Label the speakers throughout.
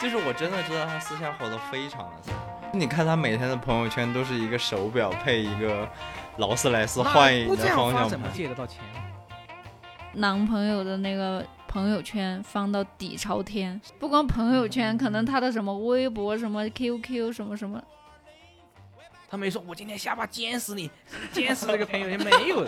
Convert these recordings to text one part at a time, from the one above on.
Speaker 1: 就是我真的知道他私下活得非常的惨。你看他每天的朋友圈都是一个手表配一个劳斯莱斯幻影
Speaker 2: 那
Speaker 1: 的
Speaker 2: 这样
Speaker 1: 方
Speaker 2: 发
Speaker 1: 向
Speaker 2: 怎么
Speaker 1: 盘，
Speaker 2: 借得到钱？
Speaker 3: 男朋友的那个朋友圈放到底朝天，不光朋友圈，可能他的什么微博、什么 QQ、什么什么，
Speaker 2: 他没说我今天下巴煎死你，煎死这个朋友圈没有，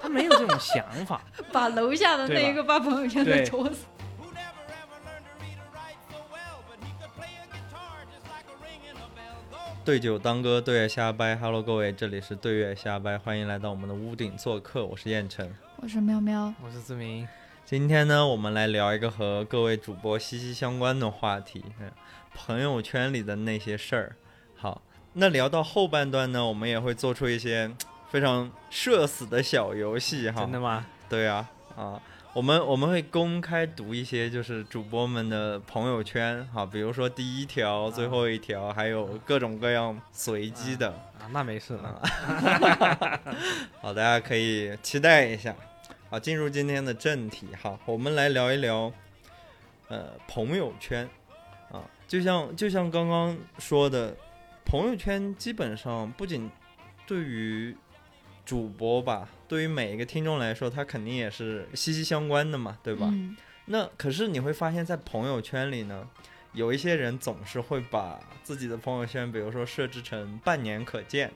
Speaker 2: 他没有这种想法。
Speaker 3: 把楼下的那一个把朋友圈
Speaker 2: 对
Speaker 3: 都戳死。
Speaker 4: who never ever learned to read or write so well, but he could play a guitar just like a ringing a bell. Though
Speaker 1: 对酒当歌，对月瞎掰。Hello，各位，这里是对月瞎掰，欢迎来到我们的屋顶做客，我是燕晨。
Speaker 3: 我是喵喵，
Speaker 2: 我是志明，
Speaker 1: 今天呢，我们来聊一个和各位主播息息相关的话题，嗯朋友圈里的那些事儿。好，那聊到后半段呢，我们也会做出一些嘖非常社死的小游戏哈。
Speaker 2: 真的吗？
Speaker 1: 对啊，啊，我们我们会公开读一些就是主播们的朋友圈哈，比如说第一条、最后一条，还有各种各样随机的。
Speaker 2: 啊，那没事
Speaker 1: 啊
Speaker 2: 了。
Speaker 1: 好，大家可以期待一下。好，进入今天的正题哈，我们来聊一聊，呃，朋友圈啊，就像就像刚刚说的，朋友圈基本上不仅对于主播吧，对于每一个听众来说，它肯定也是息息相关的嘛，对吧？
Speaker 3: 嗯，
Speaker 1: 那可是你会发现在朋友圈里呢，有一些人总是会把自己的朋友圈，比如说设置成半年可见，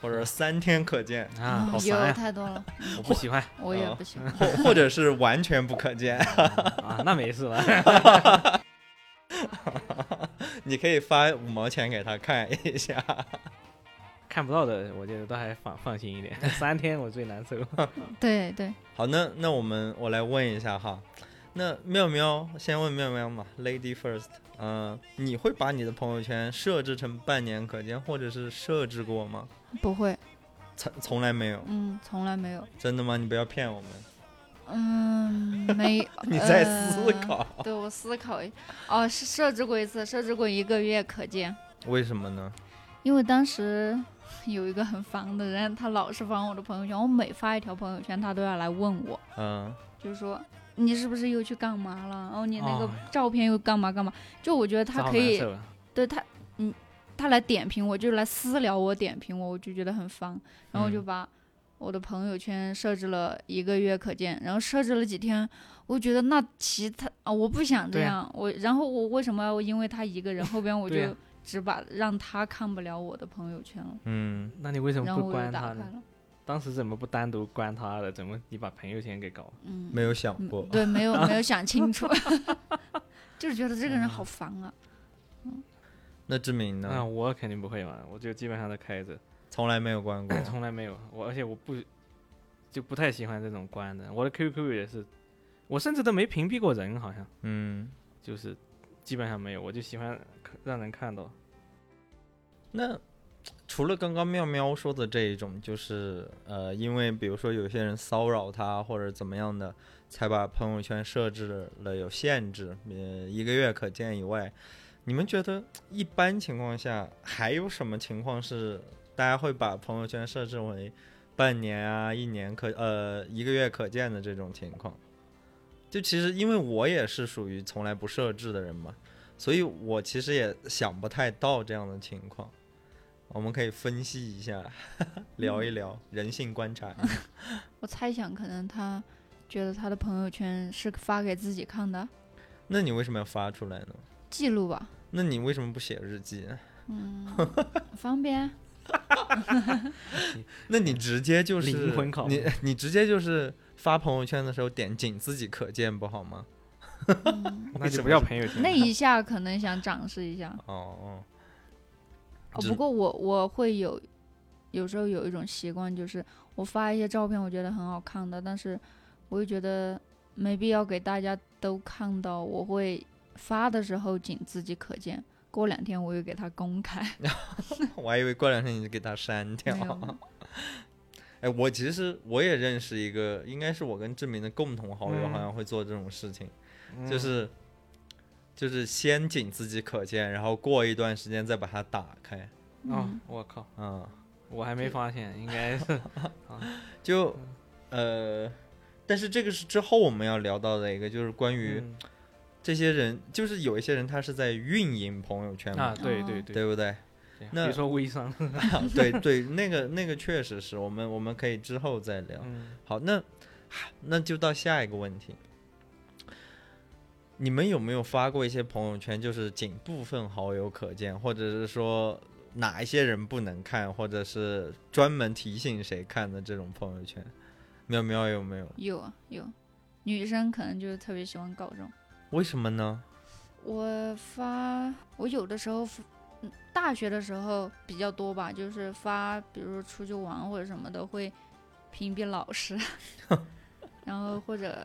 Speaker 1: 或者三天可见，
Speaker 2: 啊，好
Speaker 3: 有
Speaker 2: 烦呀！
Speaker 3: 嗯太多了，
Speaker 2: 我不喜欢
Speaker 3: 我也不喜欢。
Speaker 1: 或或者是完全不可见。
Speaker 2: 啊，那没事了。
Speaker 1: 你可以发五毛钱给他看一下。
Speaker 2: 看不到的，我觉得都还放放心一点。 三天我最难受。
Speaker 3: 对对，
Speaker 1: 好，那那我们我来问一下哈，那妙妙先问妙妙嘛，Lady First，嗯、你会把你的朋友圈设置成半年可见，或者是设置过吗？
Speaker 3: 不会，
Speaker 1: 从从来没有，
Speaker 3: 嗯，从来没有，
Speaker 1: 真的吗？你不要骗我们。。
Speaker 3: 嗯，没
Speaker 1: 你在思考
Speaker 3: 呃对，我思考一，哦，是设置过一次，设置过一个月可见，
Speaker 1: 为什么呢？
Speaker 3: 因为当时 有一个很烦的人，他老是翻我的朋友圈，我每发一条朋友圈，他都要来问我，
Speaker 1: 嗯、
Speaker 3: 就是说你是不是又去干嘛了？哦，你那个
Speaker 2: 哦
Speaker 3: 照片又干嘛干嘛？就我觉得
Speaker 2: 这好
Speaker 3: 他可以
Speaker 2: 难受啊
Speaker 3: 对他，嗯，他来点评我，就是来私聊我点评我，我就觉得很烦，然后我就
Speaker 1: 嗯
Speaker 3: 把我的朋友圈设置了一个月可见，然后设置了几天，我觉得那其他啊，我不想这
Speaker 2: 对啊
Speaker 3: 样，我然后我为什么要因为他一个人，后边我
Speaker 2: 对啊
Speaker 3: 就只把让他看不了我的朋友圈了，
Speaker 1: 嗯，
Speaker 2: 那你为什
Speaker 3: 然
Speaker 2: 么不
Speaker 3: 后我就
Speaker 2: 关
Speaker 3: 打
Speaker 2: 他
Speaker 3: 开
Speaker 2: 呢？
Speaker 3: 了，
Speaker 2: 当时怎么不单独关他的？怎么你把朋友圈给搞？
Speaker 3: 嗯，
Speaker 1: 没有想
Speaker 3: 嗯
Speaker 1: 过。
Speaker 3: 对，没有 没有想清楚，就是觉得这个人好
Speaker 2: 嗯
Speaker 3: 烦啊，
Speaker 1: 那志明呢？
Speaker 2: 那、啊我肯定不会玩，我就基本上都开着，。
Speaker 1: 从来没有关过
Speaker 2: 从来没有。我而且我不就不太喜欢这种关的。我的 QQ 也是，我甚至都没屏蔽过人，好像
Speaker 1: 嗯，
Speaker 2: 就是基本上没有。我就喜欢让人看到。
Speaker 1: 那除了刚刚妙喵说的这一种，就是呃，因为比如说有些人骚扰他或者怎么样的，才把朋友圈设置了有限制，呃，一个月可见以外，你们觉得一般情况下还有什么情况是大家会把朋友圈设置为半年啊、一年可呃一个月可见的这种情况？就其实因为我也是属于从来不设置的人嘛，所以我其实也想不太到这样的情况。我们可以分析一下，聊一聊、人性观察。
Speaker 3: 我猜想可能他觉得他的朋友圈是发给自己看的
Speaker 1: 那你为什么要发出来呢？
Speaker 3: 记录吧。
Speaker 1: 那你为什么不写日记？
Speaker 3: 嗯，方便。啊
Speaker 1: 那你直接就是
Speaker 2: 灵魂拷
Speaker 1: 你
Speaker 2: 问
Speaker 1: 你直接就是发朋友圈的时候点仅自己可见不好吗？
Speaker 3: 嗯
Speaker 2: 那
Speaker 1: 什
Speaker 2: 就
Speaker 1: 么
Speaker 2: 不叫朋友圈。
Speaker 3: 那一下可能想展示一下。
Speaker 1: 哦哦，
Speaker 3: 哦，
Speaker 1: 这
Speaker 3: 不过我我会有，有时候有一种习惯，就是我发一些照片，我觉得很好看的，但是我又觉得没必要给大家都看到，我会发的时候仅自己可见。过两天我又给它公开，
Speaker 1: 我还以为过两天你就给它删
Speaker 3: 没
Speaker 1: 掉。
Speaker 3: 有，
Speaker 1: 哎，我其实我也认识一个，应该是我跟志明的共同好友，
Speaker 2: 嗯
Speaker 1: 好像会做这种事情，
Speaker 2: 嗯
Speaker 1: 就是就是先仅自己可见，然后过一段时间再把它打开。
Speaker 2: 哦
Speaker 3: 嗯，
Speaker 2: 我靠，
Speaker 1: 嗯，
Speaker 2: 我还没发现，应该是
Speaker 1: 就
Speaker 2: 嗯
Speaker 1: 呃，但是这个是之后我们要聊到的一个，就是关于、
Speaker 2: 嗯
Speaker 1: 这些人就是有一些人他是在运营朋友圈嘛，
Speaker 2: 啊，对
Speaker 3: 哦
Speaker 2: 对对，
Speaker 1: 对 不对？
Speaker 2: 对
Speaker 1: 那
Speaker 2: 比如说微商，
Speaker 1: 对对，那个那个确实是我们我们可以之后再聊。
Speaker 2: 嗯，
Speaker 1: 好，那啊那就到下一个问题。你们有没有发过一些朋友圈，就是仅部分好友可见，或者是说哪一些人不能看，或者是专门提醒谁看的这种朋友圈？喵喵有没有？
Speaker 3: 有啊有，女生可能就是特别喜欢搞这种。
Speaker 1: 为什么呢？
Speaker 3: 我发，我有的时候发，嗯大学的时候比较多吧，就是发，比如说出去玩或者什么的，会屏蔽老 师，然后或者，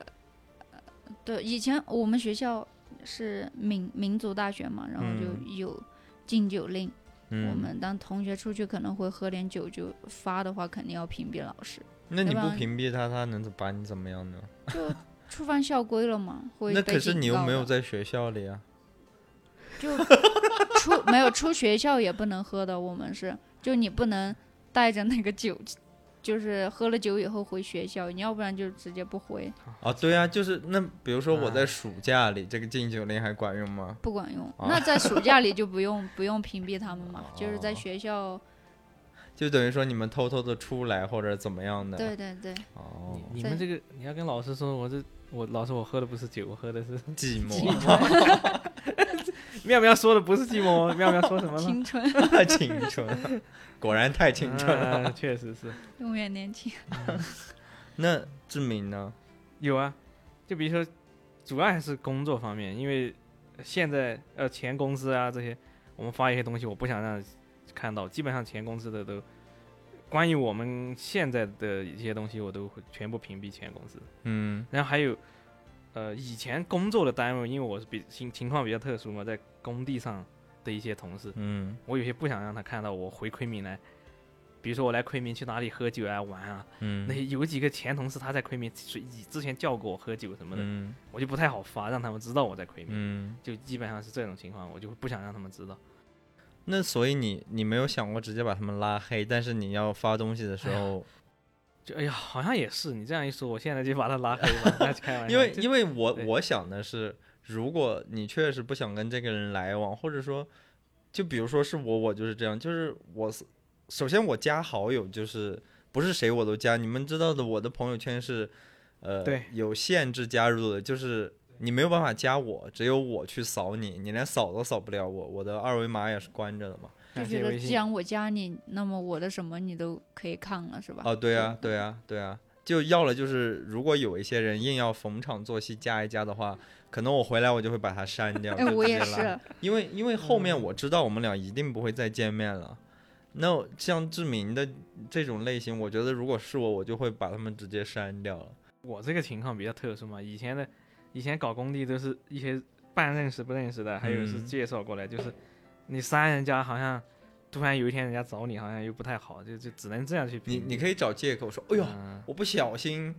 Speaker 3: 呃对，以前我们学校是民民族大学嘛，然后就
Speaker 1: 嗯
Speaker 3: 有禁酒令，
Speaker 1: 嗯，
Speaker 3: 我们当同学出去可能会喝点酒，就发的话肯定要屏蔽老师，
Speaker 1: 那你
Speaker 3: 对
Speaker 1: 不
Speaker 3: 吧
Speaker 1: 屏蔽他，他能怎把你怎么样呢？
Speaker 3: 就触犯校规了嘛，会
Speaker 1: 那
Speaker 3: 被
Speaker 1: 可是
Speaker 3: 警
Speaker 1: 你又
Speaker 3: 告
Speaker 1: 没有
Speaker 3: 的
Speaker 1: 在学校里啊。
Speaker 3: 就出没有出学校也不能喝的，我们是就你不能带着那个酒，就是喝了酒以后回学校，你要不然就直接不回，
Speaker 1: 啊，对啊，就是那比如说我
Speaker 3: 嗯
Speaker 1: 在
Speaker 2: 哎
Speaker 1: 暑假里，这个禁酒令还管用吗？
Speaker 3: 不管用。
Speaker 1: 啊
Speaker 3: 那在暑假里就不用不用屏蔽他们嘛，就是在
Speaker 1: 哦
Speaker 3: 学校，
Speaker 1: 就等于说你们偷偷的出来或者怎么样的。
Speaker 3: 对对对，
Speaker 1: 哦，
Speaker 2: 你你
Speaker 3: 对
Speaker 2: 们这个你要跟老师说，我这我老师我喝的不是酒，我喝的是
Speaker 1: 寂
Speaker 3: 寂
Speaker 1: 寞，
Speaker 2: 妙妙说的不是寂寞，妙妙说什么了？
Speaker 3: 青春
Speaker 1: 青春，果然太青春了。
Speaker 2: 嗯确实是
Speaker 3: 永远年轻。
Speaker 1: 那志明呢？
Speaker 2: 有啊。就比如说，主要还是工作方面，因为现在呃前公司啊这些，我们发一些东西，我不想让看到，基本上前公司的都。关于我们现在的一些东西，我都会全部屏蔽前公司。
Speaker 1: 嗯
Speaker 2: 然后还有，呃，以前工作的单位，因为我是比情情况比较特殊嘛，在工地上的一些同事，
Speaker 1: 嗯
Speaker 2: 我有些不想让他看到我回昆明来，比如说我来昆明去哪里喝酒啊玩啊，那
Speaker 1: 嗯
Speaker 2: 有几个前同事他在昆明，所以以之前叫过我喝酒什么的，
Speaker 1: 嗯
Speaker 2: 我就不太好发，让他们知道我在昆明，
Speaker 1: 嗯。
Speaker 2: 就基本上是这种情况，我就不想让他们知道。
Speaker 1: 那所以你你没有想过直接把他们拉黑，但是你要发东西的时候，
Speaker 2: 就哎呀，好像也是，你这样一说，我现在就把他拉黑了，那是开玩笑。
Speaker 1: 因为
Speaker 2: 就
Speaker 1: 因为我
Speaker 2: 对
Speaker 1: 我想的是，如果你确实不想跟这个人来往，或者说，就比如说是我，我就是这样，就是我是首先我加好友就是不是谁我都加，你们知道的，我的朋友圈是呃
Speaker 2: 对
Speaker 1: 有限制加入的，就是你没有办法加我，只有我去扫你，你连扫都扫不了我，我的二维码也是关着的嘛。
Speaker 3: 就
Speaker 2: 感
Speaker 3: 觉
Speaker 2: 谢
Speaker 3: 得
Speaker 2: 微
Speaker 3: 既
Speaker 2: 信，
Speaker 3: 然我加你，那么我的什么你都可以看了，是吧？
Speaker 1: 哦，对啊，对啊，对啊，就要了就是，如果有一些人硬要逢场作戏加一加的话，可能我回来我就会把他删 掉，
Speaker 3: 哎，
Speaker 1: 就
Speaker 3: 我
Speaker 1: 直接
Speaker 3: 也
Speaker 1: 拉
Speaker 3: 是，
Speaker 1: 因为因为后面
Speaker 2: 嗯
Speaker 1: 我知道我们俩一定不会再见面了。那像志明的这种类型，我觉得如果是我，我就会把他们直接删掉了。
Speaker 2: 我这个情况比较特殊嘛，以前的以前搞工地都是一些半认识不认识的，还有是
Speaker 1: 嗯
Speaker 2: 介绍过来，就是你删人家好像。突然有一天人家找你，好像又不太好，就就只能这样去
Speaker 1: 你
Speaker 2: 屏蔽。
Speaker 1: 你可以找借口说，哎呦，
Speaker 2: 嗯
Speaker 1: 我不小心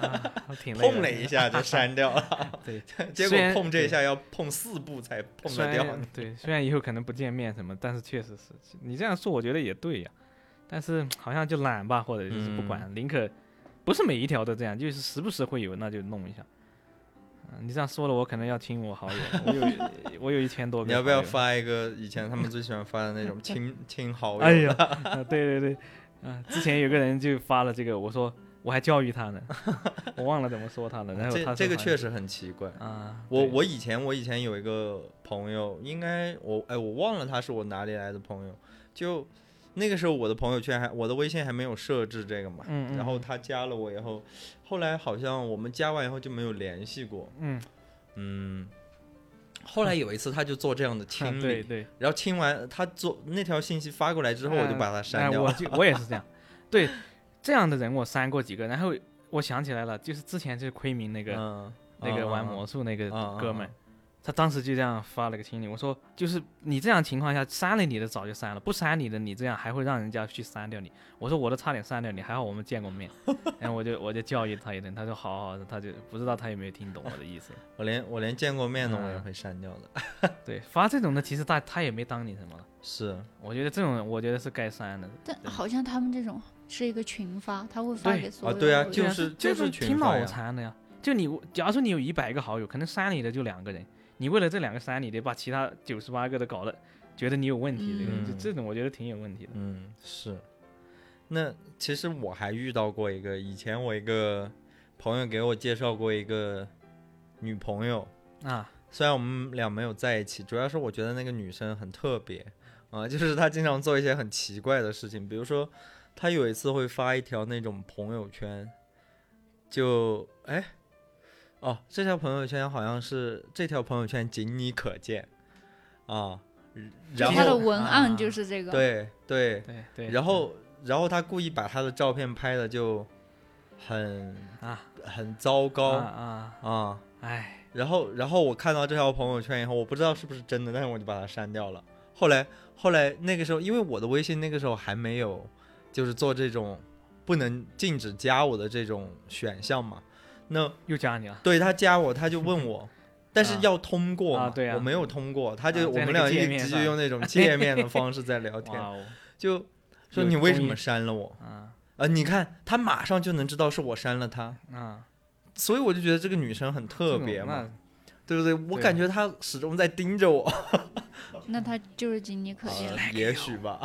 Speaker 2: 啊 我挺累的
Speaker 1: 碰了一下 就删掉了。
Speaker 2: 对，
Speaker 1: 结
Speaker 2: 虽
Speaker 1: 果
Speaker 2: 然
Speaker 1: 碰这一下要碰四步才碰
Speaker 2: 虽
Speaker 1: 得
Speaker 2: 然
Speaker 1: 掉呢。
Speaker 2: 对，虽然以后可能不见面什么，但是确实是你这样说，我觉得也对呀、但是好像就懒吧，或者就是不
Speaker 1: 嗯
Speaker 2: 管，宁可不是每一条都这样，就是时不时会有，那就弄一下。嗯，你这样说了，我可能要清我好友了，我有 我有一千多个。
Speaker 1: 你要不要？发一个以前他们最喜欢发的那种 亲亲好友？
Speaker 2: 哎呀，啊对对对，啊，之前有个人就发了这个，我说我还教育他呢， 我忘了怎么说他了。然后哎他
Speaker 1: 这这个确
Speaker 2: 实
Speaker 1: 实很奇怪。
Speaker 2: 啊，
Speaker 1: 我
Speaker 2: 对
Speaker 1: 我以前我以前有一个朋友，应该我哎我忘了他是我哪里来的朋友，就那个时候我的朋友圈还我的微信还没有设置这个嘛，
Speaker 2: 嗯嗯
Speaker 1: 然后他加了我以后，后来好像我们加完以后就没有联系过，
Speaker 2: 嗯，
Speaker 1: 嗯，后来有一次他就做这样的
Speaker 2: 啊
Speaker 1: 清
Speaker 2: 对
Speaker 1: 理，
Speaker 2: 对，
Speaker 1: 然后清完他做那条信息发过来之后，我就把他删掉
Speaker 2: 哎
Speaker 1: 了，
Speaker 2: 我就我也是这样，对这样的人我删过几个，然后我想起来了，就是之前就是昆明那个、
Speaker 1: 嗯，
Speaker 2: 那个
Speaker 1: 嗯
Speaker 2: 玩
Speaker 1: 嗯
Speaker 2: 魔术那个
Speaker 1: 嗯嗯
Speaker 2: 哥们儿
Speaker 1: 嗯。
Speaker 2: 他当时就这样发了个清理，我说就是你这样情况下删了你的早就删了，不删你的你这样还会让人家去删掉你。我说我都差点删掉你，还好我们见 过面。然后我就我就教育他一顿，他说好好，他就不知道他有没有听懂我的意思。
Speaker 1: 我连我连见过面的我也
Speaker 2: 嗯
Speaker 1: 会删掉的，
Speaker 2: 对，发这种的其实他他也没当你什么了，
Speaker 1: 是
Speaker 2: 我觉得这种人我觉得是该删的。
Speaker 3: 但
Speaker 2: 对
Speaker 3: 好像他们这种是一个群发，他会发
Speaker 2: 对
Speaker 3: 给所
Speaker 1: 啊
Speaker 3: 有
Speaker 1: 对啊，
Speaker 3: 人
Speaker 1: 就
Speaker 2: 对啊
Speaker 1: 是就
Speaker 2: 这这
Speaker 1: 是
Speaker 2: 挺
Speaker 1: 群发
Speaker 2: 脑
Speaker 1: 呀，
Speaker 2: 残的呀。就你，假如说你有一百个好友，可能删你的就两个人，你为了这两个删，你得把其他九十八个都搞得觉得你有问题，这个
Speaker 1: 嗯
Speaker 2: 这这种我觉得挺有问题的。
Speaker 1: 嗯，是。那其实我还遇到过一个，以前我一个朋友给我介绍过一个女朋友，
Speaker 2: 啊，
Speaker 1: 虽然我们俩没有在一起，主要是我觉得那个女生很特别啊、 就是她经常做一些很奇怪的事情，比如说她有一次会发一条那种朋友圈，就哎哦，这条朋友圈好像是这条朋友圈仅你可见啊，然
Speaker 3: 就
Speaker 1: 后
Speaker 3: 它的文案
Speaker 2: 啊
Speaker 3: 就是这个，
Speaker 1: 对对，
Speaker 2: 对对。
Speaker 1: 然后然后她故意把她的照片拍的就很
Speaker 2: 啊
Speaker 1: 很糟糕
Speaker 2: 啊啊，
Speaker 1: 啊
Speaker 2: 哎，
Speaker 1: 然后，然后我看到这条朋友圈以后，我不知道是不是真的，但是我就把它删掉了。后来，后来那个时候，因为我的微信那个时候还没有，就是做这种不能禁止加我的这种选项嘛。那
Speaker 2: 又加你了。
Speaker 1: 对他加我，他就问 我，但是要通过嘛，
Speaker 2: 啊对啊
Speaker 1: 我没有通过，他就、
Speaker 2: 啊
Speaker 1: 我
Speaker 2: 在那
Speaker 1: 们
Speaker 2: 个
Speaker 1: 俩
Speaker 2: 界
Speaker 1: 一
Speaker 2: 面
Speaker 1: 直就
Speaker 2: 上
Speaker 1: 用那种界面 的方式在聊天，
Speaker 2: 哇哦，
Speaker 1: 就说
Speaker 2: 有
Speaker 1: 你为
Speaker 2: 综
Speaker 1: 什
Speaker 2: 艺
Speaker 1: 么删了我？
Speaker 2: 啊
Speaker 1: 啊、你看他马上就能知道是我删了他，
Speaker 2: 啊，
Speaker 1: 所以我就觉得这个女生很
Speaker 2: 这
Speaker 1: 特
Speaker 2: 种
Speaker 1: 别嘛
Speaker 2: 那。
Speaker 1: 对不对？我
Speaker 2: 对
Speaker 1: 感觉他始终在盯着我，
Speaker 3: 那它就是仅你可见。
Speaker 1: 呃也许吧，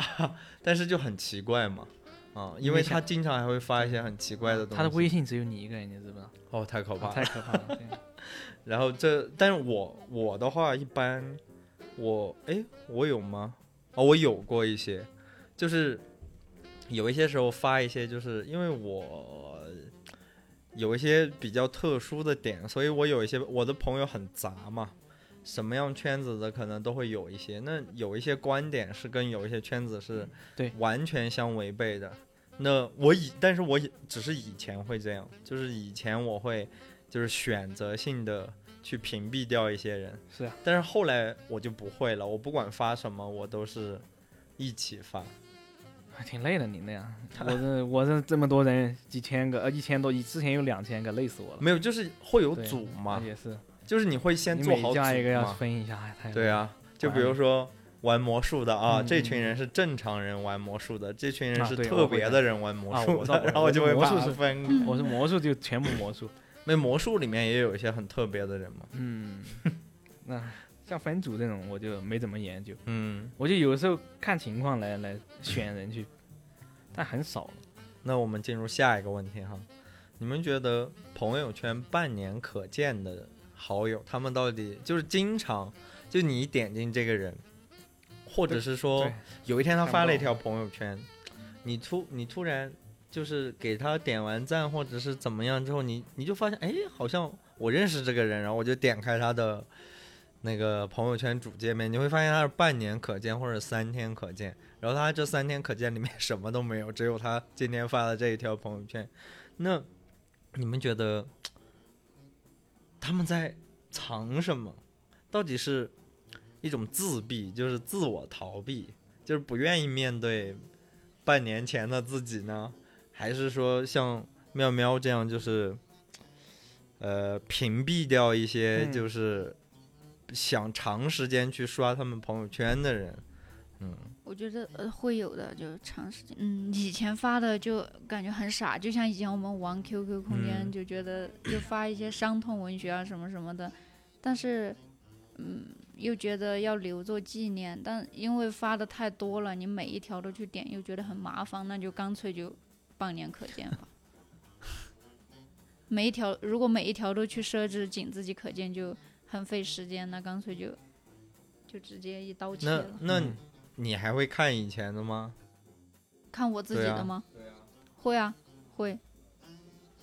Speaker 1: 但是就很奇怪嘛，啊，因为他经常还会发一些很奇怪的东西。
Speaker 2: 他的微信只有你一个人，你知不知道？啊
Speaker 1: 哦，太可怕了。
Speaker 2: 太可怕 了。对
Speaker 1: 然后这，但是我我的话一般，我哎，我有吗？哦，我有过一些，就是有一些时候发一些，就是因为我有一些比较特殊的点，所以我有一些我的朋友很杂嘛，什么样圈子的可能都会有一些。那有一些观点是跟有一些圈子是
Speaker 2: 对
Speaker 1: 完全相违背的。那我以，但是我以只是以前会这样，就是以前我会就是选择性的去屏蔽掉一些人，
Speaker 2: 是啊，
Speaker 1: 但是后来我就不会了，我不管发什么，我都是一起发。
Speaker 2: 还挺累的，你那样。我这我这这么多人，几千个，呃，一千多，以之前有两千个，累死我了。
Speaker 1: 没有，就是会有
Speaker 2: 对
Speaker 1: 组嘛，
Speaker 2: 也是，
Speaker 1: 就是你会先
Speaker 2: 你
Speaker 1: 做
Speaker 2: 每
Speaker 1: 好组
Speaker 2: 加一个要
Speaker 1: 嘛。
Speaker 2: 分一下，哎太
Speaker 1: 对啊，就比如说玩魔术的啊，
Speaker 2: 嗯
Speaker 1: 这群人是正常人玩魔术的，这群人
Speaker 2: 啊
Speaker 1: 是
Speaker 2: 对
Speaker 1: 特别的人玩魔
Speaker 2: 我
Speaker 1: 术
Speaker 2: 会
Speaker 1: 的，
Speaker 2: 的啊我知道
Speaker 1: 然后
Speaker 2: 我
Speaker 1: 就会把
Speaker 2: 魔术
Speaker 1: 它
Speaker 2: 是
Speaker 1: 分。
Speaker 3: 嗯
Speaker 2: 我是魔术就全部魔术。
Speaker 1: 那魔术里面也有一些很特别的人嘛，
Speaker 2: 嗯， 那像分组这种我就没怎么研究，
Speaker 1: 嗯，
Speaker 2: 我就有时候看情况来来选人去，但很少。
Speaker 1: 那我们进入下一个问题哈，你们觉得朋友圈半年可见的好友，他们到底就是经常就你一点进这个人，或者是说
Speaker 2: 对，
Speaker 1: 有一天他
Speaker 2: 看不
Speaker 1: 发了
Speaker 2: 到
Speaker 1: 一条朋友圈，你突你突然就是给他点完赞或者是怎么样之后，你你就发现哎，好像我认识这个人，然后我就点开他的那个朋友圈主界面，你会发现他是半年可见或者三天可见，然后他这三天可见里面什么都没有，只有他今天发的这一条朋友圈。那你们觉得他们在藏什么？到底是一种自闭，就是自我逃避，就是不愿意面对半年前的自己呢，还是说像妙妙这样，就是呃屏蔽掉一些
Speaker 2: 嗯
Speaker 1: 就是想长时间去刷他们朋友圈的人？嗯
Speaker 3: 我觉得呃会有的，就长时间，嗯，以前发的就感觉很傻，就像以前我们玩 QQ 空间，
Speaker 1: 嗯
Speaker 3: 就觉得就发一些伤痛文学啊什么什么的，但是，嗯，又觉得要留作纪念，但因为发的太多了，你每一条都去点，又觉得很麻烦，那就干脆就半年可 见吧。每一条如果每一条都去设置仅自己可见，就很费时间，那干脆就就直接一刀切
Speaker 1: 那
Speaker 3: 了。
Speaker 1: 那
Speaker 2: 嗯
Speaker 1: 你还会看以前的吗？
Speaker 3: 看我自己
Speaker 1: 对啊
Speaker 3: 的吗？会啊，会。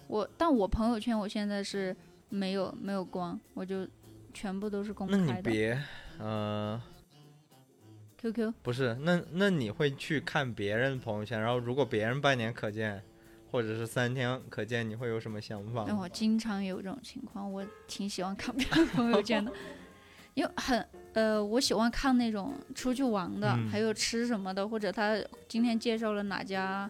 Speaker 3: 我但我朋友圈我现在是没有没有关，我就全部都是公
Speaker 1: 那你
Speaker 3: 开的。
Speaker 1: 别，呃，
Speaker 3: QQ
Speaker 1: 不是，那那你会去看别人朋友圈，然后如果别人半年可见，或者是三天可见，你会有什么想
Speaker 2: 嗯
Speaker 1: 法
Speaker 3: 那
Speaker 1: 吗？
Speaker 3: 我经常有这种情况，我挺喜欢看别人朋友 圈的，因为很呃，我喜欢看那种出去玩的，
Speaker 1: 嗯
Speaker 3: 还有吃什么的，或者他今天介绍了哪家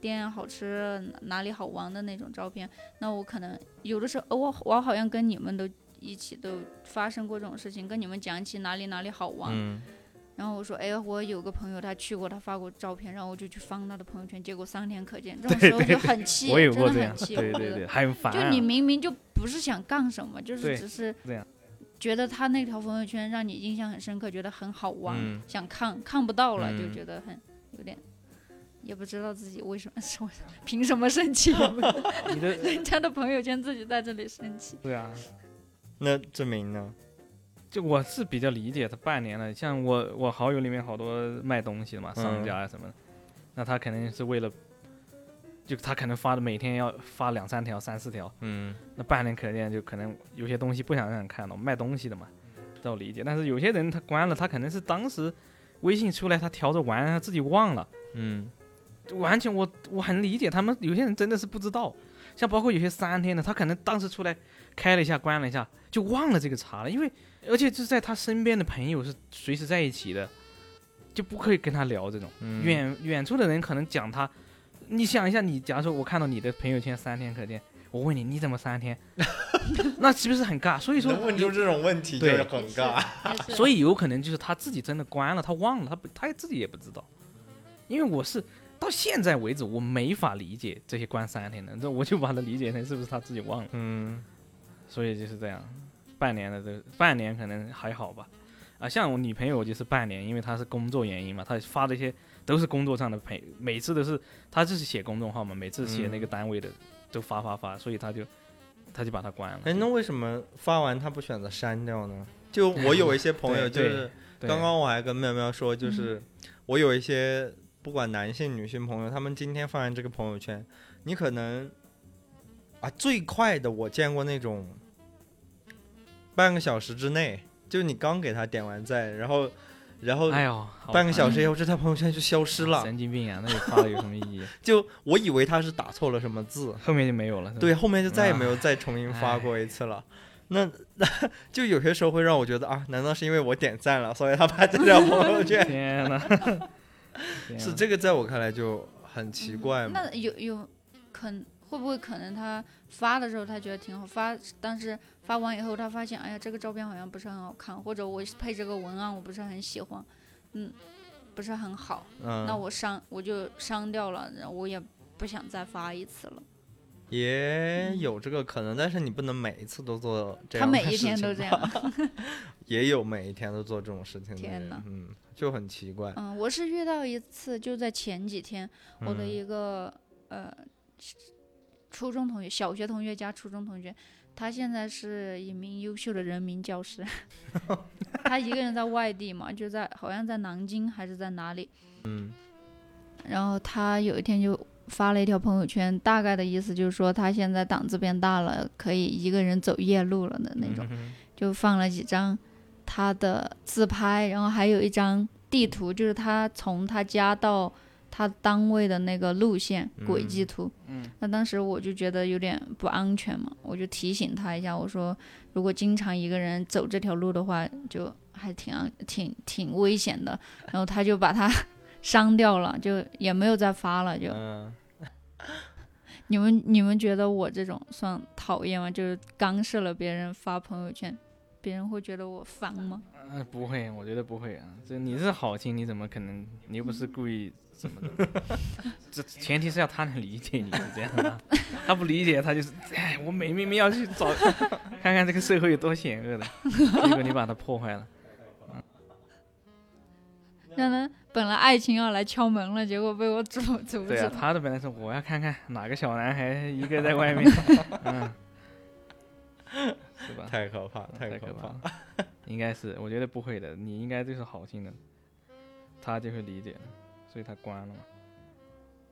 Speaker 3: 店好吃，哪哪里好玩的那种照片。那我可能有的时候，呃我我好像跟你们都一起都发生过这种事情，跟你们讲起哪里哪里好玩，
Speaker 1: 嗯，
Speaker 3: 然后我说，哎，我有个朋友他去过，他发过照片，然后我就去翻他的朋友圈，结果三天可见，这种时候就很气，
Speaker 2: 我也有
Speaker 3: 真
Speaker 2: 过
Speaker 3: 的
Speaker 2: 这样，
Speaker 3: 很气，
Speaker 2: 对
Speaker 3: 我觉
Speaker 2: 对
Speaker 3: 得
Speaker 2: 对，很烦、
Speaker 3: 就
Speaker 2: 啊。
Speaker 3: 你明明就不是想干什么，就
Speaker 2: 对
Speaker 3: 是只是
Speaker 2: 这样
Speaker 3: 觉得他那条朋友圈让你印象很深刻，觉得很好玩，
Speaker 1: 嗯
Speaker 3: 想看看不到了，
Speaker 1: 嗯
Speaker 3: 就觉得很有点。也不知道自己为什么 是为什么凭什么生气，
Speaker 2: 你的
Speaker 3: 人家的朋友圈自己在这里生气。
Speaker 2: 对啊，
Speaker 1: 那志明呢？
Speaker 2: 就我是比较理解他半年了，像我我好友里面好多卖东西的嘛，
Speaker 1: 嗯
Speaker 2: 商家啊什么的，那他肯定是为了，就他可能发的每天要发两三条、三四条，
Speaker 1: 嗯
Speaker 2: 那半年可见就可能有些东西不想让人看到，卖东西的嘛，这我理解。但是有些人他关了，他可能是当时微信出来他调着玩，他自己忘了，
Speaker 1: 嗯
Speaker 2: 完全我我很理解他们有些人真的是不知道，像包括有些三天的，他可能当时出来开了一下，关了一下，就忘了这个茶了，因为而且就是在他身边的朋友是随时在一起的，就不可以跟他聊这种。
Speaker 1: 嗯，
Speaker 2: 远远处的人可能讲他，你想一下，你假如说我看到你的朋友圈三天可见，我问你你怎么 三天，那是不是很尬？所以说
Speaker 1: 能问出这种问题就
Speaker 2: 对
Speaker 1: 是 很尬。
Speaker 3: 也是
Speaker 2: 所以有可能就是他自己真的关了，他忘了，他不他也自己也不知道。因为我是到现在为止，我没法理解这些关三天的，这我就把它理解成是不是他自己忘了，
Speaker 1: 嗯
Speaker 2: 所以就是这样。半年的这半年可能还好吧，啊，像我女朋友就是半年，因为她是工作原因嘛，她发的一些都是工作上的陪，每次都是她就是写公众号嘛，每次写那个单位的、都发发发，所以她就她就把它关了。
Speaker 1: 哎，那为什么发完他不选择删掉呢？就 我有一些朋友，就
Speaker 2: 对对
Speaker 1: 是
Speaker 2: 对嗯
Speaker 1: 刚刚我还跟妙妙说，就是我有一些不管男性女性朋友，他们今天发完这个朋友圈，你可能啊最快的我见过那种啊半个小时之内，就你刚给他点完赞，然后然后
Speaker 2: 哎呦，好
Speaker 1: 半个小
Speaker 2: 烦
Speaker 1: 时以后，这条朋友圈就消失了，
Speaker 2: 神经病啊！那你发了有什么意义？
Speaker 1: 就我以为他是打错了什么字，
Speaker 2: 后面就没有了。是吧，
Speaker 1: 对，后面就再也没有再重新发过一次
Speaker 2: 哎
Speaker 1: 了。那 就有些时候会让我觉得啊，难道是因为我点赞了，所以他发这条朋友圈？
Speaker 2: 天 哪，天
Speaker 1: 是
Speaker 2: 哪
Speaker 1: 这个，在我看来就很奇怪嘛。
Speaker 3: 嗯那有有可能会不会可能他发的时候他觉得挺好发，但是发完以后他发现，哎呀，这个照片好像不是很好看，或者我配这个文案我不是很喜欢，嗯，不是很好，
Speaker 1: 嗯，
Speaker 3: 那我删我就删掉了，然后我也不想再发一次了。
Speaker 1: 也有这个可能，但是你不能每一次都做这
Speaker 3: 他
Speaker 1: 样的
Speaker 3: 每一
Speaker 1: 事
Speaker 3: 天
Speaker 1: 情
Speaker 3: 都
Speaker 1: 吧
Speaker 3: 这，样，
Speaker 1: 也有每一天都做这种事情的
Speaker 3: 天
Speaker 1: 人
Speaker 3: 哪，
Speaker 1: 嗯，就很奇怪。
Speaker 3: 嗯，我是遇到一次，就在前几天，我的
Speaker 1: 嗯
Speaker 3: 一个呃初中同学，小学同学加初中同学，他现在是一名优秀的人民教师， 他一个人在外地嘛，就在好像在南京还是在哪里，
Speaker 1: 嗯
Speaker 3: 然后他有一天就发了一条朋友圈，大概的意思就是说他现在胆子变大了，可以一个人走夜路了的那种，
Speaker 1: 嗯
Speaker 3: 就放了几张他的自拍，然后还有一张地图，就是他从他家到他单位的那个路线轨迹图。
Speaker 2: 嗯，
Speaker 3: 那当时我就觉得有点不安全嘛，我就提醒他一下，我说如果经常一个人走这条路的话，就还挺安挺挺危险的。然后他就 把它删掉了，就也没有再发了。就
Speaker 1: 嗯，
Speaker 3: 你们你们觉得我这种算讨厌吗？就是干涉了别人发朋友圈，别人会觉得我烦吗？
Speaker 2: 呃不会，我觉得不会啊。这你是好心，你怎么可能？你又不是故意怎么的？这前提是要他能理解你是这样的啊，他不理解，他就是哎，我明明要去找 看看这个社会有多险恶的，结果你把它破坏了。嗯
Speaker 3: 让人本来爱情要来敲门了，结果被我阻阻止
Speaker 2: 对啊，
Speaker 3: 了。
Speaker 2: 他的本来是我要看看哪个小男孩一个在外面， 嗯，是吧？
Speaker 1: 太可怕，嗯太
Speaker 2: 啊可
Speaker 1: 怕。
Speaker 2: 了， 应该是，我觉得不会的，你应该就是好心的，他就会理解的，所以他关了嘛，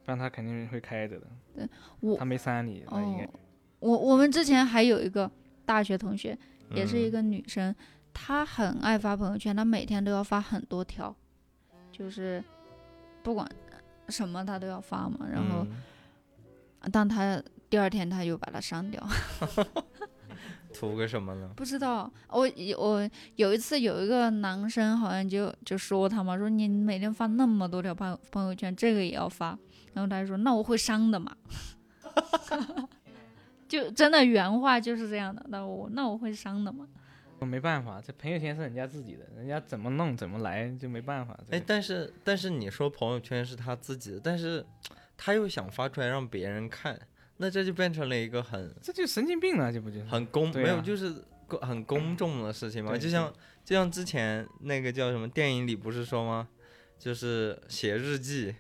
Speaker 2: 不然他肯定会开着的。
Speaker 3: 对我
Speaker 2: 他没删你，那应
Speaker 3: 哦
Speaker 2: 该、，
Speaker 3: 我我们之前还有一个大学同学，也是
Speaker 2: 嗯
Speaker 3: 一
Speaker 1: 个，
Speaker 3: 个女生，她很爱发朋友圈，她每天都要发很多条，就是不管什么她都要发嘛。然后，
Speaker 1: 嗯
Speaker 3: 但她第二天她又把它删掉，
Speaker 1: 图个什么呢？
Speaker 3: 不知道。我我有一次有一个男生好像就就说她嘛，说你每天发那么多条朋友朋友圈，这个也要发。然后她就说那我会删的嘛。 就真的原话就是这样的，那我那我会删的嘛。
Speaker 2: 我没办法，这朋友圈是人家自己的，人家怎么弄怎么来就没办法。这
Speaker 1: 哎
Speaker 2: 个，
Speaker 1: 但是但是你说朋友圈是他自己的，但是他又想发出来让别人看，那这就变成了一个很
Speaker 2: 这就神经病了，这不就是？
Speaker 1: 很公、
Speaker 2: 嗯对
Speaker 1: 没有
Speaker 2: 啊
Speaker 1: 就是公很公众的事情嘛，
Speaker 2: 对
Speaker 1: 就像就像之前那个叫什么电影里不是说吗？就是写日记，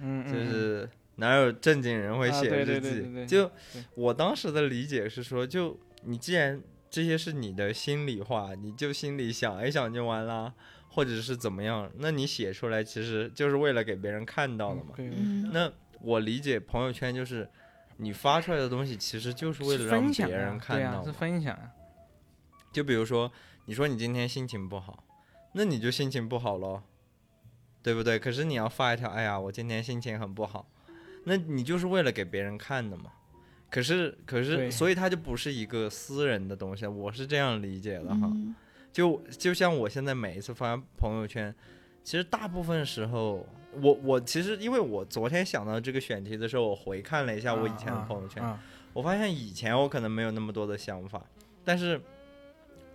Speaker 2: 嗯，嗯
Speaker 1: 就
Speaker 2: 嗯
Speaker 1: 是哪有正经人会
Speaker 2: 啊
Speaker 1: 写
Speaker 2: 对
Speaker 1: 日
Speaker 2: 对对
Speaker 1: 记？
Speaker 2: 对对
Speaker 1: 就
Speaker 2: 对
Speaker 1: 我当时的理解是说，就你既然这些是你的心里话，你就心里想一想就完啦，或者是怎么样，那你写出来其实就是为了给别人看到的嘛。
Speaker 2: 对，
Speaker 3: 嗯，
Speaker 1: 那我理解朋友圈就是你发出来的东西，其实就是为了让
Speaker 2: 分享
Speaker 1: 别
Speaker 2: 啊
Speaker 1: 人看
Speaker 2: 对
Speaker 1: 到
Speaker 2: 啊，
Speaker 1: 嘛。
Speaker 2: 是分享啊，
Speaker 1: 就比如说，你说你今天心情不好，那你就心情不好咯，对不对？可是你要发一条，哎呀，我今天心情很不好，那你就是为了给别人看的嘛。可是，可是，
Speaker 2: 对
Speaker 1: 所以它就不是一个私人的东西，我是这样理解的哈。
Speaker 3: 嗯
Speaker 1: 就就像我现在每一次发朋友圈，其实大部分时候，我我其实因为我昨天想到这个选题的时候，我回看了一下我以前的
Speaker 2: 啊
Speaker 1: 朋友圈，
Speaker 2: 啊
Speaker 1: 我发现以前我可能没有那么多的想法，但是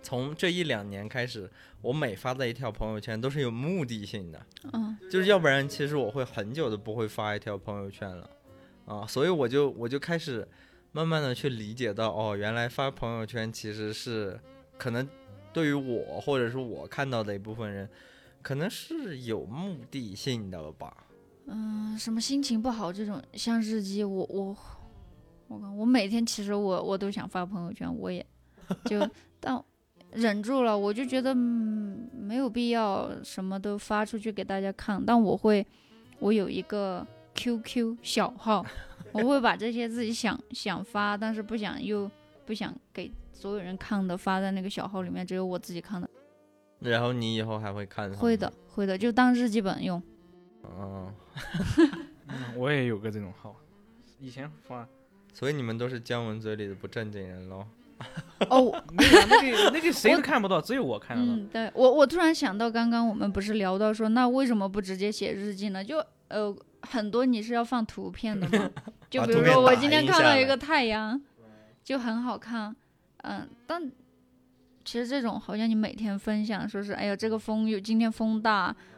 Speaker 1: 从这一两年开始，我每发的一条朋友圈都是有目的性的，
Speaker 3: 嗯
Speaker 1: 就是要不然其实我会很久都不会发一条朋友圈了，啊，所以我就我就开始慢慢的去理解到，哦，原来发朋友圈其实是可能对于我或者是我看到的一部分人，可能是有目的性的吧，
Speaker 3: 嗯，什么心情不好这种，像日记，我我我靠我每天其实我我都想发朋友圈，我也就但忍住了，我就觉得、嗯、没有必要什么都发出去给大家看，但我会我有一个 QQ 小号，我会把这些自己想想发，但是不想又不想给所有人看的发在那个小号里面，只有我自己看的，
Speaker 1: 然后你以后还会看，
Speaker 3: 会的，会的，就当日记本用。
Speaker 1: 嗯，
Speaker 2: 嗯我也有个这种号，以前 发
Speaker 1: 所以你们都是姜文嘴里的不正经人喽。
Speaker 3: 哦，
Speaker 2: 没有啊那个那个谁都看不到，只有我看得到。
Speaker 3: 嗯，对我我突然想到，刚刚我们不是聊到说，那为什么不直接写日记呢？就呃，很多你是要放图片的 嘛，就
Speaker 1: 把
Speaker 3: 比
Speaker 1: 图
Speaker 3: 如
Speaker 1: 片
Speaker 3: 说我
Speaker 1: 打
Speaker 3: 今天
Speaker 1: 印
Speaker 3: 看
Speaker 1: 下
Speaker 3: 到一
Speaker 1: 来
Speaker 3: 个太阳，就很好看，嗯，但其实这种好像你每天分享，说是哎呀这个风有今天风大，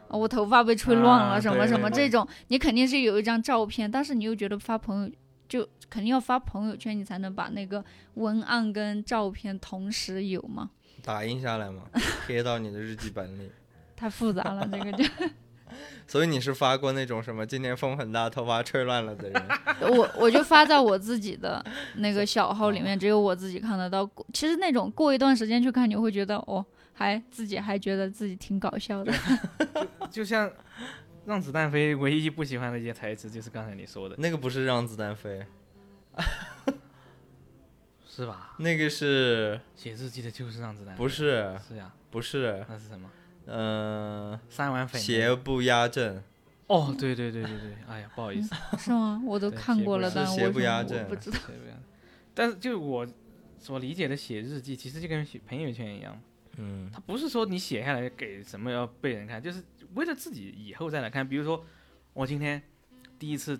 Speaker 3: 啊我头发被吹乱了
Speaker 2: 啊
Speaker 3: 什么
Speaker 2: 对
Speaker 3: 什
Speaker 2: 对
Speaker 3: 么
Speaker 2: 对
Speaker 3: 这种，你肯定是有一张照片，但是你又觉得发朋友就肯定要发朋友圈，你才能把那个文案跟照片同时有嘛。
Speaker 1: 打印下来嘛， 贴到你的日记本里。
Speaker 3: 太复杂了，这个就
Speaker 1: 所以你是发过那种什么今天风很大，头发吹乱了的人？
Speaker 3: 我我就发在我自 己的那个小号里
Speaker 2: 嗯
Speaker 3: 面，只有我自己看得到。其实那种过一段时间去看，你会觉得哦，还自己还觉得自己挺搞笑的。
Speaker 2: 就像《让子弹飞》唯一不喜欢的一些台词，就是刚才你说的，
Speaker 1: 那个不是让子弹飞，
Speaker 2: 是吧？
Speaker 1: 那个是
Speaker 2: 写日记的就是《让子弹飞》，
Speaker 1: 不是
Speaker 2: 是呀？
Speaker 1: 不是？
Speaker 2: 那是什么？
Speaker 1: 嗯、
Speaker 2: 三碗粉。
Speaker 1: 邪不压正，
Speaker 2: 哦，对对对对对，哎呀，不好意思，
Speaker 3: 是吗？我都
Speaker 2: 对
Speaker 3: 看
Speaker 2: 邪
Speaker 3: 过
Speaker 2: 不
Speaker 3: 了，
Speaker 2: 压
Speaker 3: 但
Speaker 1: 是
Speaker 3: 我
Speaker 1: 邪
Speaker 3: 为
Speaker 1: 不
Speaker 3: 什
Speaker 1: 压
Speaker 3: 么
Speaker 1: 正
Speaker 3: 嗯我不知道。
Speaker 2: 对不对但是就我所理解的写日记，其实就跟写朋友圈一样，
Speaker 1: 嗯，
Speaker 2: 它不是说你写下来给什么要被人看，就是为了自己以后再来看。比如说，我今天第一次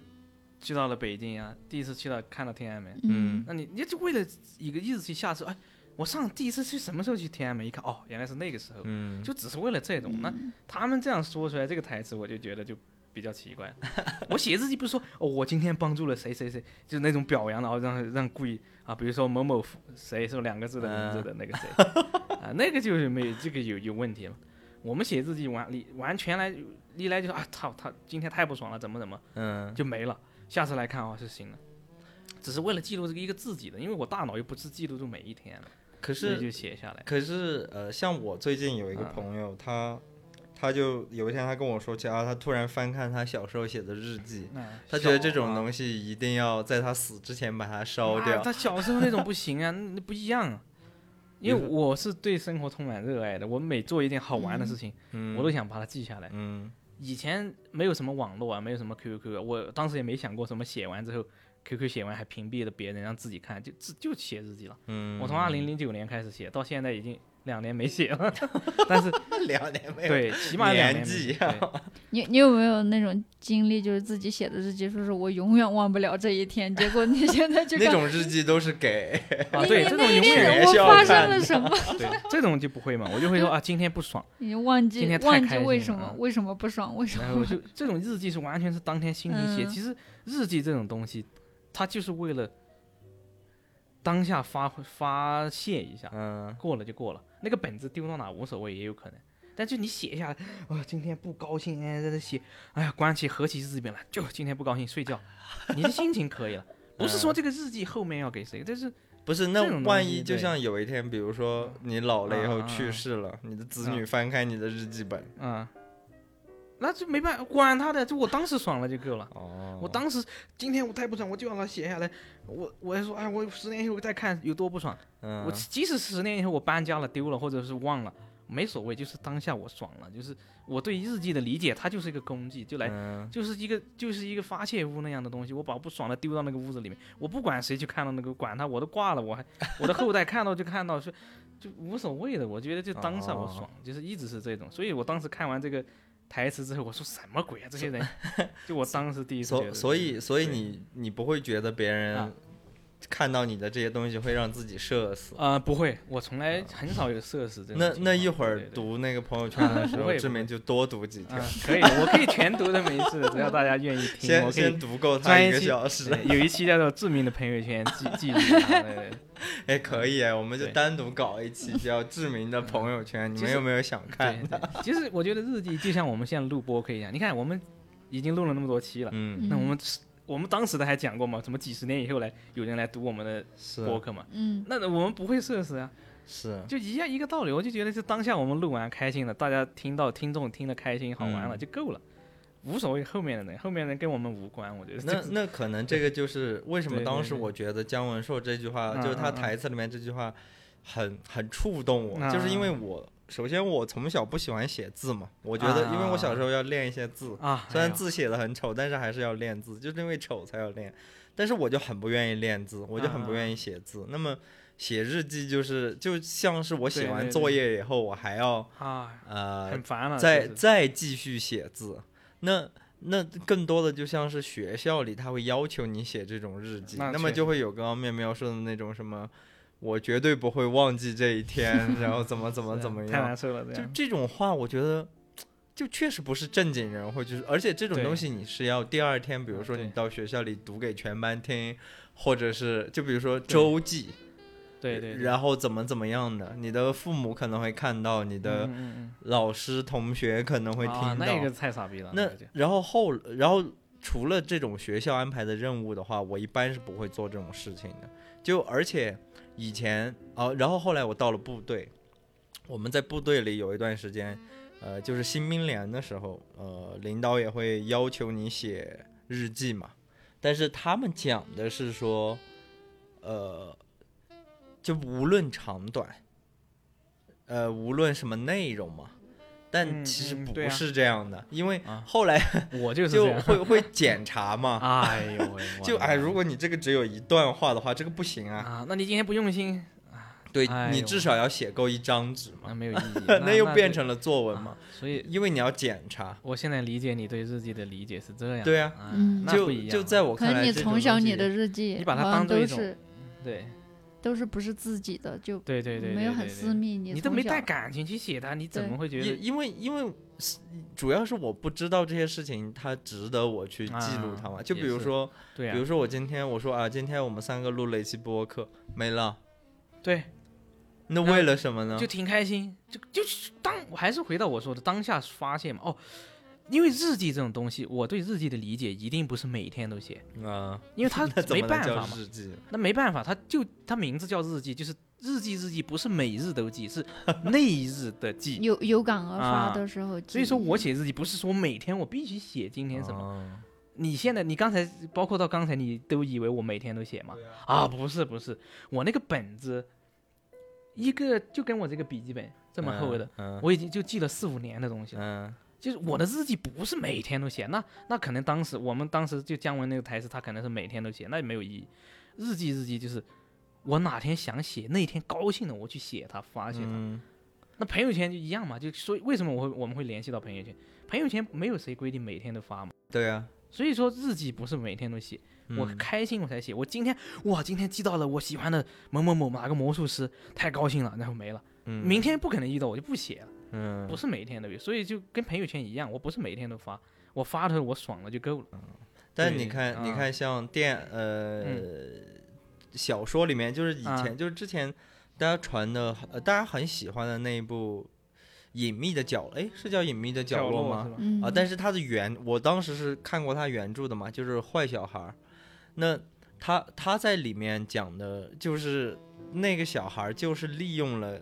Speaker 2: 去到了北京啊，第一次去到看到天安门，
Speaker 1: 嗯
Speaker 3: 嗯，
Speaker 2: 那你你就为了一个日期下次，哎，我上第一次去什么时候去天安门？一看，哦，原来是那个时候，
Speaker 1: 嗯，
Speaker 2: 就只是为了这种。那他们这样说出来这个台词，我就觉得就比较奇怪。 我写日记不是说哦，我今天帮助了谁谁谁，就是那种表扬，然后让让故意啊，比如说某某夫谁是两个字的名字的那个谁啊，那个就是没有这个有有问题了。我们写日记完里完全来一来就说啊操他今天太不爽了，怎么怎么。
Speaker 1: 嗯，
Speaker 2: 就没了。下次来看哦，是行了。只是为了记录这个一个自己的，因为我大脑又不是记录住每一天了，
Speaker 1: 可
Speaker 2: 所以
Speaker 1: 是
Speaker 2: 就写下来。
Speaker 1: 可是呃，像我最近有一个
Speaker 2: 啊
Speaker 1: 朋友，他他就有一天他跟我说起啊，他突然翻看他小时候写的日记。
Speaker 2: 嗯
Speaker 1: 他觉得这
Speaker 2: 小
Speaker 1: 种
Speaker 2: 啊
Speaker 1: 东西一定要在他死之前把它烧
Speaker 2: 啊
Speaker 1: 掉。
Speaker 2: 他小时候那种不行啊，那不一样、啊。因为我是对生活充满热爱的，我每做一件好玩的事情，
Speaker 1: 嗯，
Speaker 2: 我都想把它记下来。
Speaker 1: 嗯
Speaker 2: 以前没有什么网络啊，没有什么 QQ，啊我当时也没想过什么写完之后，QQ 写完还屏蔽了别人让自己看，就自就写日记了。
Speaker 1: 嗯，
Speaker 2: 我从二零零九年开始写，到现在已经两年没写了， 但是
Speaker 1: 两年没有
Speaker 2: 对，起码两
Speaker 1: 哎年
Speaker 2: 年没
Speaker 1: 纪啊
Speaker 2: 写对
Speaker 3: 你你有没有那种经历，就是自己写的日记，说是我永远忘不了这一天，结 果你现在就
Speaker 1: 那
Speaker 3: 看
Speaker 1: 种日记都是给
Speaker 2: 啊，
Speaker 3: 你
Speaker 2: 对，
Speaker 3: 你
Speaker 2: 这种
Speaker 3: 那一
Speaker 2: 永
Speaker 3: 天
Speaker 2: 远
Speaker 1: 有
Speaker 3: 我
Speaker 1: 效
Speaker 3: 发
Speaker 1: 看
Speaker 3: 生了 什么？
Speaker 2: 对，这种就不会嘛，我就会说啊，今天不 爽，
Speaker 3: 已经忘
Speaker 2: 今
Speaker 3: 记
Speaker 2: 天太开
Speaker 3: 忘记
Speaker 2: 心
Speaker 3: 为
Speaker 2: 了
Speaker 3: 什么
Speaker 2: 啊
Speaker 3: 为什么不 爽，为什
Speaker 2: 然后
Speaker 3: 么
Speaker 2: 就这种日记是完全是当天心情写。
Speaker 3: 嗯
Speaker 2: 其实日记这种东西，它就是为了当下发发泄一下，
Speaker 1: 嗯，
Speaker 2: 过了就过了，那个本子丢到哪无所谓，也有可能。但就你写一下来，啊、今天不高兴，哎，在这写，哎呀，关起合起日本来，就今天不高兴，睡觉，你的心情可以了。不
Speaker 1: 嗯
Speaker 2: 是说这个日记后面要给谁，但是
Speaker 1: 不是，
Speaker 2: 这种
Speaker 1: 那
Speaker 2: 东
Speaker 1: 万
Speaker 2: 西
Speaker 1: 一就
Speaker 2: 对
Speaker 1: 像有一天，比如说你老了以后
Speaker 2: 啊啊
Speaker 1: 去
Speaker 2: 啊
Speaker 1: 世了，你的子
Speaker 2: 啊
Speaker 1: 女翻开你的日记本，
Speaker 2: 嗯，那就没办法，管他的，就我当时爽了就够了。
Speaker 1: 哦，
Speaker 2: 嗯我当时今天我太不爽，我就要把它写下来。我我还说，哎，我十年以后再看有多不爽。
Speaker 1: 嗯
Speaker 2: 我即使十年以后我搬家了丢了或者是忘了，没所谓，就是当下我爽了。就是我对日记的理解，它就是一个工具，就来
Speaker 1: 嗯
Speaker 2: 就是一个就是一个发泄屋那样的东西，我把不爽的丢到那个屋子里面，我不管谁去看到那个，管他我都挂了，我还我的后代看到就看到，是就无所谓的，我觉得就当下
Speaker 1: 哦
Speaker 2: 我爽，就是一直是这种，所以我当时看完这个台词之后，我说什么鬼啊，这些人，就我当时第一次觉
Speaker 1: 所
Speaker 2: 得，
Speaker 1: 所以所以
Speaker 2: 对
Speaker 1: 你你不会觉得别人
Speaker 2: 啊
Speaker 1: 看到你的这些东西会让自己社死？
Speaker 2: 啊、不会，我从来很少有社死这种情
Speaker 1: 啊那
Speaker 2: 况。
Speaker 1: 那一会
Speaker 2: 对
Speaker 1: 儿
Speaker 2: 对对
Speaker 1: 读那个 朋友圈的时
Speaker 2: 不
Speaker 1: 候，
Speaker 2: 会
Speaker 1: 志
Speaker 2: 不
Speaker 1: 明
Speaker 2: 会
Speaker 1: 就多读几条
Speaker 2: 嗯，，可以，我可以全读的，没事，只要大家愿意听，
Speaker 1: 先
Speaker 2: 我可
Speaker 1: 先
Speaker 2: 以。
Speaker 1: 读够他
Speaker 2: 专
Speaker 1: 一
Speaker 2: 一
Speaker 1: 个
Speaker 2: 期
Speaker 1: 小时。
Speaker 2: 对有一期叫做《致命的朋友圈》，记记住它。对对对
Speaker 1: 哎，可以哎，我们就
Speaker 2: 对
Speaker 1: 单独搞一期叫《志明的朋友圈》，你
Speaker 2: 其
Speaker 1: 们
Speaker 2: 实
Speaker 1: 有没有想看？
Speaker 2: 对对， 其实我觉得日记就像我们现在录播可以一样，你看我们已经录了那么多期了，
Speaker 1: 嗯，
Speaker 2: 那我们我们当时的还讲过嘛，怎么几十年以后来有人来读我们的
Speaker 1: 是
Speaker 2: 播客嘛？
Speaker 3: 嗯
Speaker 2: 那我们不会社死啊，
Speaker 1: 是，
Speaker 2: 就一样一个道理。我就觉得是当下我们录完开心了，大家听到听众听得开心好玩
Speaker 1: 嗯
Speaker 2: 了就够了，无所谓后面的人，后面的人跟我们无关，我觉得
Speaker 1: 那
Speaker 2: 就是
Speaker 1: 那可能这个就是为什么
Speaker 2: 对对
Speaker 1: 当时
Speaker 2: 对
Speaker 1: 我觉得姜文硕这句话，
Speaker 2: 嗯
Speaker 1: 就是他
Speaker 2: 嗯嗯
Speaker 1: 台词里面这句话很很触动我，
Speaker 2: 嗯
Speaker 1: 就是因为
Speaker 2: 嗯
Speaker 1: 我首先我从小不喜欢写字嘛，我觉得因为我小时候要练一些字，
Speaker 2: 啊，
Speaker 1: 虽然
Speaker 2: 嗯哎呦
Speaker 1: 字写的很丑，但是还是要练字，就是因为丑才要练。但是我就很不愿意练字，我就很不愿
Speaker 2: 嗯
Speaker 1: 意写字。那么写日记就是就像是我写
Speaker 2: 对
Speaker 1: 完
Speaker 2: 对
Speaker 1: 作
Speaker 2: 对
Speaker 1: 业以后，我还要
Speaker 2: 啊，
Speaker 1: 呃
Speaker 2: 很烦了，
Speaker 1: 再
Speaker 2: 就是
Speaker 1: 再继续写字，那那更多的就像是学校里他会要求你写这种日记，
Speaker 2: 那
Speaker 1: 那么
Speaker 2: 确
Speaker 1: 就会有刚刚面描述的那种什么，我绝对不会忘记这一天，然后怎么 怎么怎么
Speaker 2: 啊太
Speaker 1: 样，
Speaker 2: 难受了，这啊
Speaker 1: 就
Speaker 2: 样
Speaker 1: 这种话，我觉得。就确实不是正经人会就是，而且这种
Speaker 2: 对啊
Speaker 1: 东西你是要第二天，比如说
Speaker 2: 对
Speaker 1: 你到学校里读给全班听，或者是就比如说周记，
Speaker 2: 对对，对
Speaker 1: 然后怎么怎么样的，你的父母可能会看到，你的
Speaker 2: 嗯嗯嗯
Speaker 1: 老师同学可能会
Speaker 2: 啊
Speaker 1: 听到。
Speaker 2: 那个太傻逼了，
Speaker 1: 那
Speaker 2: 个就
Speaker 1: 然后后然后除了这种学校安排的任务的话，我一般是不会做这种事情的。就而且以前啊，然后后来我到了部队，我们在部队里有一段时间，呃，就是新兵连的时候，呃，领导也会要求你写日记嘛，但是他们讲的是说，呃，就无论长短，呃，无论什么内容嘛，但
Speaker 2: 嗯
Speaker 1: 其实
Speaker 2: 嗯
Speaker 1: 不
Speaker 2: 对啊
Speaker 1: 是这样的，因为
Speaker 2: 啊
Speaker 1: 后来
Speaker 2: 我就是这
Speaker 1: 就
Speaker 2: 样。
Speaker 1: 会会检查 嘛，
Speaker 2: 哎呦喂！我
Speaker 1: 就
Speaker 2: 的妈
Speaker 1: 哎，如果你这个只有一段话的话，这个不行啊，
Speaker 2: 啊，那你今天不用心，
Speaker 1: 对
Speaker 2: 哎
Speaker 1: 你
Speaker 2: 呦
Speaker 1: 至少要写够一张纸
Speaker 2: 那啊
Speaker 1: 嘛，，
Speaker 2: 没有意义
Speaker 1: 那又变
Speaker 2: 就
Speaker 1: 成了作文嘛，
Speaker 2: 所以
Speaker 1: 因为你要检查。
Speaker 2: 我现在理解你对日记的理解是这样。
Speaker 1: 对啊
Speaker 2: 啊
Speaker 3: 嗯
Speaker 2: 那不一
Speaker 1: 就
Speaker 2: 样
Speaker 1: 就在我
Speaker 3: 可
Speaker 1: 看来，
Speaker 3: 能你
Speaker 1: 这种
Speaker 3: 从小
Speaker 1: 东西
Speaker 3: 你的日记
Speaker 2: 你把它
Speaker 3: 好像
Speaker 2: 当做
Speaker 3: 都
Speaker 2: 一种
Speaker 3: 是
Speaker 2: 对
Speaker 3: 都是不是自己的，就
Speaker 2: 对对对，
Speaker 3: 没有
Speaker 2: 对
Speaker 3: 很
Speaker 2: 对
Speaker 3: 私密。你
Speaker 2: 你都
Speaker 3: 从
Speaker 2: 没
Speaker 3: 小
Speaker 2: 带感情去写它，你怎
Speaker 3: 对
Speaker 2: 么会觉
Speaker 1: 因
Speaker 2: 得
Speaker 1: 因为因为是主要是我不知道这些事情它值得我去记录它嘛。
Speaker 2: 啊
Speaker 1: 就比
Speaker 2: 也
Speaker 1: 如
Speaker 2: 是
Speaker 1: 说，
Speaker 2: 对
Speaker 1: 比如
Speaker 2: 啊？
Speaker 1: 说我今天我说啊，今天我们三个录了一期播客，没了，
Speaker 2: 对，
Speaker 1: 那
Speaker 2: 那
Speaker 1: 为了什么呢
Speaker 2: 就？挺开心，就就是当我还是回到我说的当下发泄嘛。哦，因为日记这种东西，我对日记的理解一定不是每天都写，
Speaker 1: 啊，
Speaker 2: 因为它
Speaker 1: 那怎
Speaker 2: 没
Speaker 1: 么能
Speaker 2: 办
Speaker 1: 叫
Speaker 2: 法嘛。
Speaker 1: 日记？
Speaker 2: 那没办法，它就它名字叫日记，就是日记日记，不是每日都记，是那一日的记。
Speaker 3: 有有感而发
Speaker 2: 啊
Speaker 3: 的时候记忆，
Speaker 2: 所以说我写日记不是说每天我必须写今天什么。
Speaker 1: 么？
Speaker 2: 你现在你刚才包括到刚才你都以为我每天都写嘛？啊，不是不是，我那个本子，一个就跟我这个笔记本这么厚的，
Speaker 1: 嗯，
Speaker 2: 我已经就记了四五年的东西了。
Speaker 1: 嗯
Speaker 2: 就是我的日记不是每天都写，那那可能当时我们当时就姜文那个台词，他可能是每天都写，那也没有意义。日记日记就是我哪天想写，那一天高兴了我去写它发
Speaker 1: 嗯
Speaker 2: 泄它。
Speaker 1: 嗯，
Speaker 2: 那朋友圈就一样嘛，就所以为什么我会我们会联系到朋友圈？朋友圈没有谁规定每天都发嘛，
Speaker 1: 对啊，
Speaker 2: 所以说日记不是每天都写，我
Speaker 1: 嗯
Speaker 2: 开心我才写。我今天哇，今天记到了我喜欢的某某某哪个魔术师，太高兴了，然后没了。
Speaker 1: 嗯
Speaker 2: 明天不可能遇到，我就不写了。
Speaker 1: 嗯
Speaker 2: 不是每天都有，所以就跟朋友圈一样，我不是每天都发，我发的时候我爽了就够了。
Speaker 1: 但你
Speaker 2: 对嗯
Speaker 1: 看，你
Speaker 2: 啊
Speaker 1: 看，像电呃，小说里面，就是以
Speaker 2: 啊
Speaker 1: 前、就是之前大家传的，呃，大家很喜欢的那一部《隐秘的角》，哎，是叫《隐秘的角
Speaker 2: 角
Speaker 1: 落》
Speaker 2: 落
Speaker 1: 吗
Speaker 2: 是？吧？
Speaker 3: 嗯
Speaker 1: 啊，但是它的原，我当时是看过它原著的嘛，就是坏小孩儿。那他他在里面讲的就是那个小孩，就是利用了，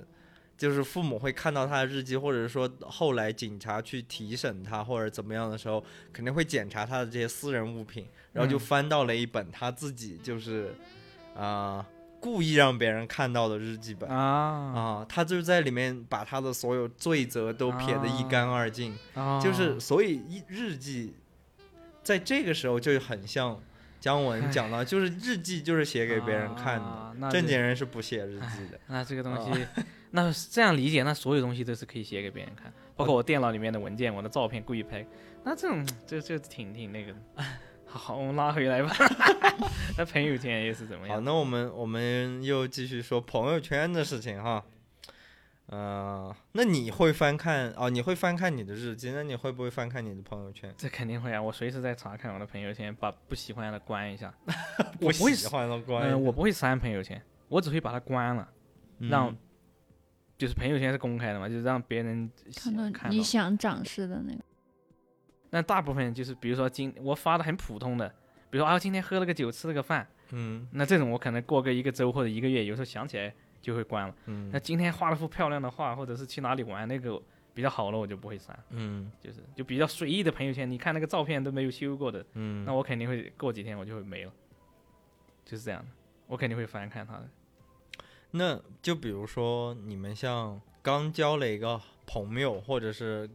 Speaker 1: 就是父母会看到他的日记，或者说后来警察去提审他或者怎么样的时候，肯定会检查他的这些私人物品，然后就
Speaker 2: 嗯
Speaker 1: 翻到了一本他自己就是啊、故意让别人看到的日记本。
Speaker 2: 啊
Speaker 1: 啊，他就在里面把他的所有罪责都撇得一干二净，
Speaker 2: 啊
Speaker 1: 就是所以一日记，在这个时候就很像姜文讲到，就是日记就是写给别人看的，
Speaker 2: 啊那
Speaker 1: 正
Speaker 2: 这
Speaker 1: 经人是啊不写日记的。
Speaker 2: 那这个东西，那这样理解，那所有东西都是可以写给别人看，包括我电脑里面的文件，我的照片故意拍，那这种这这挺挺那个的。好，我们拉回来吧。 那朋友圈又是怎么
Speaker 1: 好，
Speaker 2: 样？
Speaker 1: 那我们我们又继续说朋友圈的事情哈。呃，那你会翻看哦？你会翻看你的日记？那你会不会翻看你的朋友圈？
Speaker 2: 这肯定会啊！我随时在查看我的朋友圈，把不喜欢的关一下。我
Speaker 1: 不
Speaker 2: 不会
Speaker 1: 喜欢的关
Speaker 2: 嗯、
Speaker 1: 系，
Speaker 2: 我不会删朋友圈，我只会把它关了，
Speaker 1: 嗯
Speaker 2: 让就是朋友圈是公开的嘛，就是让别人
Speaker 3: 看到
Speaker 2: 看
Speaker 3: 你想展示的那个，
Speaker 2: 那大部分就是比如说今我发的很普通的，比如说啊今天喝了个酒，吃了个饭，
Speaker 1: 嗯
Speaker 2: 那这种我可能过个一个周或者一个月，有时候想起来就会关了。那
Speaker 1: 嗯
Speaker 2: 今天画了幅漂亮的画，或者是去哪里玩，那个比较好了，我就不会删，
Speaker 1: 嗯
Speaker 2: 就是就比较随意的朋友圈，你看那个照片都没有修过的，
Speaker 1: 嗯，
Speaker 2: 那我肯定会过几天我就会没了，就是这样的，我肯定会翻看它的。
Speaker 1: 那就比如说，你们像刚交了一个朋友，或者是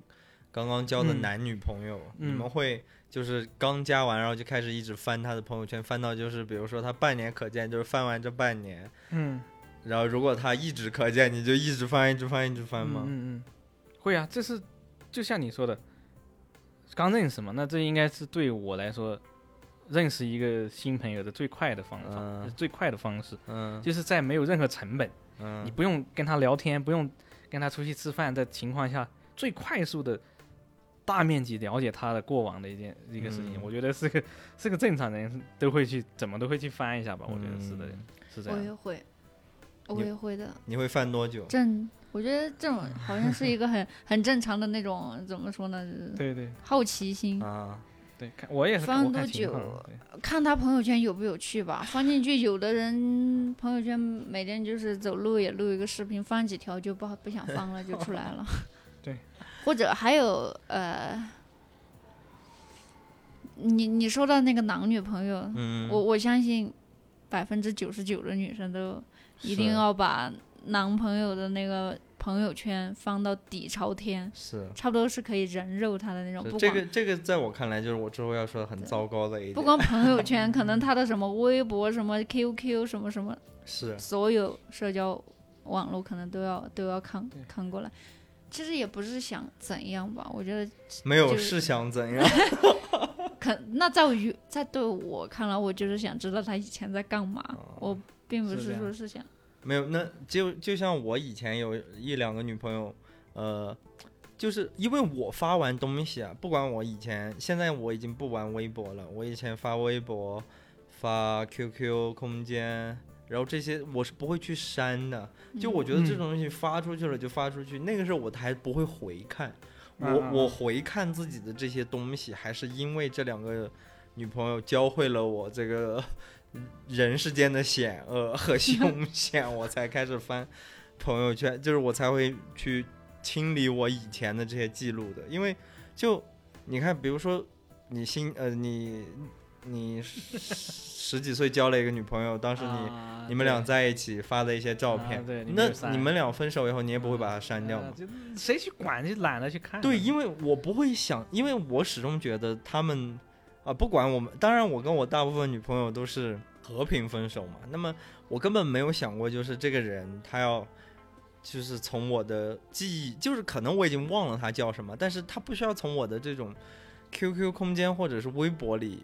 Speaker 1: 刚刚交的
Speaker 2: 嗯
Speaker 1: 男女朋友，你们
Speaker 2: 嗯
Speaker 1: 会就是刚加完，然后就开始一直翻他的朋友圈，翻到就是比如说他半年可见，就是翻完这半年，
Speaker 2: 嗯，
Speaker 1: 然后如果他一直可见，你就一直翻，一直翻，一直翻吗？
Speaker 2: 嗯嗯嗯，会啊，这是就像你说的，刚认识嘛，那这应该是对我来说认识一个新朋友的最快的方法，
Speaker 1: 嗯
Speaker 2: 就是最快的方式，
Speaker 1: 嗯
Speaker 2: 就是在没有任何成本，你
Speaker 1: 嗯
Speaker 2: 不用跟他聊天，不用跟他出去吃饭的情况下，最快速的。大面积了解他的过往的一件一个事情，
Speaker 1: 嗯
Speaker 2: 我觉得是个是个正常人都会去怎么都会去翻一下吧，我觉得是的，
Speaker 1: 嗯
Speaker 2: 是这
Speaker 3: 我
Speaker 2: 样
Speaker 3: 也
Speaker 2: 的。
Speaker 3: 会，
Speaker 1: 你
Speaker 3: 我也会的。
Speaker 1: 你会翻多久？
Speaker 3: 正，我觉得这种好像是一个很很正常的那种，怎么说呢？就是
Speaker 2: 对对
Speaker 3: 好奇心，
Speaker 1: 啊，
Speaker 2: 对，看我也是我
Speaker 3: 翻
Speaker 2: 看
Speaker 3: 多
Speaker 2: 情
Speaker 3: 久
Speaker 2: 况对。
Speaker 3: 看他朋友圈有不有趣吧。 翻进去，有的人朋友圈每天就是走路也录一个视频，翻几条就不好不想翻了，就出来 了
Speaker 2: 对，
Speaker 3: 或者还有呃，你你说到那个男女朋友，
Speaker 1: 嗯，
Speaker 3: 我我相信百分之九十九的女生都一定
Speaker 1: 是
Speaker 3: 要把男朋友的那个朋友圈放到底朝天，
Speaker 1: 是
Speaker 3: 差不多是可以人肉他的那种。
Speaker 1: 是
Speaker 3: 不
Speaker 1: 这
Speaker 3: 管、
Speaker 1: 个这个，在我看来就是我之后要说的很
Speaker 3: 对
Speaker 1: 糟糕的一点，
Speaker 3: 不光朋友圈，可能他的什么微博、什么 QQ、什么什么，
Speaker 1: 是
Speaker 3: 所有社交网络可能都要都要看
Speaker 2: 对
Speaker 3: 看过来。其实也不是想怎样吧，我觉得
Speaker 1: 没有
Speaker 3: 就是
Speaker 1: 想怎样，
Speaker 3: 可那在我于在对我看来，我就是想知道他以前在干嘛，
Speaker 1: 哦
Speaker 3: 我并不
Speaker 2: 是这
Speaker 3: 是
Speaker 2: 样
Speaker 3: 说是想
Speaker 1: 没有，那就就像我以前有一两个女朋友，呃，就是因为我发完东西啊，不管我以前，现在我已经不玩微博了，我以前发微博、发 QQ 空间，然后这些我是不会去删的。
Speaker 3: 嗯
Speaker 1: 就我觉得这种东西发出去了就发出去，那个时候我还不会回看，我、
Speaker 2: 嗯嗯嗯
Speaker 1: 我回看自己的这些东西，还是因为这两个女朋友教会了我这个 嗯人世间的险恶和凶险，我才开始翻朋友圈，就是我才会去清理我以前的这些记录的，因为就你看，比如说你新呃你你十十几岁交了一个女朋友，当时你。
Speaker 2: 啊
Speaker 1: 你们俩
Speaker 2: 对
Speaker 1: 在一起发的一些照片，
Speaker 2: 啊对你们有
Speaker 1: 那
Speaker 2: 删
Speaker 1: 你们俩分手以后，你也不会把它删掉
Speaker 2: 呃
Speaker 1: 吗？
Speaker 2: 就谁去管？就懒得去看。
Speaker 1: 对，因为我不会想，因为我始终觉得他们啊，不管我们，当然我跟我大部分女朋友都是和平分手嘛，那么我根本没有想过，就是这个人他要。就是从我的记忆，就是可能我已经忘了他叫什么，但是他不需要从我的这种 QQ 空间或者是微博里、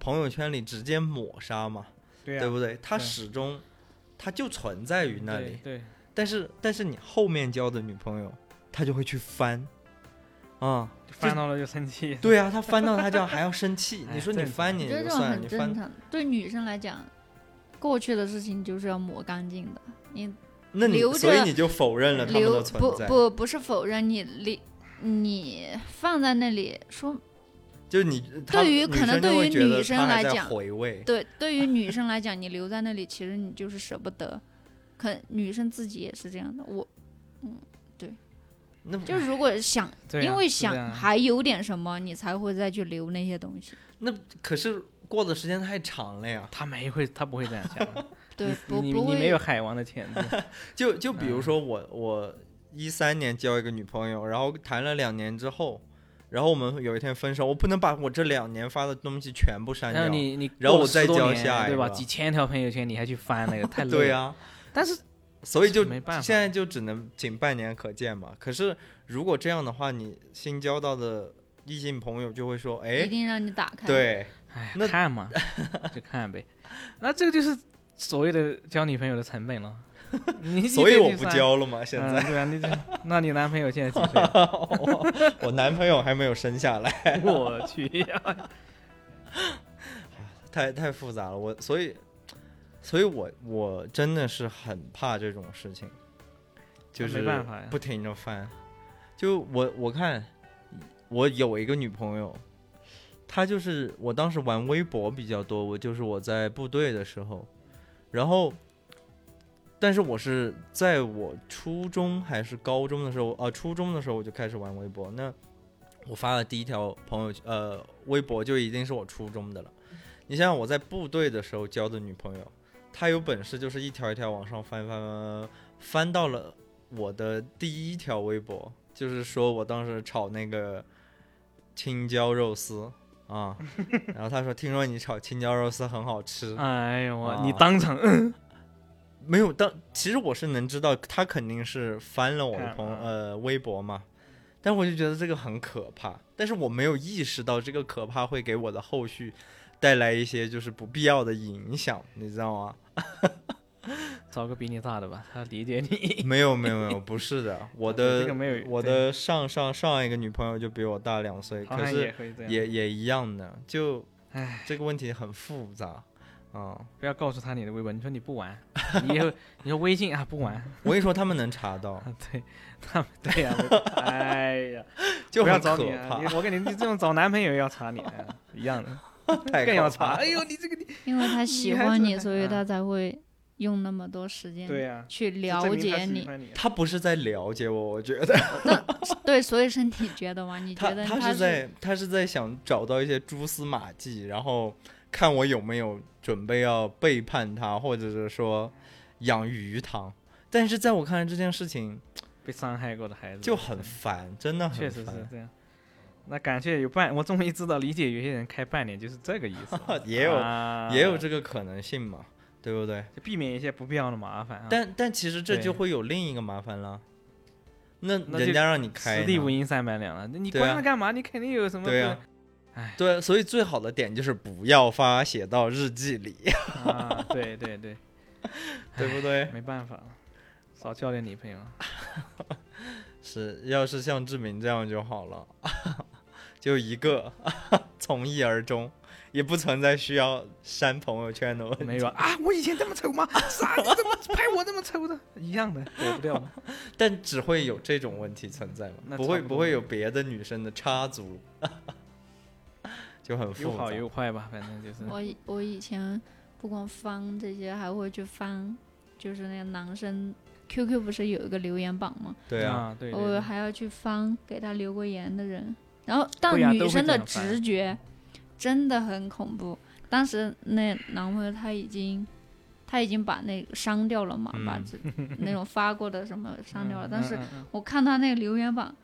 Speaker 1: 朋友圈里直接抹杀嘛，
Speaker 2: 对啊呀
Speaker 1: 对不对？他
Speaker 2: 对
Speaker 1: 始终，他就存在于那里。
Speaker 2: 对，对
Speaker 1: 但是但是你后面交的女朋友，她就会去翻，啊、
Speaker 2: 就翻到了就生气。，
Speaker 1: 对啊，她翻到她这样还要生气
Speaker 2: 哎
Speaker 1: 你说你翻你
Speaker 3: 我
Speaker 1: 也
Speaker 3: 觉得
Speaker 1: 就
Speaker 3: 这种
Speaker 1: 算了，
Speaker 3: 很
Speaker 1: 你
Speaker 3: 正
Speaker 1: 翻
Speaker 3: 常，对女生来讲，过去的事情就是要抹干净的，你
Speaker 1: 那你
Speaker 3: 留
Speaker 1: 所以
Speaker 3: 着
Speaker 1: 你就否认了他们
Speaker 3: 留
Speaker 1: 的存
Speaker 3: 不
Speaker 1: 在，
Speaker 3: 不不是否认你你你放在那里说
Speaker 1: 就是你他
Speaker 3: 对于
Speaker 1: 女
Speaker 3: 可能
Speaker 1: 生就
Speaker 3: 对
Speaker 1: 会
Speaker 3: 于
Speaker 1: 觉得
Speaker 3: 女生
Speaker 1: 他还
Speaker 3: 来
Speaker 1: 在
Speaker 3: 讲
Speaker 1: 回味，
Speaker 3: 对，对于女生来讲，你留在那里，其实你就是舍不得。可女生自己也是这样的，我
Speaker 1: 那不
Speaker 3: 就是如果想，
Speaker 2: 对啊、
Speaker 3: 因为
Speaker 2: 是这
Speaker 3: 想
Speaker 2: 样啊
Speaker 3: 还有点什么，你才会再去留那些东西。
Speaker 1: 那可是过的时间太长了呀。
Speaker 2: 他没会，他不会这样想的。
Speaker 3: 对， 不
Speaker 2: 你
Speaker 3: 不
Speaker 2: 你你没有
Speaker 3: 会，
Speaker 2: 海王 的潜质，
Speaker 1: 就就比如
Speaker 2: 嗯
Speaker 1: 说我我一三年交一个女朋友，然后谈了两年之后，然后我们有一天分手，我不能把我这两年发的东西全部删
Speaker 2: 然后
Speaker 1: 掉。
Speaker 2: 你你
Speaker 1: 然后
Speaker 2: 过
Speaker 1: 我
Speaker 2: 了
Speaker 1: 再
Speaker 2: 10多
Speaker 1: 交
Speaker 2: 年
Speaker 1: 下一
Speaker 2: 对吧？
Speaker 1: 个
Speaker 2: 几千条朋友圈你还去翻那 个，太累
Speaker 1: 对啊
Speaker 2: 了。
Speaker 1: 呀、
Speaker 2: 但是
Speaker 1: 所以就
Speaker 2: 没办法
Speaker 1: 现在就只能仅半年可见嘛。可是如果这样的话，你新交到的异性朋友就会说，
Speaker 3: 一
Speaker 1: 哎，
Speaker 3: 定让你打开。，
Speaker 1: 对，
Speaker 2: 哎
Speaker 1: 那
Speaker 2: 呀，看嘛，就看呗。那这个就是所谓的交女朋友的成 本了。你你
Speaker 1: 所以
Speaker 2: 得
Speaker 1: 我
Speaker 2: 去
Speaker 1: 不
Speaker 2: 算
Speaker 1: 交了嘛。现在、
Speaker 2: 嗯、对啊，你这，那你男朋友现在几岁？啊
Speaker 1: 我 我男朋友还没有生下来，
Speaker 2: 我去呀、
Speaker 1: 太太复杂了。我所以，所以我我真的是很怕这种事情，就是
Speaker 2: 啊没办法呀
Speaker 1: 不停的翻。就我我看，我有一个女朋友，她就是我当时玩微博比较多，我就是我在部队的时候，然后。但是我是在我初中还是高中的时候，啊，初中的时候我就开始玩微博。那我发的第一条朋友圈呃微博就已经是我初中的了。你想想我在部队的时候交的女朋友，她有本事就是一条一条往上翻翻翻翻，翻到了我的第一条微博，就是说我当时炒那个青椒肉丝啊， 然后她说听说你炒青椒肉丝很好吃，
Speaker 2: 哎呦我，你
Speaker 1: 啊
Speaker 2: 当场
Speaker 1: 没有，当其实我是能知道他肯定是翻了我的
Speaker 2: 看啊
Speaker 1: 朋友
Speaker 2: 了
Speaker 1: 呃微博嘛，但我就觉得这个很可怕，但是我没有意识到这个可怕会给我的后续带来一些就是不必要的影响，你知道吗？
Speaker 2: 找个比你大的吧，他理解你。
Speaker 1: 没有没有没有，不是 的， 我的
Speaker 2: 这个没有
Speaker 1: 我的上上上一个女朋友就比我大两岁，
Speaker 2: 好
Speaker 1: 可
Speaker 2: 像
Speaker 1: 是
Speaker 2: 也会这样，
Speaker 1: 也也一样的，就
Speaker 2: 唉，
Speaker 1: 这个问题很复杂。嗯，
Speaker 2: 不要告诉他你的微博，你说你不玩，你以后 你说微信啊不玩，
Speaker 1: 我跟你说，他们能查到，
Speaker 2: 啊对，他们 对呀、我哎呀，
Speaker 1: 就
Speaker 2: 不要
Speaker 1: 很
Speaker 2: 找
Speaker 1: 可
Speaker 2: 你、啊，
Speaker 1: 怕
Speaker 2: 你，我跟你你这种找男朋友也要查你、啊，一样的，
Speaker 1: 太可
Speaker 2: 更
Speaker 1: 怕
Speaker 2: 要查。
Speaker 1: 了
Speaker 2: 哎呦，你这个你
Speaker 3: 因 为他喜
Speaker 2: 还
Speaker 3: 欢
Speaker 2: 是
Speaker 3: 你，
Speaker 2: 很
Speaker 3: 所以
Speaker 2: 嗯
Speaker 3: 他才会用那么多时间
Speaker 2: 对呀、
Speaker 3: 去
Speaker 2: 这
Speaker 3: 嗯了
Speaker 2: 证明他
Speaker 3: 解
Speaker 2: 喜
Speaker 3: 你。
Speaker 2: 欢你啊
Speaker 1: 他不是在了解我，我觉得。
Speaker 3: 对，所以是你觉得吗？你觉
Speaker 1: 他
Speaker 3: 得
Speaker 1: 他
Speaker 3: 他
Speaker 1: 是在他是在想找到一些蛛丝马迹，然后看我有没有准备要背叛他，或者是说养鱼塘。但是在我看来，这件事情
Speaker 2: 被伤害过的孩子
Speaker 1: 就很烦，真的
Speaker 2: 确
Speaker 1: 很
Speaker 2: 实是
Speaker 1: 烦。
Speaker 2: 这样。那感谢有半，我终于知道理解有些人开半年就是这个意思了，
Speaker 1: 也有
Speaker 2: 啊、
Speaker 1: 也有这个可能性嘛，对不对？
Speaker 2: 就避免一些不必要的麻烦啊。
Speaker 1: 但但其实这
Speaker 2: 对
Speaker 1: 就会有另一个麻烦了，那
Speaker 2: 那
Speaker 1: 人
Speaker 2: 就
Speaker 1: 家让你开
Speaker 2: 此地
Speaker 1: 呢
Speaker 2: 无银三百两了，那你
Speaker 1: 对
Speaker 2: 管
Speaker 1: 啊
Speaker 2: 他干嘛？你肯定有什么
Speaker 1: 对啊对，所以最好的点就是不要发写到日记里，
Speaker 2: 不啊，对对对，
Speaker 1: 对不对？
Speaker 2: 没办法了，少交点女朋友。
Speaker 1: 是，要是像志明这样就好了， 就一个， 从一而终，也不存在需要删朋友圈的问题。
Speaker 2: 没有 啊，我以前这么丑吗？啥？你怎么拍我这么丑的？一样的，躲 不掉嘛。
Speaker 1: 但只会有这种问题存在嘛？
Speaker 2: 那
Speaker 1: 不
Speaker 2: 差
Speaker 1: 会，不
Speaker 2: 不多
Speaker 1: 会有别的女生的插足， 就很
Speaker 2: 有
Speaker 1: 复杂
Speaker 2: 好。有坏吧，反正就是。
Speaker 3: 我以我以前不光翻这些，还会去翻，就是那个男生 QQ 不是有一个留言榜吗？
Speaker 1: 对啊，
Speaker 2: 啊，对对
Speaker 3: 我
Speaker 2: 对
Speaker 3: 还要去翻给他留过言的人，然后但
Speaker 2: 会呀啊都
Speaker 3: 女
Speaker 2: 会
Speaker 3: 生
Speaker 2: 这
Speaker 3: 的
Speaker 2: 样翻
Speaker 3: 直觉真的很恐怖。当时那男朋友他已经他已经把那个删掉了嘛，把
Speaker 1: 嗯
Speaker 3: 这那种发过的什么删掉了，
Speaker 2: 嗯
Speaker 3: 但是
Speaker 2: 嗯嗯
Speaker 3: 我看他那个留言榜，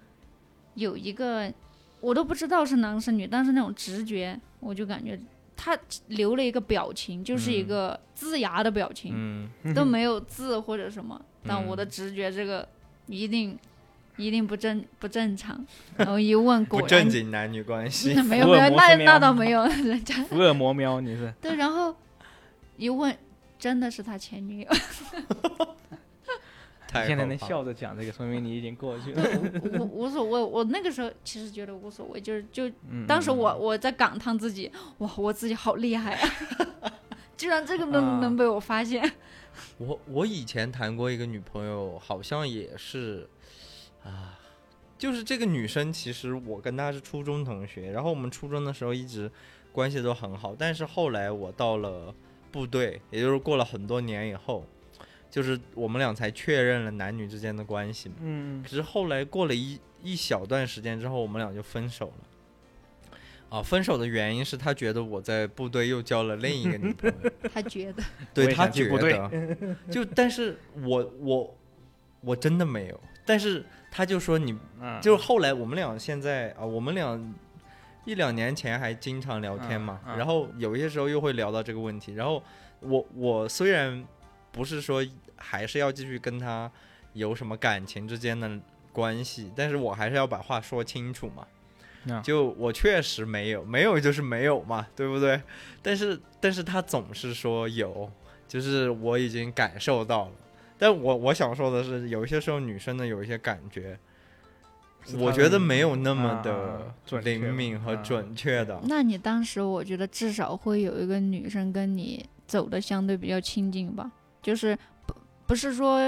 Speaker 3: 有一个我都不知道是男是女，但是那种直觉，我就感觉他留了一个表情，就是一
Speaker 1: 嗯
Speaker 3: 个龇牙的表情，
Speaker 1: 嗯，
Speaker 2: 嗯
Speaker 3: 都没有字或者什么。但我的
Speaker 1: 嗯
Speaker 3: 直觉这个一定一定不正不正常， 然后一问果
Speaker 1: 不
Speaker 3: 然
Speaker 1: 正经男女关系
Speaker 3: 那 没有
Speaker 2: 福
Speaker 3: 没
Speaker 2: 尔
Speaker 3: 有，
Speaker 2: 摩
Speaker 3: 那
Speaker 2: 斯喵
Speaker 3: 那倒没有， 人家
Speaker 2: 嗯福尔摩喵，你是
Speaker 3: 对，然后一问真的是他 前女友。
Speaker 1: 太
Speaker 2: 现在
Speaker 1: 可
Speaker 2: 能
Speaker 1: 怕
Speaker 2: 笑着讲这个，说明你已经过去了。
Speaker 3: 对，无无无所谓。我那个时候其实觉得无所谓，就是就
Speaker 2: 嗯
Speaker 3: 当时
Speaker 2: 嗯
Speaker 3: 我我在感叹自己，哇，我自己好厉害啊！ 居然这个能、
Speaker 2: 啊
Speaker 3: 能被我发现，
Speaker 1: 我我以前谈过一个女朋友，好像也是，啊，就是这个女生，其实我跟她是初中同学，然后我们初中的时候一直关系都很好，但是后来我到了部队，也就是过了很多年以后，就是我们俩才确认了男女之间的关系嘛。
Speaker 2: 嗯，
Speaker 1: 只是后来过了一一小段时间之后，我们俩就分手了。啊，分手的原因是他觉得我在部队又交了另一个女朋友，
Speaker 3: 他觉得
Speaker 2: 我
Speaker 1: 对
Speaker 2: 也
Speaker 1: 他
Speaker 2: 想去
Speaker 1: 觉
Speaker 2: 部队
Speaker 1: 得，就但是我我我真的没有，但是他就说你，
Speaker 2: 嗯
Speaker 1: 就是后来我们俩现在啊，我们俩一两年前还经常聊天嘛，
Speaker 2: 嗯嗯
Speaker 1: 然后有一些时候又会聊到这个问题，然后我我虽然不是说还是要继续跟他有什么感情之间的关系，但是我还是要把话说清楚嘛。
Speaker 2: 嗯
Speaker 1: 就我确实没有，没有就是没有嘛，对不对？但是但是他总是说有，就是我已经感受到了。但我我想说的是，有一些时候女生的有一些感觉，
Speaker 2: 是
Speaker 1: 我
Speaker 2: 她
Speaker 1: 觉
Speaker 2: 的
Speaker 1: 得
Speaker 2: 那
Speaker 1: 没有
Speaker 2: 种
Speaker 1: 那
Speaker 2: 啊
Speaker 1: 么
Speaker 2: 啊
Speaker 1: 的
Speaker 2: 准确
Speaker 1: 灵敏和
Speaker 2: 啊
Speaker 1: 准确的。
Speaker 3: 那你当时，我觉得至少会有一个女生跟你走的相对比较亲近吧，就是不不是说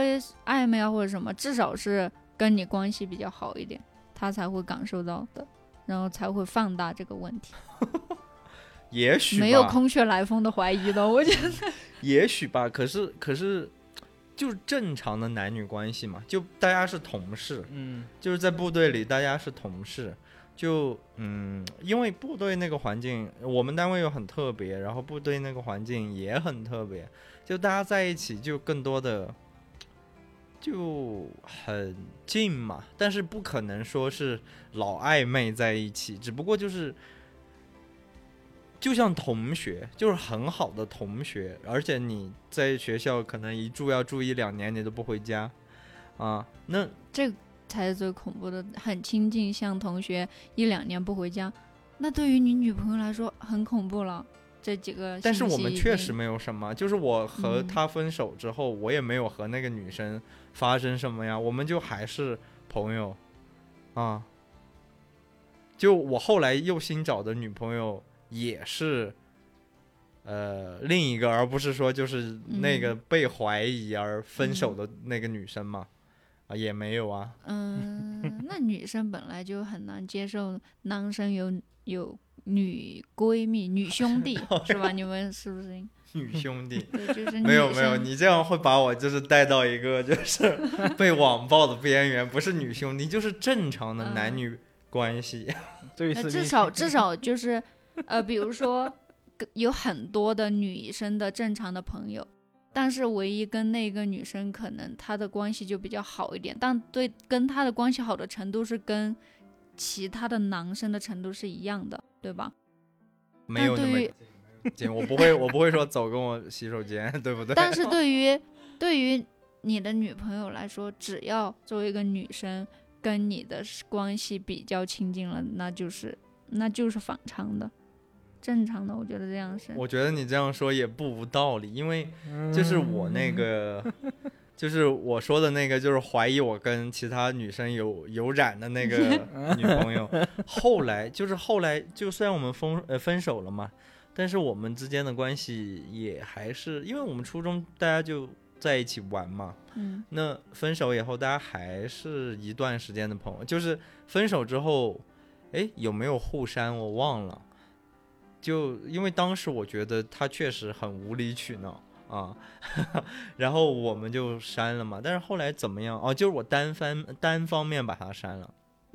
Speaker 3: 暧昧啊或者什么，至少是跟你关系比较好一点，她才会感受到的，然后才会放大这个问题，
Speaker 1: 也许
Speaker 3: 没有
Speaker 1: 吧
Speaker 3: 空穴来风的怀疑的，我 觉得。
Speaker 1: 也许吧，可是可是，就是正常的男女关系嘛，就大家是同事，
Speaker 2: 嗯
Speaker 1: 就是在部队里大家是同事，就嗯，因为部队那个环境，我们单位又很特别，然后部队那个环境也很特别，就大家在一起就更多的就很近嘛，但是不可能说是老暧昧在一起，只不过就是。就像同学，就是很好的同学，而且你在学校可能一住要住一两年，你都不回家，啊，那
Speaker 3: 才是最恐怖的，很亲近，像同学一两年不回家，那对于你女朋友来说很恐怖了。这几个，
Speaker 1: 但是我们确实，没有什么，就是我和
Speaker 3: 嗯
Speaker 1: 他分手之后，我也没有和那个女生发生什么呀，我们就还是朋友啊。就我后来又新找的女朋友也是，呃，另一个，而不是说就是那个被怀疑而分手的那个女生嘛，啊，也没有啊，
Speaker 3: 嗯，那女生本来就很难接受男生有有女闺蜜、女兄 弟，是吧？你们是不是？
Speaker 1: 女兄弟。
Speaker 3: 对，嗯就是
Speaker 1: 没有
Speaker 3: 女
Speaker 1: 没有，
Speaker 3: 生呃
Speaker 1: 你这样会把我就是带到一个就是 被网暴的边缘，不是女兄弟，就是正常的男
Speaker 3: 嗯
Speaker 1: 女关系。
Speaker 2: 这一
Speaker 3: 那
Speaker 2: 次
Speaker 3: 至
Speaker 2: 你
Speaker 3: 少至少就是，呃，比如说跟有很多的女生的正常的朋友，但是唯一跟那个女生可能她的关系就比较好一点，但对跟她的关系好的程度是跟其他的男生的程度是一样的，对吧？
Speaker 1: 没有那
Speaker 3: 对于
Speaker 1: 么紧，我不会我不会说走跟我洗手间，对 不对？
Speaker 3: 但是对于对于你的女朋友来说，只要作为一个女生跟你的是关系比较亲近了，那就是那就是反常的，正常的，我觉得这样是。
Speaker 1: 我觉得你这样说也不无道理，因为
Speaker 2: 嗯
Speaker 1: 就是我那个。就是我说的那个，就是怀疑我跟其他女生有有染的那个女朋友，后来就是后来，就虽然我们分呃分手了嘛，但是我们之间的关系也还是，因为我们初中大家就在一起玩嘛，
Speaker 3: 嗯
Speaker 1: 那分手以后，大家还是一段时间的朋友，就是分手之后，哎，有没有互删我忘了。就因为当时我觉得他确实很无理取闹啊， 然后我们就删了嘛。但是后来怎么样？哦，就是我单方单方面把他删了。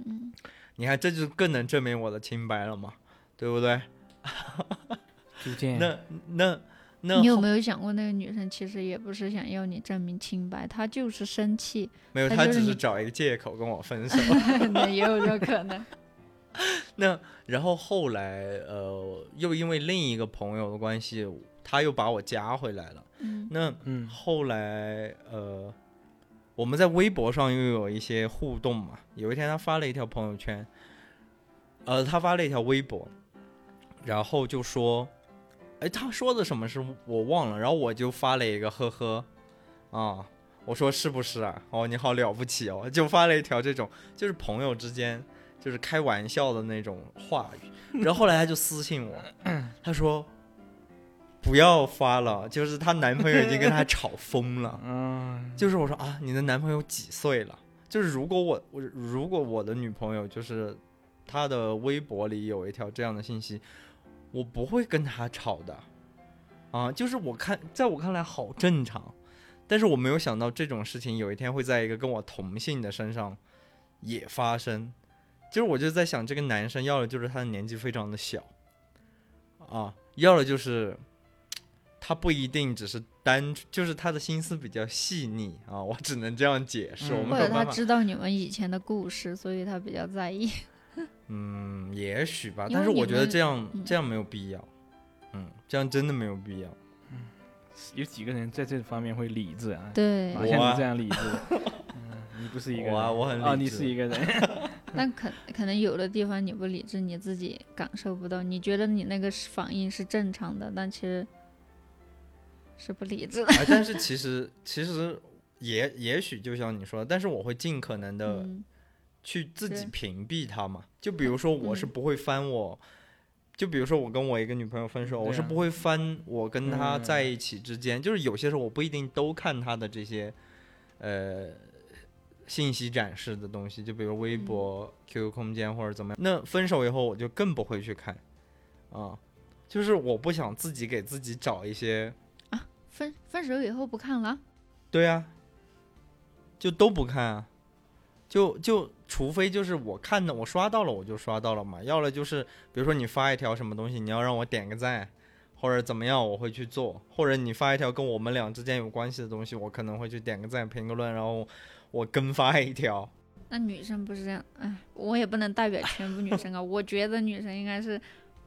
Speaker 3: 嗯。
Speaker 1: 你看，这就更能证明我的清白了嘛，对不对？
Speaker 2: 逐渐
Speaker 1: 那那那
Speaker 3: 你有没
Speaker 1: 有
Speaker 3: 有想过，那个女生其实也不是想要你证明清白，她就是 生气，
Speaker 1: 没有？
Speaker 3: 他
Speaker 1: 他
Speaker 3: 就是
Speaker 1: 只是
Speaker 3: 你
Speaker 1: 找一个借口跟我分手。
Speaker 3: 那也有这 可能。
Speaker 1: 那然后后来呃，又因为另一个朋友的关系，他又把我加回来了。
Speaker 3: 嗯
Speaker 1: 那
Speaker 2: 嗯
Speaker 1: 后来呃，我们在微博上又有一些互动嘛。有一天他发了一条朋友圈，呃，他发了一条微博，然后就说，哎，他说的什么是我忘了，然后我就发了一个呵呵，啊。我说是不是啊？哦，你好了不起哦！就发了一条这种，就是朋友之间就是开玩笑的那种话语。然后后来他就私信我，他说：“不要发了，就是她男朋友已经跟她吵疯了。
Speaker 2: 嗯，
Speaker 1: 就是我说啊，你的男朋友几岁了？就是如果我我如果我的女朋友就是她的微博里有一条这样的信息，我不会跟她吵的啊。就是我看在我看来好正常，但是我没有想到这种事情有一天会在一个跟我同性的身上也发生。就是我就在想，这个男生要的就是他的年纪非常的小啊，要的就是他不一定只是单，就是他的心思比较细腻啊，我只能这样解释，
Speaker 2: 嗯
Speaker 1: 我没
Speaker 3: 或
Speaker 1: 有
Speaker 3: 者他
Speaker 1: 办法。
Speaker 3: 知道你们以前的故事，所以他比较 在意。
Speaker 1: 嗯，也许吧，
Speaker 3: 因
Speaker 1: 但
Speaker 3: 为
Speaker 1: 是
Speaker 3: 你
Speaker 1: 我觉得
Speaker 3: 们
Speaker 1: 这样、
Speaker 3: 嗯
Speaker 1: 这样没有必要，嗯，这样真的没有必要。
Speaker 2: 有几个人在这方面会理智啊？
Speaker 3: 对，
Speaker 2: 马
Speaker 1: 我
Speaker 2: 像
Speaker 1: 啊
Speaker 2: 你这样 理智，嗯你不是一个人
Speaker 1: 我啊我很理
Speaker 2: 哦，你
Speaker 1: 智
Speaker 2: 是一个人，
Speaker 1: 嗯
Speaker 3: 但可可能有的地方你不理智，你自己感受不到，你觉得你那个是反应是正常的，但其实是不理智的。
Speaker 1: 哎，但是其实其实也也许就像你说的，但是我会尽可能的、
Speaker 3: 嗯，
Speaker 1: 去自己
Speaker 3: 对
Speaker 1: 屏蔽它嘛。就比如说，我是
Speaker 3: 嗯
Speaker 1: 不会翻我，就比如说我跟我一个女朋友分手，
Speaker 2: 对
Speaker 1: 我是
Speaker 2: 啊
Speaker 1: 不会翻我跟她
Speaker 2: 嗯
Speaker 1: 在一起之间，就是有些时候我不一定都看她的这些，呃。信息展示的东西，就比如微
Speaker 3: 嗯
Speaker 1: 博、QQ 空间或者怎么样。那分手以后，我就更不会去看，啊，就是我不想自己给自己找一些，
Speaker 3: 啊分分手以后不看了，
Speaker 1: 对啊，就都不看啊，就就除非就是我看的，我刷到了我就刷到了嘛，要了就是比如说你发一条什么东西，你要让我点个赞，或者怎么样，我会去做，或者你发一条跟我们俩之间有关系的东西，我可能会去点个赞、评个论，然后我跟发一条，
Speaker 3: 那女生不是这样，哎，我也不能代表全部女生啊。 我觉得女生应该是，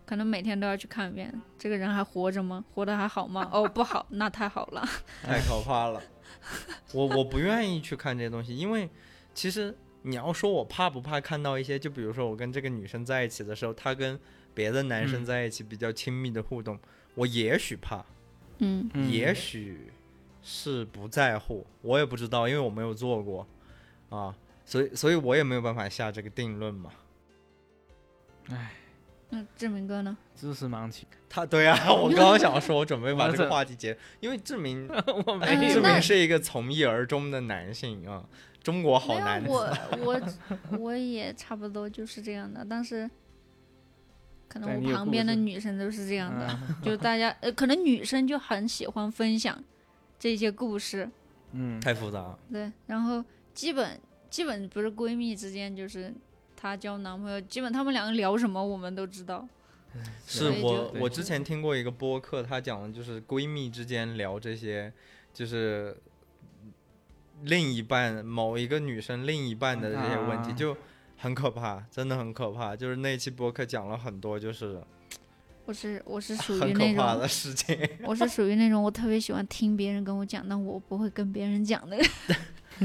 Speaker 3: 可能每天都要去看一遍，这个人还活着吗？活得还好吗？哦，不好，那太好了。
Speaker 1: 太可怕了。我我不愿意去看这些东西，因为其实你要说我怕不怕看到一些，就比如说我跟这个女生在一起的时候，她跟别的男生
Speaker 2: 嗯
Speaker 1: 在一起比较亲密的互动，我也许怕，
Speaker 3: 嗯，
Speaker 2: 嗯
Speaker 1: 也许是不在乎，我也不知道，因为我没有做过啊，所以所以我也没有办法下这个定论嘛。
Speaker 3: 那志明哥呢？
Speaker 2: 知识盲区，
Speaker 1: 他对啊，我刚刚想说，我准备把
Speaker 2: 我
Speaker 1: 这个
Speaker 2: 这
Speaker 1: 话题结，因为志明
Speaker 2: 我
Speaker 3: 哎
Speaker 2: 没
Speaker 1: 哦志
Speaker 2: 有
Speaker 3: 那
Speaker 1: 明是一个从一而终的男性啊，中国
Speaker 3: 没
Speaker 1: 好
Speaker 3: 有
Speaker 1: 男子。
Speaker 3: 我我我也差不多就是这样的，但是可能
Speaker 2: 但你
Speaker 3: 我
Speaker 2: 有
Speaker 3: 旁
Speaker 2: 故
Speaker 3: 边的
Speaker 2: 事
Speaker 3: 女生都是这样的，
Speaker 2: 嗯
Speaker 3: 就大家呃，可能女生就很喜欢分享这些故事，
Speaker 2: 嗯，
Speaker 1: 太复杂了。
Speaker 3: 对，然后基本基本不是闺蜜之间就是。她交男朋友，基本她们两个聊什么我们都知道。
Speaker 1: 是
Speaker 3: 对
Speaker 1: 我
Speaker 2: 就
Speaker 1: 我之前听过一个播客，她讲的就是闺蜜之间聊这些，就是另一半某一个女生另一半的这些问题，
Speaker 2: 啊
Speaker 1: 就很可怕，真的很可怕。就是那期播客讲了很多，就是
Speaker 3: 我是我是属于
Speaker 1: 很
Speaker 3: 那
Speaker 1: 可怕
Speaker 3: 种，
Speaker 1: 的事情。
Speaker 3: 我是属于那种我特别喜欢听别人跟我讲，但我不会跟别人讲的人。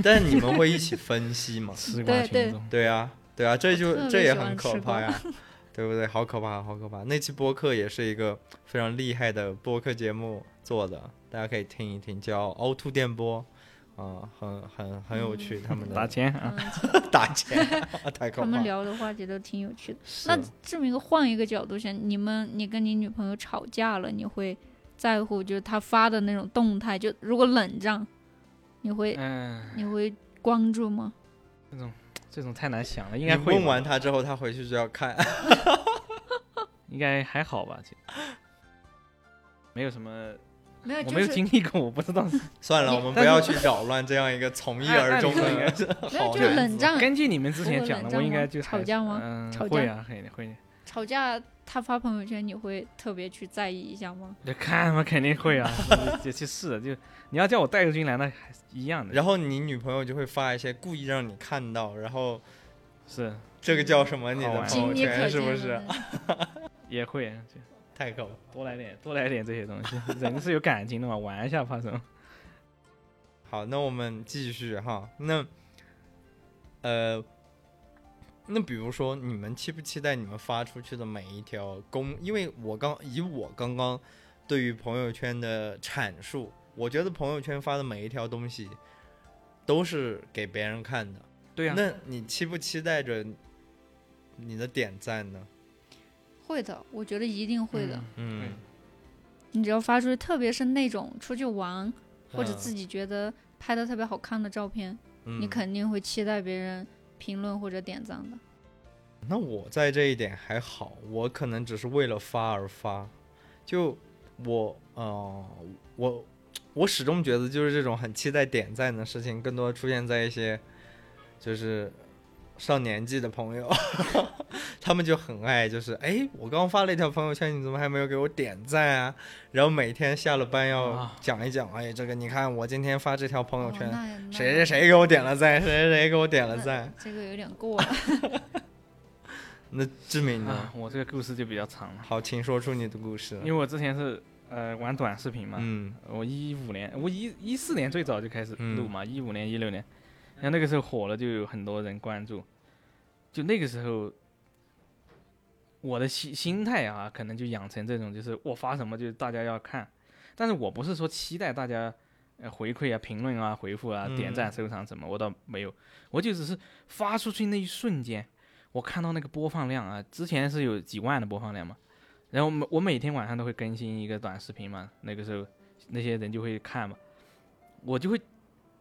Speaker 1: 但你们会一起分析吗？
Speaker 2: 吃瓜
Speaker 3: 对对
Speaker 2: 群众，
Speaker 1: 对啊，对啊，这
Speaker 3: 特
Speaker 1: 就
Speaker 3: 别
Speaker 1: 这也
Speaker 3: 喜
Speaker 1: 很
Speaker 3: 欢
Speaker 1: 可
Speaker 3: 吃
Speaker 1: 怕
Speaker 3: 瓜
Speaker 1: 呀，对不对？好可怕，好可怕。那期播客也是一个非常厉害的播客节目做的，大家可以听一听，叫凹凸电波，啊、很很很有趣， 他们的
Speaker 2: 打钱啊，
Speaker 3: 嗯，
Speaker 1: 打钱， 太可
Speaker 3: 他
Speaker 1: 怕
Speaker 3: 们
Speaker 1: 了。
Speaker 3: 聊的话题都挺有趣的。
Speaker 1: 是
Speaker 3: 那这么一个换一个角度想，你们你跟你女朋友吵架了，你会在乎就是她发的那种动态？就如果冷战，你会、
Speaker 2: 嗯，
Speaker 3: 你会关注吗？
Speaker 2: 这种这种太难想了，应
Speaker 1: 你
Speaker 2: 该会
Speaker 1: 问
Speaker 2: 吧
Speaker 1: 完他之后，他回去就要看。
Speaker 2: 应该还好吧，其实没有什么，
Speaker 3: 没有，
Speaker 2: 我
Speaker 3: 就
Speaker 2: 没有
Speaker 3: 是
Speaker 2: 经历过，我不知 道。
Speaker 1: 算了，
Speaker 3: 你
Speaker 1: 我们不
Speaker 2: 但是
Speaker 1: 要去扰乱这样一个 从一而终
Speaker 2: 按按理
Speaker 1: 的哎
Speaker 2: 说
Speaker 3: 没有
Speaker 1: 好
Speaker 3: 就是
Speaker 1: 男
Speaker 3: 冷
Speaker 1: 子。
Speaker 3: 战，
Speaker 2: 根据你们之前讲
Speaker 3: 如
Speaker 2: 的，
Speaker 3: 果
Speaker 2: 我
Speaker 3: 冷战吗
Speaker 2: 应该就还
Speaker 3: 吵架吗
Speaker 2: 嗯，
Speaker 3: 吵架
Speaker 2: 会啊，会会，
Speaker 3: 吵架她发朋友圈，你会特别去在意一下吗？
Speaker 2: 就看嘛，肯定会 啊，就去试了，就你要叫我带个军来，那还是一样的，
Speaker 1: 然后你女朋友就会发一些故意让你看到，然后
Speaker 2: 是
Speaker 1: 这个叫什么？你
Speaker 2: 好
Speaker 1: 的
Speaker 2: 玩
Speaker 1: 朋
Speaker 3: 经
Speaker 1: 友
Speaker 3: 历
Speaker 1: 圈哦
Speaker 3: 可见
Speaker 1: 是不
Speaker 3: 的
Speaker 1: 是
Speaker 3: 那？
Speaker 2: 也会啊，就
Speaker 1: 太可怕了。
Speaker 2: 多来点，多来点这些东西， 人是有感情的嘛，玩一下怕什么？
Speaker 1: 好，那我们继续哈。那，呃，那比如说，你们期不期待你们发出去的每一条公？因为我刚以我刚刚对于朋友圈的阐述，我觉得朋友圈发的每一条东西都是给别人看的。
Speaker 2: 对啊呀，
Speaker 1: 那你期不期待着你的点赞呢？
Speaker 3: 会的，我觉得一定会的。
Speaker 2: 嗯
Speaker 1: 嗯
Speaker 2: 对，
Speaker 3: 你只要发出去，特别是那种出去
Speaker 1: 嗯
Speaker 3: 玩或者自
Speaker 1: 己，
Speaker 3: 己觉得拍的特别好看的照片，
Speaker 1: 嗯
Speaker 3: 你肯定会期待别人评论或者点赞的。
Speaker 1: 那我在这一点还好，我可能只是为了发而发。就我，呃，我我始终觉得就是这种很期待点赞的事情，更多出现在一些就是上年纪的朋友， 他们就很爱，就是哎，我刚发了一条朋友圈，你怎么还没有给我点赞啊？然后每天下了班要
Speaker 2: 啊
Speaker 1: 讲一讲，哎，这个你看我今天发这条朋友
Speaker 3: 哦
Speaker 1: 圈，
Speaker 3: 那那
Speaker 1: 谁谁谁给我点了赞，谁谁谁给我点了
Speaker 3: 那
Speaker 2: 啊
Speaker 1: 赞，
Speaker 3: 这个有点 过了。
Speaker 1: 那志明呢？
Speaker 2: 啊，我这个故事就比较长了，
Speaker 1: 好，请说出你的故事
Speaker 2: 因。为我之前是呃玩短视频嘛，
Speaker 1: 嗯
Speaker 2: 我一五年，我一一四年最早就开始
Speaker 1: 嗯
Speaker 2: 录嘛，一五、年、一六年，然后那个时候火了，就有很多人关注。就那个时候，我的心心态啊，可能就养成这种，就是我发什么就大家要看，但是我不是说期待大家呃回馈啊、评论啊、回复啊、点赞、
Speaker 1: 嗯
Speaker 2: 收藏什么，我倒没有，我就只是发出去那一瞬间，我看到那个播放量啊，之前是有几万的播放量嘛，然后每我每天晚上都会更新一个短视频嘛，那个时候那些人就会看嘛，我就会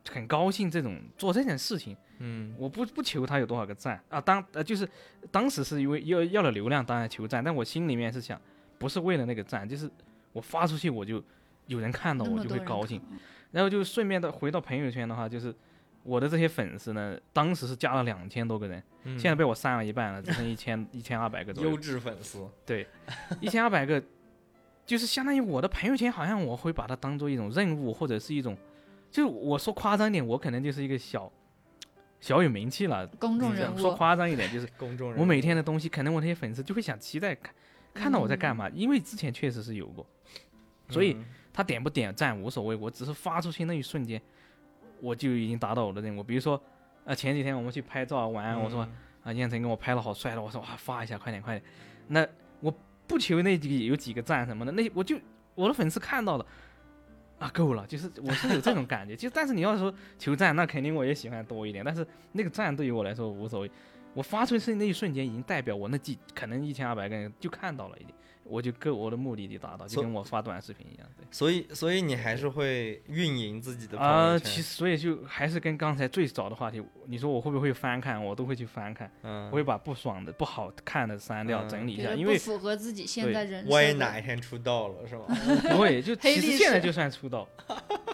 Speaker 2: 很高兴这种做这件事情，
Speaker 1: 嗯
Speaker 2: 我不不求他有多少个赞啊，当呃就是当时是因为要要了流量，当然求赞，但我心里面是想，不是为了那个赞，就是我发出去我就有人看到
Speaker 3: 那
Speaker 2: 我
Speaker 3: 么
Speaker 2: 就
Speaker 3: 多
Speaker 2: 会
Speaker 3: 人
Speaker 2: 高兴，
Speaker 3: 看
Speaker 2: 然后就顺便的回到朋友圈的话，就是我的这些粉丝呢，当时是加了两千多个人，
Speaker 1: 嗯
Speaker 2: 现在被我删了一半了，只剩一千一千二百个左右
Speaker 1: 优，质粉丝，
Speaker 2: 一千二百个，就是相当于我的朋友圈，好像我会把它当做一种任务，或者是一种，就是我说夸张一点，我可能就是一个小小有名气了。
Speaker 3: 公众
Speaker 1: 嗯
Speaker 3: 人
Speaker 2: 说
Speaker 3: 物，
Speaker 2: 夸张一点，就是
Speaker 1: 公众人物。
Speaker 2: 我每天的东西，可能我那些粉丝就会想期待看看到我在干
Speaker 3: 嗯
Speaker 2: 嘛，因为之前确实是有过，所以
Speaker 1: 嗯
Speaker 2: 他点不点赞无所谓，我只是发出去那一瞬间，我就已经达到我的任务。比如说，呃，前几天我们去拍照玩，我
Speaker 1: 嗯
Speaker 2: 说啊，燕城给我拍了好帅了，我说哇发一下，快点快点。那我不求那几个有几个赞什么的，那我就我的粉丝看到了。啊，够了，就是我是有这种感觉，就但是你要说求赞，那肯定我也喜欢多一点，但是那个赞对于我来说无所谓，我发出去那一瞬间已经代表我那几可能一千二百个人就看到了，已经，我就够我的目的地达到，就
Speaker 1: 所
Speaker 2: 跟我发短视频一样，对。
Speaker 1: 所以所以你还是会运营自己的朋
Speaker 2: 啊、
Speaker 1: 友圈。嗯
Speaker 2: 其实所以就还是跟刚才最早的话题，你说我会不会翻看，我都会去翻看，
Speaker 1: 嗯
Speaker 2: 我，会把不爽的、不好看的删掉，
Speaker 1: 嗯
Speaker 2: 整理一
Speaker 3: 觉
Speaker 2: 下，
Speaker 3: 得
Speaker 2: 因
Speaker 3: 不
Speaker 2: 为
Speaker 3: 符合自己现
Speaker 2: 对
Speaker 3: 在人设的。
Speaker 1: 万一哪一天出道了是 吧？
Speaker 2: 不会 就
Speaker 3: 黑
Speaker 2: 其实
Speaker 3: 历
Speaker 2: 现在
Speaker 3: 史
Speaker 2: 就算 出道，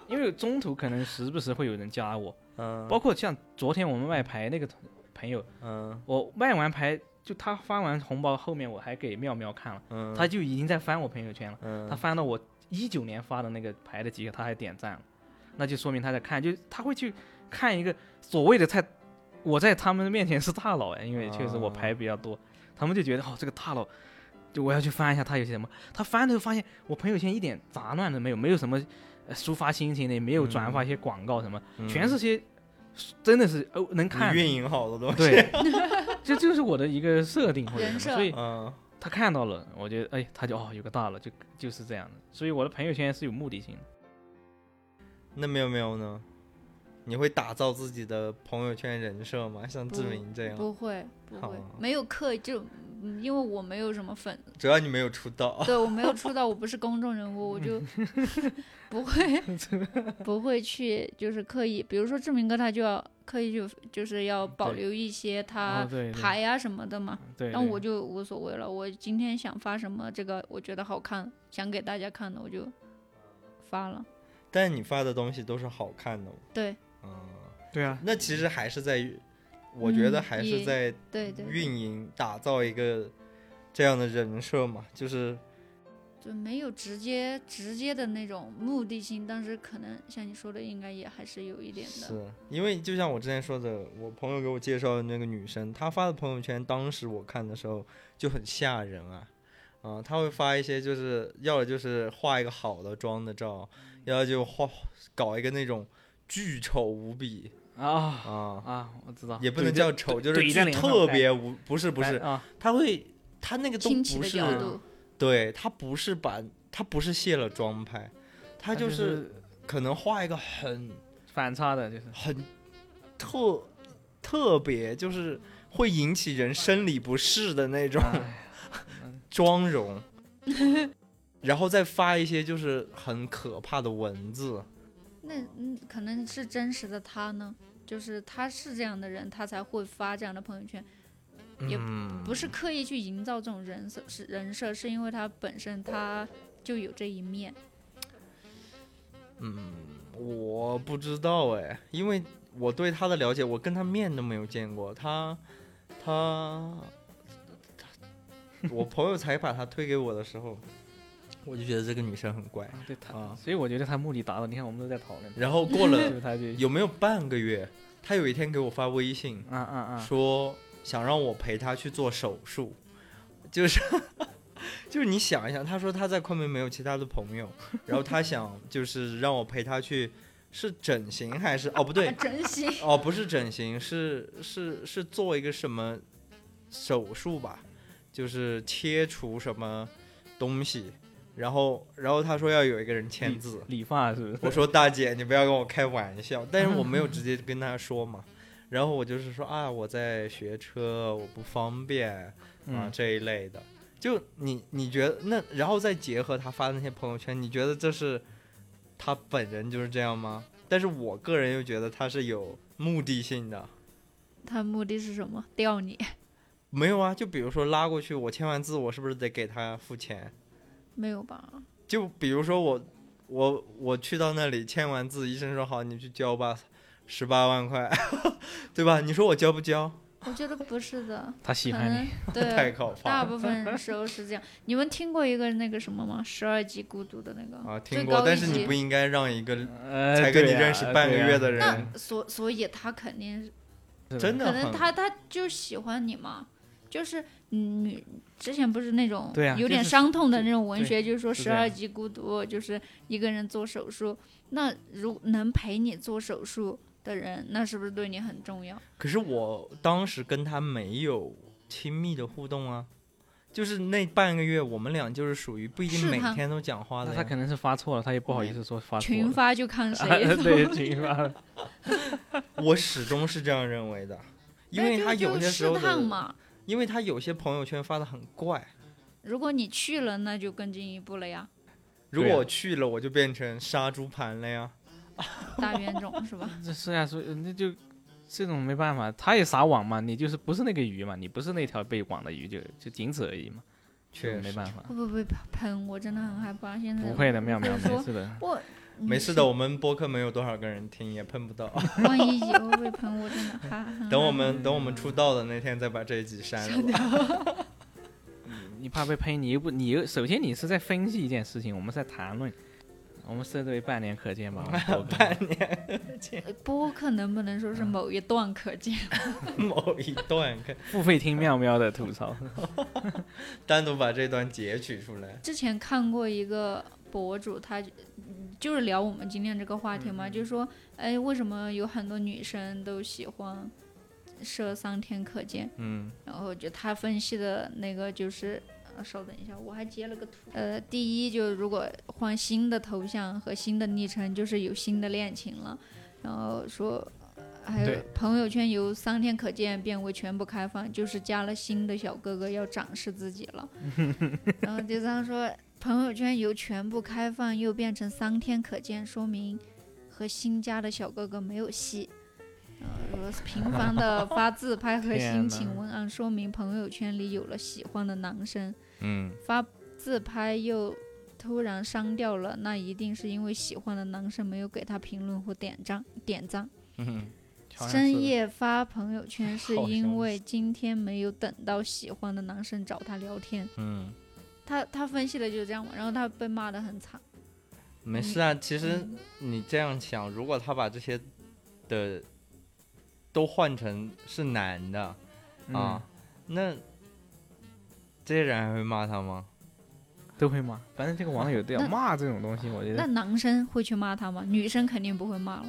Speaker 2: 因为中途可能时不时会有人加我，
Speaker 1: 嗯，
Speaker 2: 包括像昨天我们卖牌那个同朋友，
Speaker 1: 嗯
Speaker 2: 我卖完牌就他发完红包后面我还给妙妙看了，
Speaker 1: 嗯，
Speaker 2: 他就已经在翻我朋友圈了。
Speaker 1: 嗯
Speaker 2: 他翻到我一九年发的那个牌的集合，他还点赞了，那就说明他在看，就他会去看一个所谓的在我在他们面前是大佬呀，哎因为确实我牌比较
Speaker 1: 嗯
Speaker 2: 多，他们就觉得哦这个大佬，就我要去翻一下他有些什么。他翻的时候发现我朋友圈一点杂乱都没有，没有什么呃抒发心情的，也没有转发一些广告什么，
Speaker 1: 嗯
Speaker 2: 全是些真的是哦能
Speaker 1: 你
Speaker 2: 看的
Speaker 1: 运营好的东西。
Speaker 2: 对， 这就是我的一个设定或者什么，
Speaker 3: 人设
Speaker 2: 所以
Speaker 1: 嗯
Speaker 2: 他看到了，我觉得哎，他就哦有个大了，就就是这样的。所以我的朋友圈是有目的性的。
Speaker 1: 那没有没有呢？你会打造自己的朋友圈人设吗？像志明这样，
Speaker 3: 不会，不
Speaker 1: 好
Speaker 3: 会
Speaker 1: 啊，
Speaker 3: 没有刻意就，嗯因为我没有什么粉，
Speaker 1: 只要你没有出道，
Speaker 3: 对我没有出道，我不是公众人物，我就 不会不会去就是刻意，比如说志明哥他就要刻意就就是要保
Speaker 2: 嗯对
Speaker 3: 留一些
Speaker 2: 哦
Speaker 3: 他
Speaker 2: 对对
Speaker 3: 牌啊什么的嘛，
Speaker 2: 对，
Speaker 3: 但
Speaker 2: 对
Speaker 3: 我就无所谓了，我今天想发什么这个我觉得好看，想给大家看的我就发了，
Speaker 1: 但你发的东西都是好看的。
Speaker 3: 对
Speaker 1: 嗯，
Speaker 2: 对啊，
Speaker 1: 那其实还是在，我觉得
Speaker 3: 嗯
Speaker 1: 还
Speaker 3: 也
Speaker 1: 是在
Speaker 3: 对对对，
Speaker 1: 运营打造一个这样的人设嘛，就是
Speaker 3: 就没有直接直接的那种目的性，但是可能像你说的，应该也还是有一点的。
Speaker 1: 是因为就像我之前说的，我朋友给我介绍的那个女生，她发的朋友圈，当时我看的时候就很吓人啊，啊、她会发一些就是要的就是化一个好的妆的照，要的就化搞一个那种巨丑无比
Speaker 2: 啊
Speaker 1: 啊、
Speaker 2: 啊，我知道，
Speaker 1: 也不能
Speaker 2: 对
Speaker 1: 叫丑，就是
Speaker 2: 怼
Speaker 1: 巨
Speaker 2: 在脸上
Speaker 1: 特
Speaker 2: 拍
Speaker 1: 别无，不是不
Speaker 2: 反
Speaker 1: 是，
Speaker 2: 啊，
Speaker 1: 她会她那个都
Speaker 3: 清奇
Speaker 1: 不
Speaker 3: 的
Speaker 1: 是
Speaker 3: 角度，
Speaker 1: 对他不是把他不是卸了妆拍，他
Speaker 2: 他
Speaker 1: 就是是可能画一个很
Speaker 2: 反差的，就是
Speaker 1: 很特特别，就是会引
Speaker 2: 嗯
Speaker 1: 起人生理不适的那种
Speaker 2: 哎
Speaker 1: 妆容。 然后再发一些就是很可怕的文字。
Speaker 3: 那嗯，可能是真实的他呢，就是他是这样的人，他才会发这样的朋友圈，也
Speaker 1: 嗯，
Speaker 3: 不是刻意去营造这种人设，是人设，是因为他本身他就有这一面。
Speaker 1: 我不知道哎，因为我对他的了解，我跟他面都没有见过。他，他，他，我朋友才把他推给我的时候，我就觉得这个女生很怪
Speaker 2: 啊对他，
Speaker 1: 啊。
Speaker 2: 所以我觉得他目的达到。你看，我们都在讨论，
Speaker 1: 然后过了
Speaker 2: 就是他就
Speaker 1: 有没有半个月，他有一天给我发微信，
Speaker 2: 啊啊啊，
Speaker 1: 说想让我陪他去做手术，就是 就是你想一想，他说他在昆明没有其他的朋友，然后他想就是让我陪他去是整形还是哦不对
Speaker 3: 啊真心。
Speaker 1: 哦不是整形是是是做一个什么手术吧，就是切除什么东西，然后然后他说要有一个人签字，
Speaker 2: 理发是不是？
Speaker 1: 我说大姐，你不要跟我开玩笑，但是我没有直接跟她说嘛，然后我就是说啊，我在学车，我不方便啊
Speaker 2: 嗯，
Speaker 1: 这一类的。就你你觉得那，然后再结合她发的那些朋友圈，你觉得这是她本人就是这样吗？但是我个人又觉得她是有目的性的。
Speaker 3: 他目的是什么？钓你？
Speaker 1: 没有啊，就比如说拉过去，我签完字，我是不是得给她付钱？
Speaker 3: 没有吧？
Speaker 1: 就比如说我，我我去到那里签完字，医生说好，你去交吧，十八万块， 对吧？你说我交不交？
Speaker 3: 我觉得不是的，
Speaker 2: 他喜
Speaker 3: 可
Speaker 2: 欢
Speaker 3: 能
Speaker 2: 你，
Speaker 1: 太
Speaker 3: 对，
Speaker 1: 可
Speaker 3: 大
Speaker 1: 怕了
Speaker 3: 部分时候是这样。你们听过一个那个什么吗？十二级孤独的那个
Speaker 1: 啊！
Speaker 3: 最
Speaker 1: 听过，
Speaker 3: 高
Speaker 1: 但
Speaker 3: 一
Speaker 1: 是你
Speaker 3: 级
Speaker 1: 不应该让一个
Speaker 2: 呃，
Speaker 1: 才跟你
Speaker 2: 对啊
Speaker 1: 认识半个月的
Speaker 2: 对
Speaker 1: 人，
Speaker 3: 那所所以他肯定是
Speaker 2: 啊
Speaker 1: 真的
Speaker 3: 可能
Speaker 1: 很
Speaker 3: 他他就喜欢你嘛，就是嗯女之前不是那种
Speaker 2: 对啊
Speaker 3: 有
Speaker 2: 就
Speaker 3: 点
Speaker 2: 是
Speaker 3: 伤痛的
Speaker 2: 对
Speaker 3: 那种文
Speaker 2: 对
Speaker 3: 学，就是说
Speaker 2: 是
Speaker 3: 十
Speaker 2: 这
Speaker 3: 二
Speaker 2: 样
Speaker 3: 级孤独，就是一个人做手术。那如能陪你做手术的人，那是不是对你很重要？
Speaker 1: 可是我当时跟他没有亲密的互动啊，就是那半个月，我们俩就是属于不一定
Speaker 3: 是
Speaker 1: 每
Speaker 3: 他
Speaker 1: 天都讲话
Speaker 2: 那
Speaker 1: 的
Speaker 2: 他
Speaker 1: 呀。
Speaker 2: 可能是发错了，他也不好意思说发错
Speaker 3: 群
Speaker 2: 了。
Speaker 3: 发就看谁
Speaker 2: 啊
Speaker 3: 走
Speaker 2: 对，群发了。
Speaker 1: 我始终是这样认为的，因
Speaker 3: 但
Speaker 1: 为
Speaker 3: 就
Speaker 1: 他有
Speaker 3: 就
Speaker 1: 些时候
Speaker 3: 试探
Speaker 1: 的，
Speaker 3: 嘛。
Speaker 1: 因为他有些朋友圈发的很怪。
Speaker 3: 如果你去了，那就更进一步 了呀，
Speaker 1: 如
Speaker 2: 对
Speaker 1: 果
Speaker 2: 啊
Speaker 1: 我去了，我就变成杀猪盘了呀。
Speaker 3: 大冤种 是吧？
Speaker 2: 这是啊，所以那就这种没办法，他也撒网嘛，你就是不是那个鱼嘛，你不是那条被网的鱼，就就仅此而已嘛，
Speaker 1: 确
Speaker 2: 就没
Speaker 1: 实
Speaker 2: 办法。
Speaker 3: 会不会被喷？我真的很害怕。现在
Speaker 2: 不会的，妙妙，
Speaker 3: 嗯说
Speaker 2: 没事的。
Speaker 3: 我
Speaker 1: 没事的，我们播客没有多少个人听，也碰不到。
Speaker 3: 万一以后被喷，我真的害。很
Speaker 1: 等
Speaker 3: 害
Speaker 1: 我
Speaker 3: 怕
Speaker 2: 嗯
Speaker 1: 们等我们出道的那天再把这一集删了吧。
Speaker 2: 你怕被喷，你又不，你又首先你是在分析一件事情，我们是在谈论，我们设对半年可见吧，我们 播客
Speaker 3: 呃播客能不能说是某一段可见？
Speaker 1: 嗯某一段看，
Speaker 2: 付费听妙妙的吐槽，
Speaker 1: 单独把这段截取出来。
Speaker 3: 之前看过一个博主，他就就是聊我们今天这个话题
Speaker 1: 嗯
Speaker 3: 嘛，就说，哎，为什么有很多女生都喜欢设三天可见？
Speaker 1: 嗯，
Speaker 3: 然后就他分析的那个就是，呃稍等一下，我还截了个图。呃，第一就是如果换新的头像和新的昵称，就是有新的恋情了。然后说，还有
Speaker 2: 对
Speaker 3: 朋友圈由三天可见变为全部开放，就是加了新的小哥哥要展示自己 了。然后第三说，朋友圈由全部开放又变成三天可见，说明和新加的小哥哥没有戏。呃，频繁的发自拍和
Speaker 2: 天
Speaker 3: 心
Speaker 2: 哪
Speaker 3: 情文案，说明朋友圈里有了喜欢的男生。
Speaker 1: 嗯，
Speaker 3: 发自拍又突然删掉了，那一定是因为喜欢的男生没有给他评论或点赞点赞。
Speaker 1: 嗯
Speaker 2: 好像是
Speaker 3: 深夜发朋 友圈是
Speaker 1: 好像
Speaker 3: 因为今天没有等到喜欢的男生找他聊天。
Speaker 1: 嗯，
Speaker 3: 他他分析的就是这样嘛，然后他被骂得很惨。
Speaker 2: 嗯
Speaker 1: 没事啊。其实你这样想，如果他把这些的都换成是男的
Speaker 2: 嗯
Speaker 1: 啊，，那这些人还会骂他吗？
Speaker 2: 嗯都会骂，反正这个网友都要
Speaker 3: 那
Speaker 2: 骂这种东西，我觉
Speaker 3: 那
Speaker 2: 得
Speaker 3: 男生会去骂他吗？女生肯定不会骂了。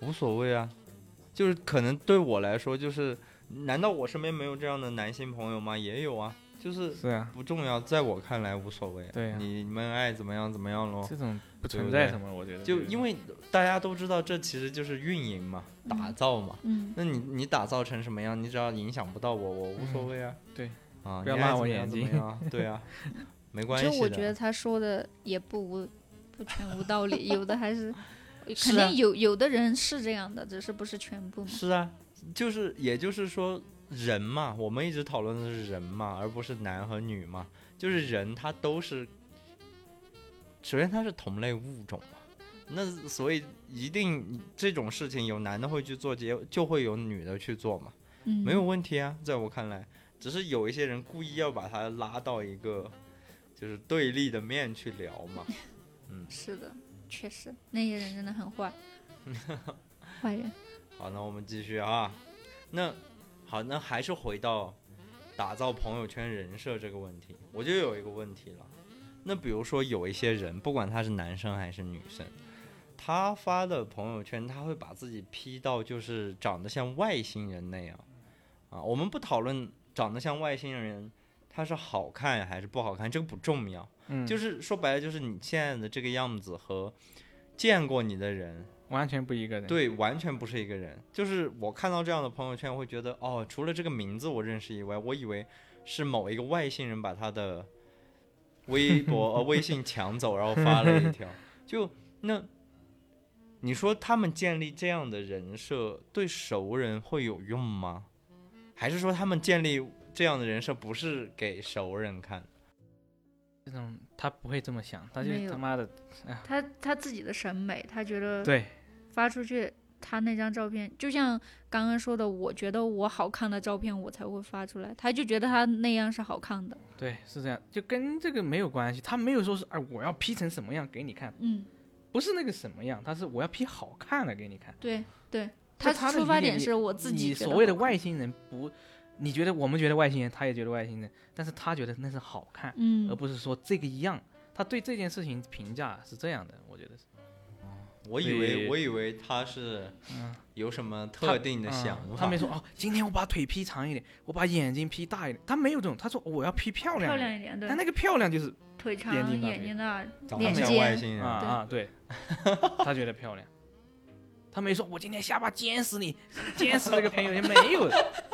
Speaker 1: 无所谓啊，就是可能对我来说，就是难道我身边没有这样的男性朋友吗？也有啊，就是
Speaker 2: 是啊，
Speaker 1: 不重要，在我看来无所谓。
Speaker 2: 对啊
Speaker 1: 你们爱怎么样怎么样喽。
Speaker 2: 这种不
Speaker 1: 对
Speaker 2: 存
Speaker 1: 哦不
Speaker 2: 在
Speaker 1: 对
Speaker 2: 什么，我觉得
Speaker 1: 就
Speaker 2: 这个
Speaker 1: 因为大家都知道，这其实就是运营嘛，打造嘛。
Speaker 3: 嗯，
Speaker 1: 那你你打造成什么样，你只要影响不到我，我无所谓啊。
Speaker 2: 嗯对，
Speaker 1: 啊，
Speaker 2: 不要
Speaker 1: 你爱
Speaker 2: 骂
Speaker 1: 怎
Speaker 2: 我
Speaker 1: 么样
Speaker 2: 眼
Speaker 1: 怎么
Speaker 2: 睛
Speaker 1: 样啊对啊，没关系
Speaker 3: 就
Speaker 1: 的。
Speaker 3: 我觉得他说的也不无不全无道理，有的还 是肯
Speaker 1: 是啊
Speaker 3: 定有有的人是这样的，只是不是全部嘛。
Speaker 1: 是啊，就是也就是说人嘛，我们一直讨论的是人嘛，而不是男和女嘛。就是人他都是，首先他是同类物种嘛，那所以一定这种事情有男的会去做，结就会有女的去做嘛，
Speaker 3: 嗯，
Speaker 1: 没有问题啊，在我看来，只是有一些人故意要把它拉到一个就是对立的面去聊嘛。
Speaker 3: 是的，确实那些人真的很 坏，坏人。
Speaker 1: 好，那我们继续啊。那好，那还是回到打造朋友圈人设这个问题，我就有一个问题了。那比如说有一些人，不管他是男生还是女生，他发的朋友圈，他会把自己 P 到就是长得像外星人那样啊。我们不讨论长得像外星人他是好看还是不好看，这个不重要。
Speaker 2: 嗯，
Speaker 1: 就是是说白了，就是你现在的这个样子和见过你的人
Speaker 2: 完全不一个人。，
Speaker 1: 对，完全不是一个人。就是我看到这样的朋友圈，我会觉得哦，除了这个名字我认识以外，我以为是某一个外星人把他的微博、呃、微 信抢走，然后发了一条。就那，你说他们建立这样的人设，对熟人会有用吗？还是说他们建立这样的人设不是给熟人看？
Speaker 2: 这种他不会这么想，他就
Speaker 3: 没有
Speaker 2: 他妈的
Speaker 3: 他他自己的审美，他觉得
Speaker 2: 对
Speaker 3: 发出去他那张照片，就像刚刚说的，我觉得我好看的照片我才会发出来，他就觉得他那样是好看的。
Speaker 2: 对是这样，就跟这个没有关系。他没有说是哎我要 P 成什么样给你看，
Speaker 3: 嗯，
Speaker 2: 不是那个什么样，他是我要 P 好看的给你看。
Speaker 3: 对对，
Speaker 2: 在他
Speaker 3: 他
Speaker 2: 的
Speaker 3: 出发
Speaker 2: 理解
Speaker 3: 点
Speaker 2: 里
Speaker 3: 是我自己
Speaker 2: 你
Speaker 3: 觉得
Speaker 2: 所谓的
Speaker 3: 好看
Speaker 2: 外，星人不，你觉得我们觉得外星人，他也觉得外星人，但是他觉得那是好看，而
Speaker 3: 嗯，
Speaker 2: 不是说这个样。他对这件事情评价是这样的，我觉得是。
Speaker 1: 我以为
Speaker 2: 对
Speaker 1: 我以为他是
Speaker 2: 嗯
Speaker 1: 有什么特定的
Speaker 2: 嗯
Speaker 1: 想法，
Speaker 2: 他没说哦，今天我把腿 P 长一点，我把眼睛 P 大一点，他没有这种，他说我要 P 漂亮
Speaker 3: 漂
Speaker 2: 一点。
Speaker 3: 亮一点，对
Speaker 2: 但，那个漂亮就是
Speaker 3: 腿长
Speaker 2: 眼睛，大
Speaker 3: 眼
Speaker 2: 腿
Speaker 3: 睛大，
Speaker 1: 长得
Speaker 3: 脸
Speaker 1: 像
Speaker 3: 尖
Speaker 1: 外星人
Speaker 2: 啊。啊，对，他觉得漂亮，他没说我今天下巴尖死你，尖死这个朋友圈没有，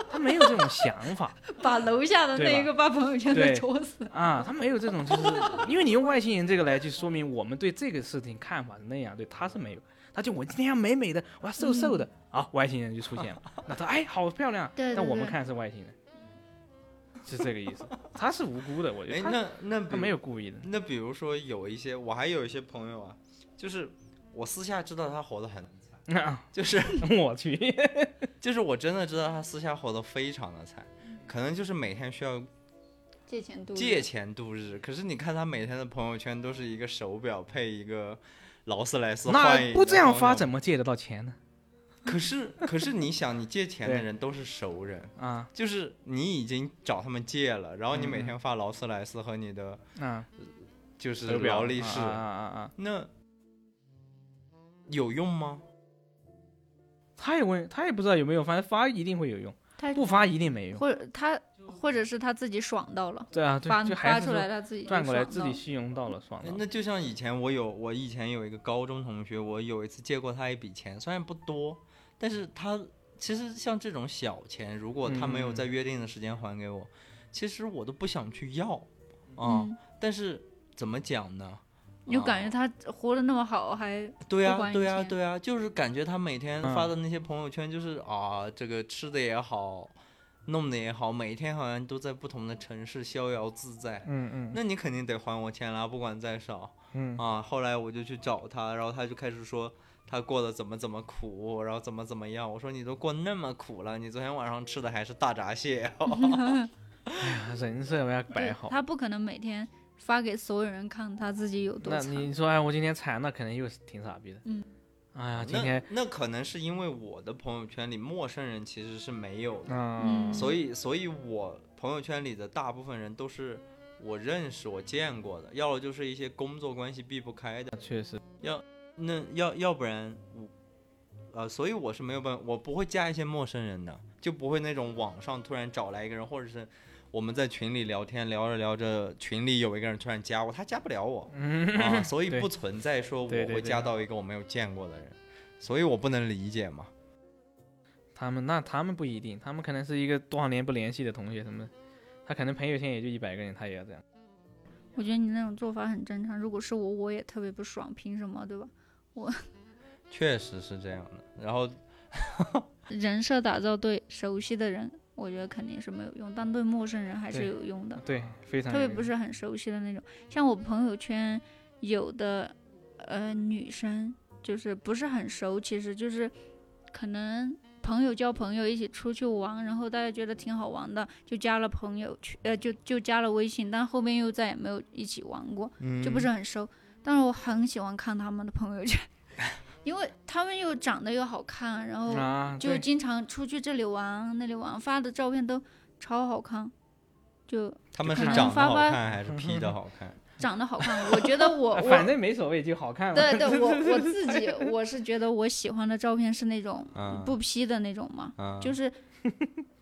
Speaker 2: 他没有这种想法。
Speaker 3: 把楼下的
Speaker 2: 对
Speaker 3: 那
Speaker 2: 吧
Speaker 3: 一个把朋友圈给
Speaker 2: 对
Speaker 3: 戳死。
Speaker 2: 啊，他没有这种，就是因为你用外星人这个来去说明我们对这个事情看法是那样，对他是没有，他就我今天要美美的，我要瘦瘦的，
Speaker 1: 嗯
Speaker 2: 啊，外星人就出现了，那他哎好漂亮啊，
Speaker 3: 对对
Speaker 2: 但我们
Speaker 3: 对
Speaker 2: 看是外星人，是这个意思，他是无辜的，我觉
Speaker 1: 哎
Speaker 2: 得，他
Speaker 1: 那那比
Speaker 2: 他
Speaker 1: 如
Speaker 2: 没有故意的，
Speaker 1: 那比如说有一些，我还有一些朋友啊，就是我私下知道他活得很惨，
Speaker 2: 啊，
Speaker 1: 就是
Speaker 2: 我去，
Speaker 1: 就是我真的知道他私下活得非常的惨，
Speaker 2: 嗯
Speaker 1: 可能就是每天需要
Speaker 3: 借钱度
Speaker 1: 借钱度日。可是你看他每天的朋友圈都是一个手表配一个劳斯莱斯，换一
Speaker 2: 那不
Speaker 1: 个
Speaker 2: 这样
Speaker 1: 方向
Speaker 2: 发
Speaker 1: 盘
Speaker 2: 怎么借得到钱呢？
Speaker 1: 可是可是你想，你借钱的
Speaker 2: 对
Speaker 1: 人都是熟人。
Speaker 2: 啊
Speaker 1: 就是你已经找他们借了，然后你每
Speaker 2: 嗯
Speaker 1: 天发劳斯莱斯和你的
Speaker 2: 啊，
Speaker 1: 就是
Speaker 2: 手表
Speaker 1: 劳力士，
Speaker 2: 啊啊啊啊，
Speaker 1: 那有用吗？
Speaker 2: 他也问，他也不知道有没有，反正发一定会有用，
Speaker 3: 他
Speaker 2: 不发一定没用，
Speaker 3: 或者他或者是他自己爽到了，
Speaker 2: 对啊，
Speaker 3: 发
Speaker 2: 对，就还
Speaker 3: 发
Speaker 2: 是
Speaker 3: 出
Speaker 2: 说
Speaker 3: 来他自己就
Speaker 2: 转过来
Speaker 3: 爽
Speaker 2: 自
Speaker 3: 到
Speaker 2: 己
Speaker 3: 了
Speaker 2: 虚荣到了，爽到了。
Speaker 1: 哎那就像以前我有，我以前有一个高中同学，我有一次借过他一笔钱，虽然不多，但是他其实像这种小钱，如果他没有在
Speaker 2: 嗯
Speaker 1: 约定的时间还给我，其实我都不想去要啊、
Speaker 3: 嗯，
Speaker 1: 但是怎么讲呢？
Speaker 3: 你就感
Speaker 1: 啊
Speaker 2: 嗯
Speaker 3: 觉他活得那么好，还
Speaker 1: 对
Speaker 3: 不
Speaker 1: 呀、
Speaker 3: 管以
Speaker 1: 对呀、
Speaker 3: 前
Speaker 1: 对呀、就是感觉他每天
Speaker 2: 嗯
Speaker 1: 发的那些朋友圈，就是、啊，这个吃的也好，弄的也好，每天好像都在不同的城市逍遥自在。
Speaker 2: 嗯嗯
Speaker 1: 那你肯定得还我钱啦，不管再少
Speaker 2: 嗯
Speaker 1: 啊。后来我就去找他，然后他就开始说他过得怎么怎么苦，然后怎么怎么样。我说你都过那么苦了，你昨天晚上吃的还是大闸蟹、哦
Speaker 2: 啊人设要
Speaker 3: 对
Speaker 2: 摆好。
Speaker 3: 他不可能每天发给所有人看他自己有多
Speaker 2: 那
Speaker 3: 惨。
Speaker 2: 你说，哎，我今天惨，那可能又是挺傻逼的。
Speaker 3: 嗯。
Speaker 2: 哎呀，今
Speaker 1: 那
Speaker 2: 天，
Speaker 1: 那可能是因为我的朋友圈里陌生人其实是没有的。
Speaker 2: 嗯，
Speaker 1: 所以，所以我朋友圈里的大部分人都是我认识、我见过的，要不就是一些工作关系避不开的，
Speaker 2: 确实，
Speaker 1: 那要要不然我，呃，所以我是没有办法，我不会加一些陌生人的，就不会那种网上突然找来一个人，或者是我们在群里聊天，聊着聊着，群里有一个人突然加我，他加不了 我，
Speaker 2: 嗯，
Speaker 1: 啊，所以
Speaker 2: 对
Speaker 1: 不存在说我
Speaker 2: 对对
Speaker 1: 会
Speaker 2: 对
Speaker 1: 加到一个我没有见过的人，所以我不能理解嘛。
Speaker 2: 他们那他们不一定，他们可能是一个多少年不联系的同学什么的，他可能朋友圈也就一百个人，他也要这样。
Speaker 3: 我觉得你那种做法很正常。如果是我，我也特别不爽，凭什么，对吧？
Speaker 1: 确实是这样的。 然后
Speaker 3: 人设打造对熟悉的人，我觉得肯定是没有用，但对陌生人还是
Speaker 2: 对
Speaker 3: 有用的。
Speaker 2: 对，非常
Speaker 3: 特别
Speaker 2: 有
Speaker 3: 不是很熟悉的那种。像我朋友圈有的呃女生，就是不是很熟，其实就是可能朋友交朋友一起出去玩，然后大家觉得挺好玩的，就加了朋友圈，呃，就就加了微信，但后面又再也没有一起玩过，
Speaker 1: 嗯，
Speaker 3: 就不是很熟。但是我很喜欢看他们的朋友圈， 因为他们又长得又好看，然后
Speaker 2: 啊，
Speaker 3: 就
Speaker 2: 对
Speaker 3: 经常出去这里玩那里玩，发的照片都超好看，就
Speaker 1: 他们
Speaker 3: 就是可能
Speaker 1: 长得
Speaker 3: 发
Speaker 1: 好
Speaker 3: 发
Speaker 1: 看 还是 P 的好看？
Speaker 3: 长得好看，我觉得我我
Speaker 2: 啊哎反正没所谓，就好看嘛。
Speaker 3: 对 对，我我自己我是觉得我喜欢的照片是那种
Speaker 2: 嗯
Speaker 1: 啊
Speaker 3: 不 P 的那种嘛，
Speaker 1: 啊，
Speaker 3: 就是是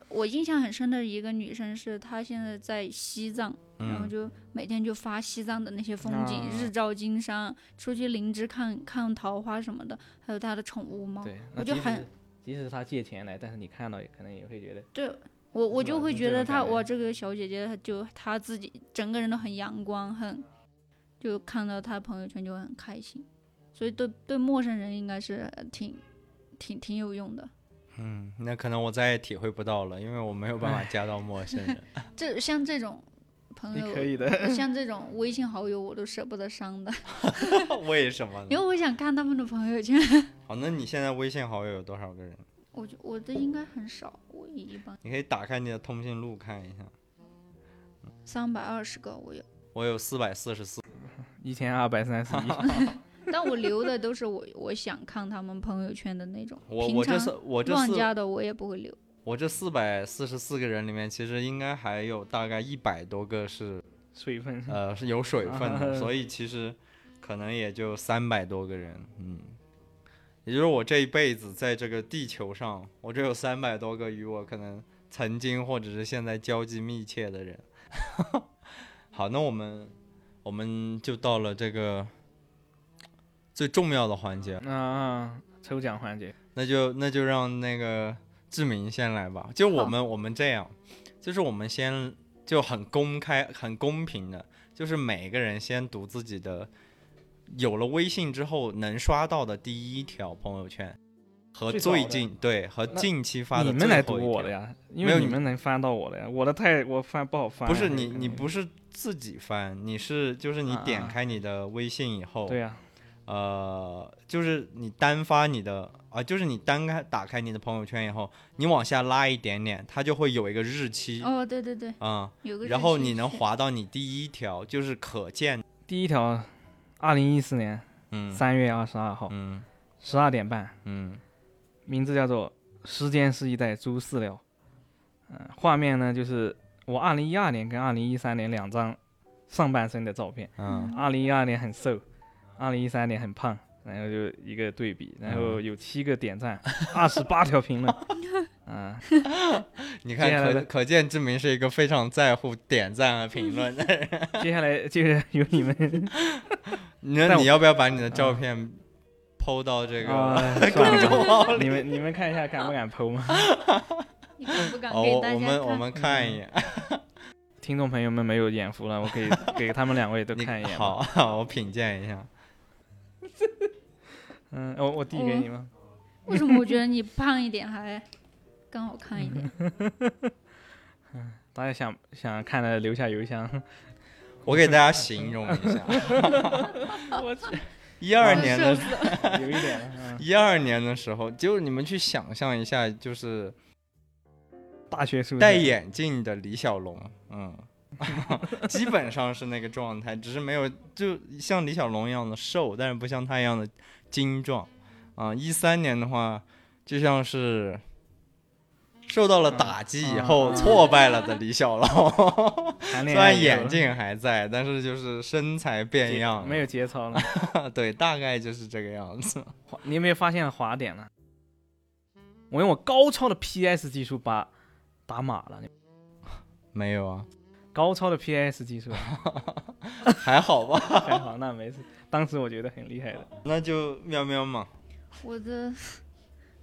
Speaker 3: 我印象很深的一个女生是她现在在西藏，然后
Speaker 1: 嗯，
Speaker 3: 就每天就发西藏的那些风景，
Speaker 2: 啊
Speaker 3: 日照金山，出去林芝看看桃花什么的，还有她的宠物猫，
Speaker 2: 对，
Speaker 3: 哦我
Speaker 2: 那
Speaker 3: 就
Speaker 2: 即使
Speaker 3: 很
Speaker 2: 即使他借钱来，但是你看到也可能也会觉得，
Speaker 3: 对。我我
Speaker 2: 是
Speaker 3: 就
Speaker 2: 吧
Speaker 3: 会
Speaker 2: 就
Speaker 3: 觉
Speaker 2: 这
Speaker 3: 得
Speaker 2: 种
Speaker 3: 她
Speaker 2: 感觉
Speaker 3: 哇，这个小姐姐她就她自己整个人都很阳光，很就看到她朋友圈就很开心，所以对对陌生人应该是呃挺挺挺有用的。
Speaker 1: 嗯，那可能我再也体会不到了，因为我没有办法加到陌生人。
Speaker 3: 这像这种朋
Speaker 2: 你可
Speaker 3: 友，
Speaker 2: 以嗯的。
Speaker 3: 像这种微信好友我都舍不得删的，
Speaker 1: 为什么
Speaker 3: 因
Speaker 1: 呢？
Speaker 3: 为我想看他们的朋友圈。
Speaker 1: 好，那你现在微信好友有多少个人？
Speaker 3: 我觉我的应该很少，我也一般
Speaker 1: 你可以打开你的通讯录看一下，
Speaker 3: 三百二十个我有，
Speaker 1: 我有四百四十四。
Speaker 2: 一千二百三十 一，
Speaker 3: 但我留的都是我我想看他们朋友圈的那种，
Speaker 1: 我
Speaker 3: 平
Speaker 1: 我这
Speaker 3: 常
Speaker 1: 四我这
Speaker 3: 乱
Speaker 1: 四
Speaker 3: 加的我也不会留。
Speaker 1: 我这四百四十四个人里面，其实应该还有大概一百多个是
Speaker 2: 水分。
Speaker 1: 呃是有水分的，
Speaker 2: 嗯啊
Speaker 1: 所以其实可能也就三百多个人，嗯，也就是我这一辈子在这个地球上，我只有三百多个与我可能曾经或者是现在交际密切的人。 好，那我们我们就到了这个最重要的环节，
Speaker 2: 啊，抽奖环节，
Speaker 1: 那就那就让那个志明先来吧。就我
Speaker 3: 好
Speaker 1: 们我们这样，就是我们先就很公开、很公平的，就是每个人先读自己的，有了微信之后能刷到的第一条朋友圈和
Speaker 2: 最早的
Speaker 1: 最近对和
Speaker 2: 那
Speaker 1: 近期发的
Speaker 2: 你们来
Speaker 1: 最
Speaker 2: 读
Speaker 1: 后一
Speaker 2: 我
Speaker 1: 条
Speaker 2: 的。呀，因
Speaker 1: 没有
Speaker 2: 为你
Speaker 1: 你
Speaker 2: 们能翻到我的呀，我的太我翻不好翻呀。
Speaker 1: 不是你，
Speaker 2: 可
Speaker 1: 你
Speaker 2: 能
Speaker 1: 不是自己翻，你是就是你
Speaker 2: 啊
Speaker 1: 点
Speaker 2: 啊
Speaker 1: 开你的微信以后，
Speaker 2: 对呀，
Speaker 1: 呃，就是你单发你的啊、就是你单开打开你的朋友圈以后，你往下拉一点点，它就会有一个日期啊、
Speaker 3: 哦，对对对，有个
Speaker 1: 嗯
Speaker 3: 日
Speaker 1: 然后
Speaker 3: 期
Speaker 1: 你能
Speaker 3: 是
Speaker 1: 滑到你第一条，就是可见，
Speaker 2: 第一条，二零一四年
Speaker 1: 嗯
Speaker 2: 三月二十二号
Speaker 1: 嗯
Speaker 2: 十二点半，
Speaker 1: 嗯
Speaker 2: 名字叫做《时间是一袋猪饲料》。嗯、画面呢就是我二零一二年跟二零一三年两张上半身的照片。
Speaker 1: 嗯
Speaker 3: 啊
Speaker 2: 二零一二年很瘦，二零一三年很胖，然后就一个对比，然后
Speaker 1: 嗯
Speaker 2: 有七个点赞，二十八条评 论。啊，
Speaker 1: 你
Speaker 2: 接下
Speaker 1: 看
Speaker 2: 来
Speaker 1: 可
Speaker 2: 的
Speaker 1: 可见志明是一个非常在乎点赞和评论的 人。
Speaker 2: 接下来就是由你们
Speaker 1: 那
Speaker 2: 但
Speaker 1: 你
Speaker 2: 我嗯
Speaker 1: 要不要把你的照片抛到这个？
Speaker 2: 啊，算了，你们你们看一下敢不敢剖吗？
Speaker 3: 你敢不敢
Speaker 1: 哦，
Speaker 3: 给
Speaker 1: 我
Speaker 3: 大家
Speaker 1: 我
Speaker 3: 看？
Speaker 1: 们我
Speaker 2: 嗯
Speaker 1: 们看一眼，
Speaker 2: 听众朋友们没有眼福了，我可以给他们两位都
Speaker 1: 你
Speaker 2: 看一眼。
Speaker 1: 好，，好，我品鉴一下。
Speaker 2: 嗯，我我递给你吗？
Speaker 3: 为什么我觉得你胖一点还更好看一点？
Speaker 2: 嗯大家想想看的留下邮箱。
Speaker 1: 我给大家形容一下， 一 二年的
Speaker 3: 社死
Speaker 2: 有一点了，嗯，
Speaker 1: 一二年的时候，就是你们去想象一下，就是
Speaker 2: 大学宿舍
Speaker 1: 戴眼镜的李小龙，嗯， 基本上是那个状态，只是没有就像李小龙一样的瘦，但是不像他一样的精壮。啊，一三年的话，就像是受到了打击以后
Speaker 2: 嗯嗯
Speaker 1: 挫败了的李 小龙，
Speaker 2: 谈
Speaker 1: 虽
Speaker 2: 恋爱
Speaker 1: 然眼
Speaker 2: 有
Speaker 1: 镜还在，但是就是身材变样了，
Speaker 2: 没有节操了。
Speaker 1: 对，大概就是这个样子。
Speaker 2: 滑你有没有发现了滑点呢？我用我高超的 PS 技术把打码了，
Speaker 1: 没有啊，
Speaker 2: 高超的 PS 技术，
Speaker 1: 还好吧。
Speaker 2: 还好那没事。当时我觉得很厉 害的，
Speaker 1: 那就喵喵嘛，
Speaker 3: 我的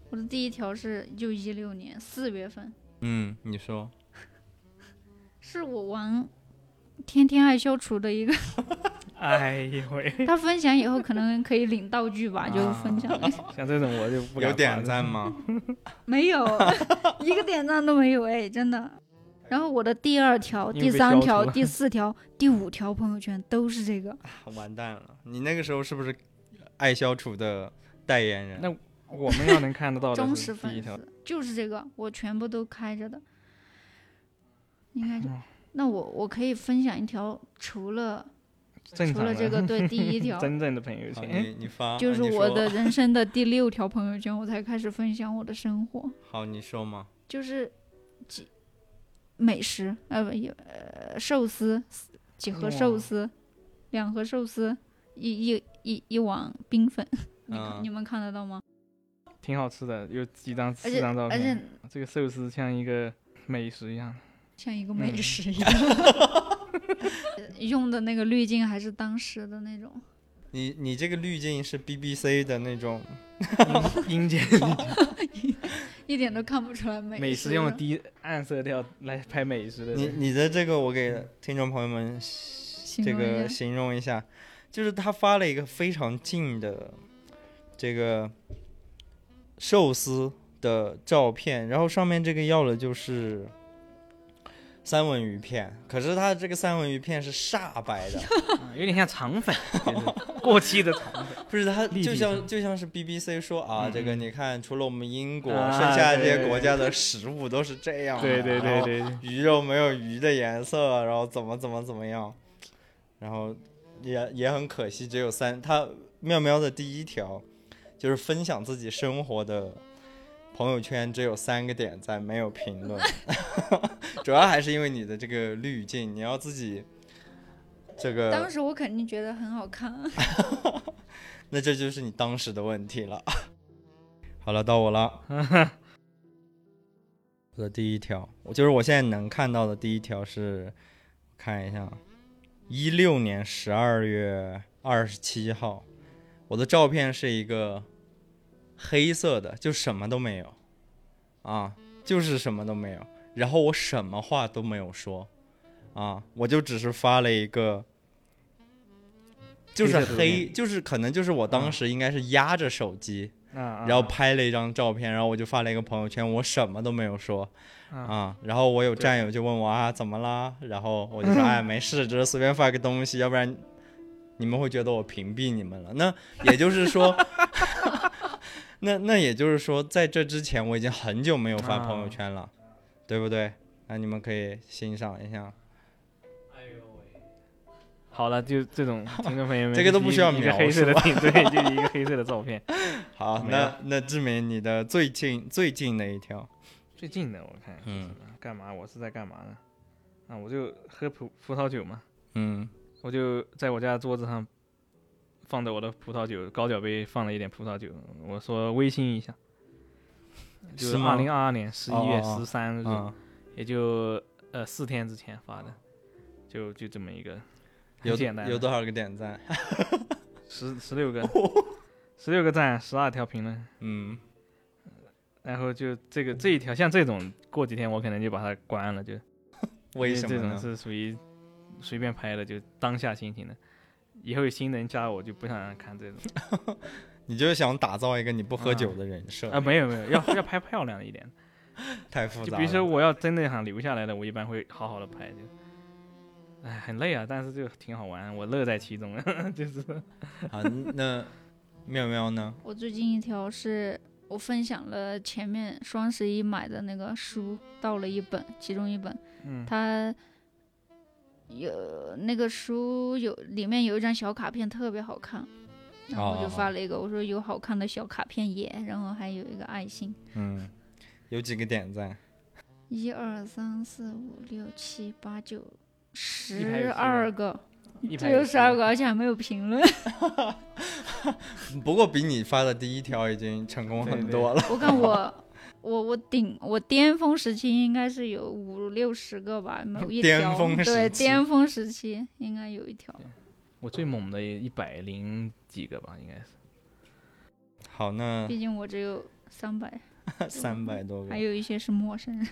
Speaker 3: 我的第一条是就一六年四月份，
Speaker 1: 嗯，你说，
Speaker 3: 是我玩天天爱消除 的一个，
Speaker 2: 哎呦喂，啊
Speaker 3: 他分享以后可能可以领道具吧，就分享了。
Speaker 2: 像这种我就不敢
Speaker 1: 有点
Speaker 2: 发
Speaker 1: 赞吗？
Speaker 3: 没有， 一个点赞都没有，哎，真的。然后我的第二条、
Speaker 2: 因为
Speaker 3: 第
Speaker 2: 被
Speaker 3: 三
Speaker 2: 消
Speaker 3: 条、
Speaker 2: 除了
Speaker 3: 第四条、第五条朋友圈都是这个。
Speaker 1: 完蛋了，你那个时候是不是爱消除的代言人？
Speaker 2: 那我们要能看得到
Speaker 3: 忠
Speaker 2: 的
Speaker 3: 实
Speaker 2: 是第一
Speaker 3: 粉
Speaker 2: 条，
Speaker 3: 丝，就是这个，我全部都开着的。应该就
Speaker 2: 嗯
Speaker 3: 那我我可以分享一条，除了
Speaker 2: 正
Speaker 3: 除
Speaker 2: 常
Speaker 3: 了
Speaker 2: 的
Speaker 3: 这个 对第一条，
Speaker 2: 真正的朋友
Speaker 1: 好
Speaker 2: 圈，
Speaker 1: 你你发，啊
Speaker 3: 就是
Speaker 1: 你
Speaker 3: 我
Speaker 1: 说
Speaker 3: 的人生的第六条朋友圈，我才开始分享我的生活，
Speaker 1: 好，你说嘛？
Speaker 3: 就是几美食，呃不也呃寿司几盒寿
Speaker 2: 哇
Speaker 3: 司，两盒寿司，一一一一碗冰粉，你看
Speaker 1: 嗯
Speaker 3: 你们看得到吗？
Speaker 2: 挺好吃的，有几张
Speaker 3: 而
Speaker 2: 四
Speaker 3: 且
Speaker 2: 张照
Speaker 3: 而且
Speaker 2: 片，这个寿司像一个美食一样，
Speaker 3: 像一个美
Speaker 2: 嗯
Speaker 3: 食一样。 用的那个滤镜还是当时的那种，
Speaker 1: 你你这个滤镜是 BBC 的那种，
Speaker 2: 阴间
Speaker 3: 一点都看不出来美
Speaker 2: 美
Speaker 3: 食啊
Speaker 2: 食用低暗色调来拍美食的
Speaker 1: 你
Speaker 2: 人，
Speaker 1: 你的这个我给听众朋友们
Speaker 3: 形
Speaker 1: 这
Speaker 3: 容一
Speaker 1: 个
Speaker 3: 下
Speaker 1: 形容一下，就是他发了一个非常近的这个寿司的照片，然后上面这个要的就是三文鱼片，可是他这个三文鱼片是煞白 的，
Speaker 2: 啊有点像肠粉，就是过期的肠粉，
Speaker 1: 不是他
Speaker 2: 立
Speaker 1: 就
Speaker 2: 体
Speaker 1: 像
Speaker 2: 上
Speaker 1: 就像是 BBC 说啊，这个
Speaker 2: 嗯嗯
Speaker 1: 你看，除了我们英国，
Speaker 2: 啊
Speaker 1: 剩下这些
Speaker 2: 对
Speaker 1: 国家的食物都是这样的，
Speaker 2: 对对对对，对
Speaker 1: 鱼肉没有鱼的颜色，然后怎么怎么怎么样，然后也也很可惜，只有三。他妙妙的第一条就是分享自己生活的朋友圈，只有三个点赞，没有评论， 主要还是因为你的这个滤镜，你要自己这
Speaker 3: 当
Speaker 1: 个，
Speaker 3: 时我肯定觉得很好看，
Speaker 1: 那这就是你当时的问题了。好了，到我了。 我的第一条，我就是我现在能看到的第一条是，我看一下，一六年十二月二十七号，我的照片是一个黑色的，就什么都没有，啊，就是什么都没有，然后我什么话都没有说，啊，我就只是发了一个。就是
Speaker 2: 黑色的图
Speaker 1: 黑，
Speaker 2: 片
Speaker 1: 就是可能就是我当时应该是压着手机，
Speaker 2: 啊啊，
Speaker 1: 然后拍了一张照片，然后我就发了一个朋友圈，我什么都没有说
Speaker 2: 啊
Speaker 1: 啊、然后我有战友就问我啊，怎么啦？然后我就 说，哎，没事，只是随便发个东西，要不然你们会觉得我屏蔽你们了。那也就是说， 那那也就是说，在这之前我已经很久没有发朋友
Speaker 2: 啊
Speaker 1: 圈了，对不对？那你们可以欣赏一下，
Speaker 2: 好了，就这 种听众朋友们，
Speaker 1: 这个都
Speaker 2: 就是
Speaker 1: 不需要
Speaker 2: 一
Speaker 1: 描
Speaker 2: 个黑色的
Speaker 1: 述啊
Speaker 2: 顶， 对，就是一个黑色的 照片。
Speaker 1: 好，
Speaker 2: 没
Speaker 1: 那
Speaker 2: 了
Speaker 1: 那志明，你的最近最近的一条，
Speaker 2: 最近的我看，
Speaker 1: 嗯
Speaker 2: 嗯，干嘛？我是在干嘛呢？啊，我就喝葡葡萄酒嘛，
Speaker 1: 嗯
Speaker 2: 我就在我家的桌子上放着我的葡萄酒，高脚杯放了一点葡萄酒，我说微醺一下。就是是
Speaker 1: 吗
Speaker 2: 二零二二年十一月
Speaker 1: 哦哦哦
Speaker 2: 十三日，
Speaker 1: 啊，
Speaker 2: 也就呃四天之前发的，就就这么一个，很
Speaker 1: 哦有
Speaker 2: 简单的，
Speaker 1: 有多哦少个点赞？
Speaker 2: 十十六个， 十六个赞，十二条评论。
Speaker 1: 嗯。
Speaker 2: 然后就这个这一条，像这种，过几天我可能就把它关了，就
Speaker 1: 为什么
Speaker 2: 因这种
Speaker 1: 呢？
Speaker 2: 是属于随便拍的，就当下心情的。以后有新人加我，就不想让他看这种
Speaker 1: 你就是想打造一个你不喝酒的人设，
Speaker 2: 啊，没有没有，要要拍漂亮一点。
Speaker 1: 太复
Speaker 2: 就
Speaker 1: 杂了。
Speaker 2: 比如说我要真的想留下来的，我一般会好好的拍，就，哎，很累啊，但是就挺好玩，我乐在其中， 就是
Speaker 1: 啊，那妙妙呢？
Speaker 3: 我最近一条是我分享了前面双十一买的那个书，到了一本，其中一本，
Speaker 2: 嗯
Speaker 3: 它有那个书有里面有一张小卡片特别好看，然后我
Speaker 2: 哦
Speaker 3: 就发了一个，我说有好看的小卡片耶，然后还有一个爱心，
Speaker 1: 嗯，有几个点赞？
Speaker 3: 一二三四五六七八九
Speaker 2: 一排有
Speaker 3: 十
Speaker 2: 十
Speaker 3: 二
Speaker 2: 二
Speaker 3: 个，
Speaker 2: 一
Speaker 3: 这
Speaker 2: 拍
Speaker 3: 有
Speaker 2: 就
Speaker 3: 十二
Speaker 2: 行
Speaker 3: 个，而且还没有评论。
Speaker 1: 不过比你发的第一条已经成功很多了。
Speaker 3: 我看我 我我顶我巅峰时期应该是有五六十个吧，某一条
Speaker 1: 巅峰时期
Speaker 3: 对巅峰时期应该有一条。
Speaker 2: 我最猛的也一百零几个吧，应该是。
Speaker 1: 好，那
Speaker 3: 毕竟我只有三百，
Speaker 1: 三百多个
Speaker 3: 还，有一些是陌生人。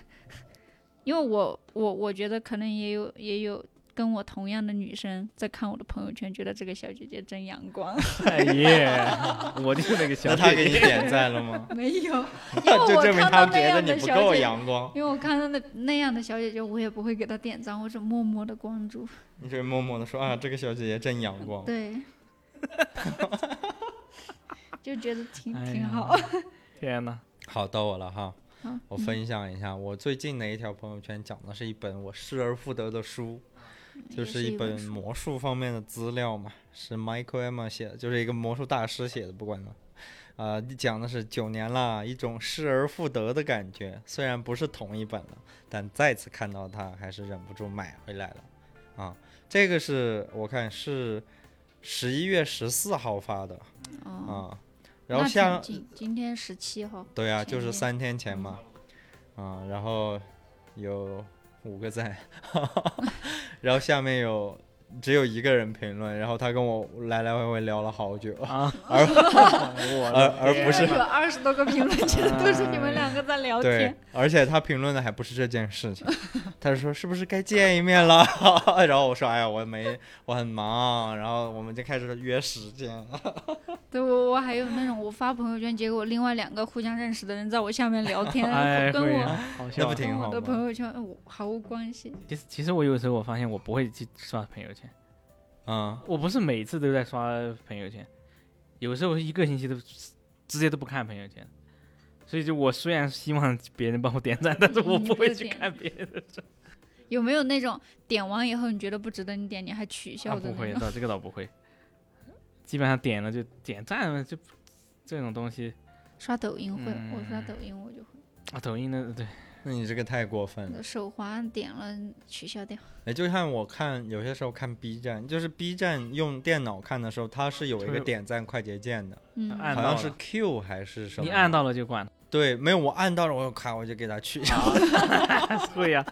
Speaker 3: 因为我我我觉得可能也有也有跟我同样的女生在看我的朋友圈，觉得这个小姐姐真阳光。
Speaker 2: 哎耶， 我就是那个小
Speaker 1: 那他
Speaker 2: 姐
Speaker 1: 给你
Speaker 2: 姐，
Speaker 1: 点赞了吗？
Speaker 3: 没有， 因为
Speaker 1: 就
Speaker 3: 我
Speaker 1: 证明
Speaker 3: 看
Speaker 1: 他
Speaker 3: 到那
Speaker 1: 觉得
Speaker 3: 样
Speaker 1: 你
Speaker 3: 的
Speaker 1: 不
Speaker 3: 小
Speaker 1: 够
Speaker 3: 姐，
Speaker 1: 阳光，
Speaker 3: 因为我看到那那样的小姐姐，我也不会给她点赞，我只默默的关注。
Speaker 1: 你就默默的说啊，这个小姐姐真阳光。
Speaker 3: 对，就觉得挺
Speaker 2: 哎
Speaker 3: 挺
Speaker 2: 呀
Speaker 3: 好。
Speaker 2: 天哪，
Speaker 1: 好，到我了哈
Speaker 3: 好。
Speaker 1: 我分享一下，我最近的一条朋友圈讲的是一本我失而复得的书，就
Speaker 3: 也
Speaker 1: 是
Speaker 3: 一
Speaker 1: 本
Speaker 3: 书
Speaker 1: 魔术方面的资料嘛，是 Michael Emma 写的，就是一个魔术大师写的，不管了。啊，讲的是九年啦，一种失而复得的感觉。虽然不是同一本了，但再次看到它，还是忍不住买回来了。啊，这个是我看是十一月十四号发的
Speaker 3: 哦，
Speaker 1: 啊，然后
Speaker 3: 那挺
Speaker 1: 像
Speaker 3: 近今天十七号，
Speaker 1: 对啊，
Speaker 3: 前
Speaker 1: 就是
Speaker 3: 面
Speaker 1: 三天前嘛，啊、然后有五个赞， 然后下面有只有一个人评论，然后他跟我来来回回聊了好久，
Speaker 2: 啊，
Speaker 1: 而
Speaker 2: 我
Speaker 1: 而
Speaker 2: 的
Speaker 1: 而不是啊
Speaker 2: 天
Speaker 3: 有二十多个评论，全都是你
Speaker 2: 哎
Speaker 3: 们两个在聊
Speaker 1: 对
Speaker 3: 天。，
Speaker 1: 而且他评论的还不是这件事 情，他说是不是该见一面了？ 然后我说哎呀，我没，我很忙，然后我们就开始约时间，
Speaker 3: 对，我我还有那种我发朋友圈，结果另外两个互相认识的人在我下面聊 天，
Speaker 2: 哎，
Speaker 3: 跟
Speaker 2: 会
Speaker 3: 我
Speaker 2: 呀好
Speaker 1: 那
Speaker 2: 笑
Speaker 1: 不。
Speaker 3: 跟
Speaker 1: 挺
Speaker 3: 我
Speaker 1: 好
Speaker 3: 的
Speaker 1: 吗
Speaker 3: 朋友圈呃我毫无关系。
Speaker 2: 其实其实我有时候我发现我不会去刷朋友圈，
Speaker 1: 嗯，
Speaker 2: 我不是每次都在刷朋友圈，有时候一个星期都直接都不看朋友圈。所以就我虽然希望别人帮我点赞，但是我
Speaker 3: 你
Speaker 2: 不会
Speaker 3: 不
Speaker 2: 去
Speaker 3: 点
Speaker 2: 看别人的赞。
Speaker 3: 有没有那种点完以后你觉得不值得你点，你还取
Speaker 2: 啊，
Speaker 3: 笑的
Speaker 2: 不会
Speaker 3: 那种？
Speaker 2: 的，这个倒不会。基本上点了就点赞了，就这种东西
Speaker 3: 刷抖音会，我刷
Speaker 2: 嗯
Speaker 3: 抖音我就会，
Speaker 2: 啊，抖音的对，
Speaker 1: 那你这个太过分了。
Speaker 3: 手滑点了取消掉。
Speaker 1: 哎，就像我看有些时候看 B 站，就是 B 站用电脑看的时候，它是有一
Speaker 2: 就
Speaker 1: 个
Speaker 2: 是
Speaker 1: 点赞快捷键的，
Speaker 3: 嗯，
Speaker 2: 按
Speaker 1: 好
Speaker 2: 到
Speaker 1: 像是
Speaker 2: 了
Speaker 1: Q 还是什么？
Speaker 2: 你按到了 就关了。
Speaker 1: 对，没有我按到了，我咔我就给它取消。
Speaker 2: 对呀、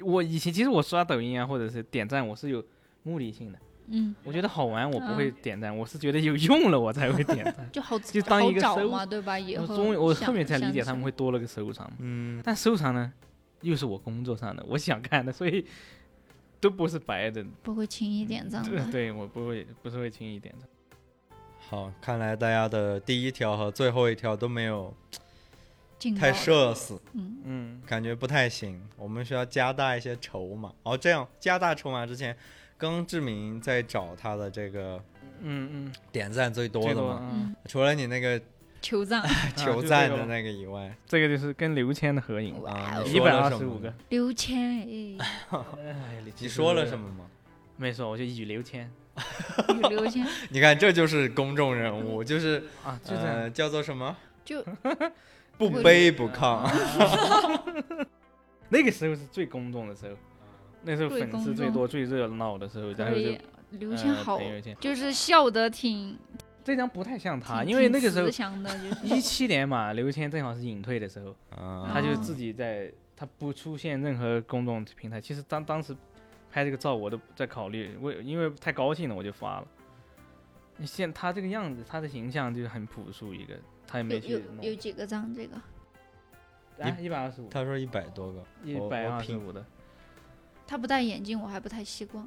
Speaker 2: 我以前其实我刷抖音啊，或者是点赞，我是有目的性的。
Speaker 3: 嗯，。
Speaker 2: 我觉得好玩，我不会点赞，我是觉得有用了我才会点赞
Speaker 3: 就好
Speaker 2: 就当
Speaker 3: 好
Speaker 2: 一个
Speaker 3: 找
Speaker 2: 收
Speaker 3: 嘛，对 吧？以
Speaker 2: 我
Speaker 3: 后
Speaker 2: 终于我后
Speaker 3: 想
Speaker 2: 面才理解
Speaker 3: 想
Speaker 2: 他们
Speaker 3: 起
Speaker 2: 会多了个收藏嘛，
Speaker 1: 嗯，
Speaker 2: 但收藏呢，又是我工作上的，我想看的，所以都不是白的。
Speaker 3: 不会轻易点赞
Speaker 2: 对
Speaker 3: 的。
Speaker 2: 对，我不会不是会轻易点赞。
Speaker 1: 好，看来大家的第一条和最后一条都没有
Speaker 3: 劲
Speaker 1: 太
Speaker 3: 爆的，
Speaker 1: 社死，
Speaker 3: 嗯，
Speaker 2: 嗯，
Speaker 1: 感觉不太行。我们需要加大一些筹码。哦，这样加大筹码之前，刚志明在找他的这个
Speaker 2: 嗯
Speaker 1: 点赞最
Speaker 2: 嗯，
Speaker 1: 多
Speaker 2: 这
Speaker 1: 的
Speaker 2: 个
Speaker 1: 嘛，
Speaker 2: 嗯，
Speaker 1: 除了你那个
Speaker 3: 求赞，
Speaker 1: 求
Speaker 2: 啊就这
Speaker 1: 赞
Speaker 2: 个
Speaker 1: 的
Speaker 2: 嘛
Speaker 1: 那个以外，
Speaker 2: 这个就是跟刘谦的合影，
Speaker 3: 哇
Speaker 1: 啊，
Speaker 3: 哦
Speaker 1: 你
Speaker 2: 一
Speaker 1: 说
Speaker 2: 百
Speaker 1: 了
Speaker 2: 二
Speaker 1: 什
Speaker 2: 十
Speaker 1: 么
Speaker 2: 五个
Speaker 1: 呢。
Speaker 3: 刘谦，哎，
Speaker 2: 哎
Speaker 1: 你说了什？么吗？
Speaker 2: 没说，我就与刘谦
Speaker 3: 有刘谦，
Speaker 1: 你看，这就是公众人物，就是
Speaker 2: 啊， 就这样。
Speaker 1: 呃，叫做什么？
Speaker 3: 就 啊
Speaker 1: 不
Speaker 3: 我
Speaker 1: 卑不亢。
Speaker 2: 那个时候是最公众的时候，那时候
Speaker 3: 最
Speaker 2: 粉丝
Speaker 3: 公
Speaker 2: 最
Speaker 3: 众
Speaker 2: 多、最热闹的时候，然
Speaker 3: 可
Speaker 2: 后就
Speaker 3: 以。刘谦
Speaker 2: 呃
Speaker 3: 好
Speaker 2: 朋，友圈
Speaker 3: 就是笑得挺
Speaker 2: 这张不太像他，
Speaker 3: 挺
Speaker 2: 啊因为
Speaker 3: 挺
Speaker 2: 那个时候
Speaker 3: 慈祥的，就是
Speaker 2: 一七年嘛，刘谦正好是隐退的时候，
Speaker 1: 啊
Speaker 2: 他就
Speaker 3: 哦
Speaker 2: 自己在，他不出现任何公众平台。其实当当时拍这个照，我都在考虑，为因为太高兴了，我就发了。你现他这个样子，他的形象就很朴素一个，他也没
Speaker 3: 有
Speaker 2: 去
Speaker 3: 有有
Speaker 2: 弄。
Speaker 3: 几个赞这个？
Speaker 2: 啊，一百二十五，
Speaker 1: 他说一百多个，
Speaker 2: 一
Speaker 1: 我
Speaker 2: 百
Speaker 1: 我
Speaker 2: 二十
Speaker 1: 评
Speaker 2: 五的。
Speaker 3: 他不戴眼镜，我还不太习惯。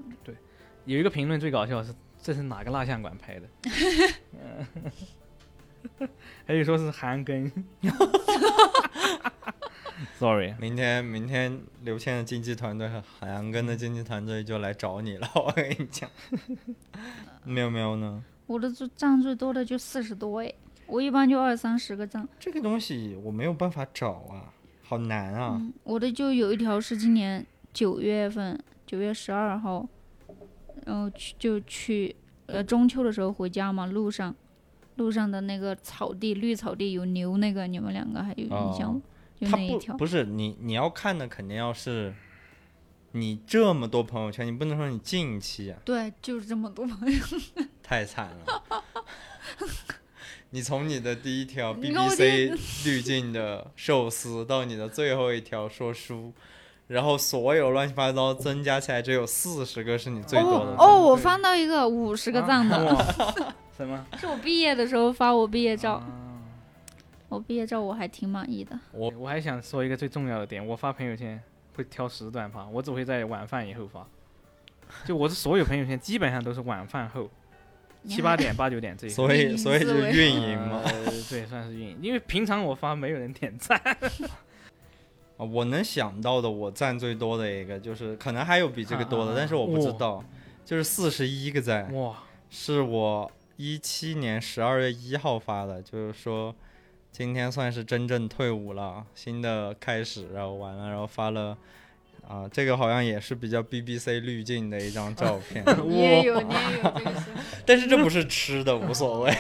Speaker 2: 有一个评论最搞笑是，这是哪个蜡像馆拍的？ 嗯还有说是韩庚，sorry，
Speaker 1: 明天明天刘谦的经纪团队和海洋根的经纪团队就来找你了， 我跟你讲。喵喵呢？
Speaker 3: 我的最赞最多的就四十多哎，我一般就二三十个赞。
Speaker 1: 这个东西我没有办法找啊，好难啊。
Speaker 3: 嗯，我的就有一条是今年九月份，九月十二号，然后去就去呃中秋的时候回家嘛，路上路上的那个草地绿草地有牛，那个你们两个还有印象吗？就
Speaker 1: 他
Speaker 3: 那一
Speaker 1: 不
Speaker 3: 条，
Speaker 1: 不是你你要看的肯定要是，你这么多朋友圈，你不能说你近期啊，
Speaker 3: 对，就是这么多朋友。
Speaker 1: 太惨了。 你从你的第一条
Speaker 3: 你看我这
Speaker 1: BBC 滤镜的寿司，到你的最后一条说书，然后所有乱七八糟增加起来只有四十个是你最多的
Speaker 3: 哦
Speaker 1: 赞。
Speaker 2: 对
Speaker 3: 哦，
Speaker 2: 啊
Speaker 3: 我翻到一个五十个赞的，
Speaker 2: 哇，什 么？
Speaker 3: 是我毕业的时候发我毕业照，
Speaker 2: 啊
Speaker 3: 我毕业照我还挺满意的。
Speaker 1: 我
Speaker 2: 我还想说一个最重要的点，我发朋友圈会挑时段发，我只会在晚饭以后发。就我的所有朋友圈基本上都是晚饭 后
Speaker 3: 你
Speaker 2: 七八
Speaker 3: 还
Speaker 2: 点八九点这一
Speaker 1: 所
Speaker 3: 运
Speaker 1: 以
Speaker 3: 营
Speaker 1: 所以
Speaker 3: 思
Speaker 1: 就
Speaker 3: 维
Speaker 1: 运营嘛。
Speaker 2: 呃对，算是运营，因为平常我发没有人点赞。
Speaker 1: 啊我能想到的，我赞最多的一个就是，可能还有比这个多的，
Speaker 2: 啊
Speaker 1: 但是我不知
Speaker 2: 哇
Speaker 1: 道，就是四十一个赞。
Speaker 2: 哇，
Speaker 1: 是我一七年十二月一号发的，就是说今天算是真正退伍了，新的开始，然后完了，然后发了。啊，这个好像也是比较 BBC 滤镜的一张照 片，
Speaker 3: 你也有，你也有这个想法，
Speaker 1: 但是这不是吃的，无所谓。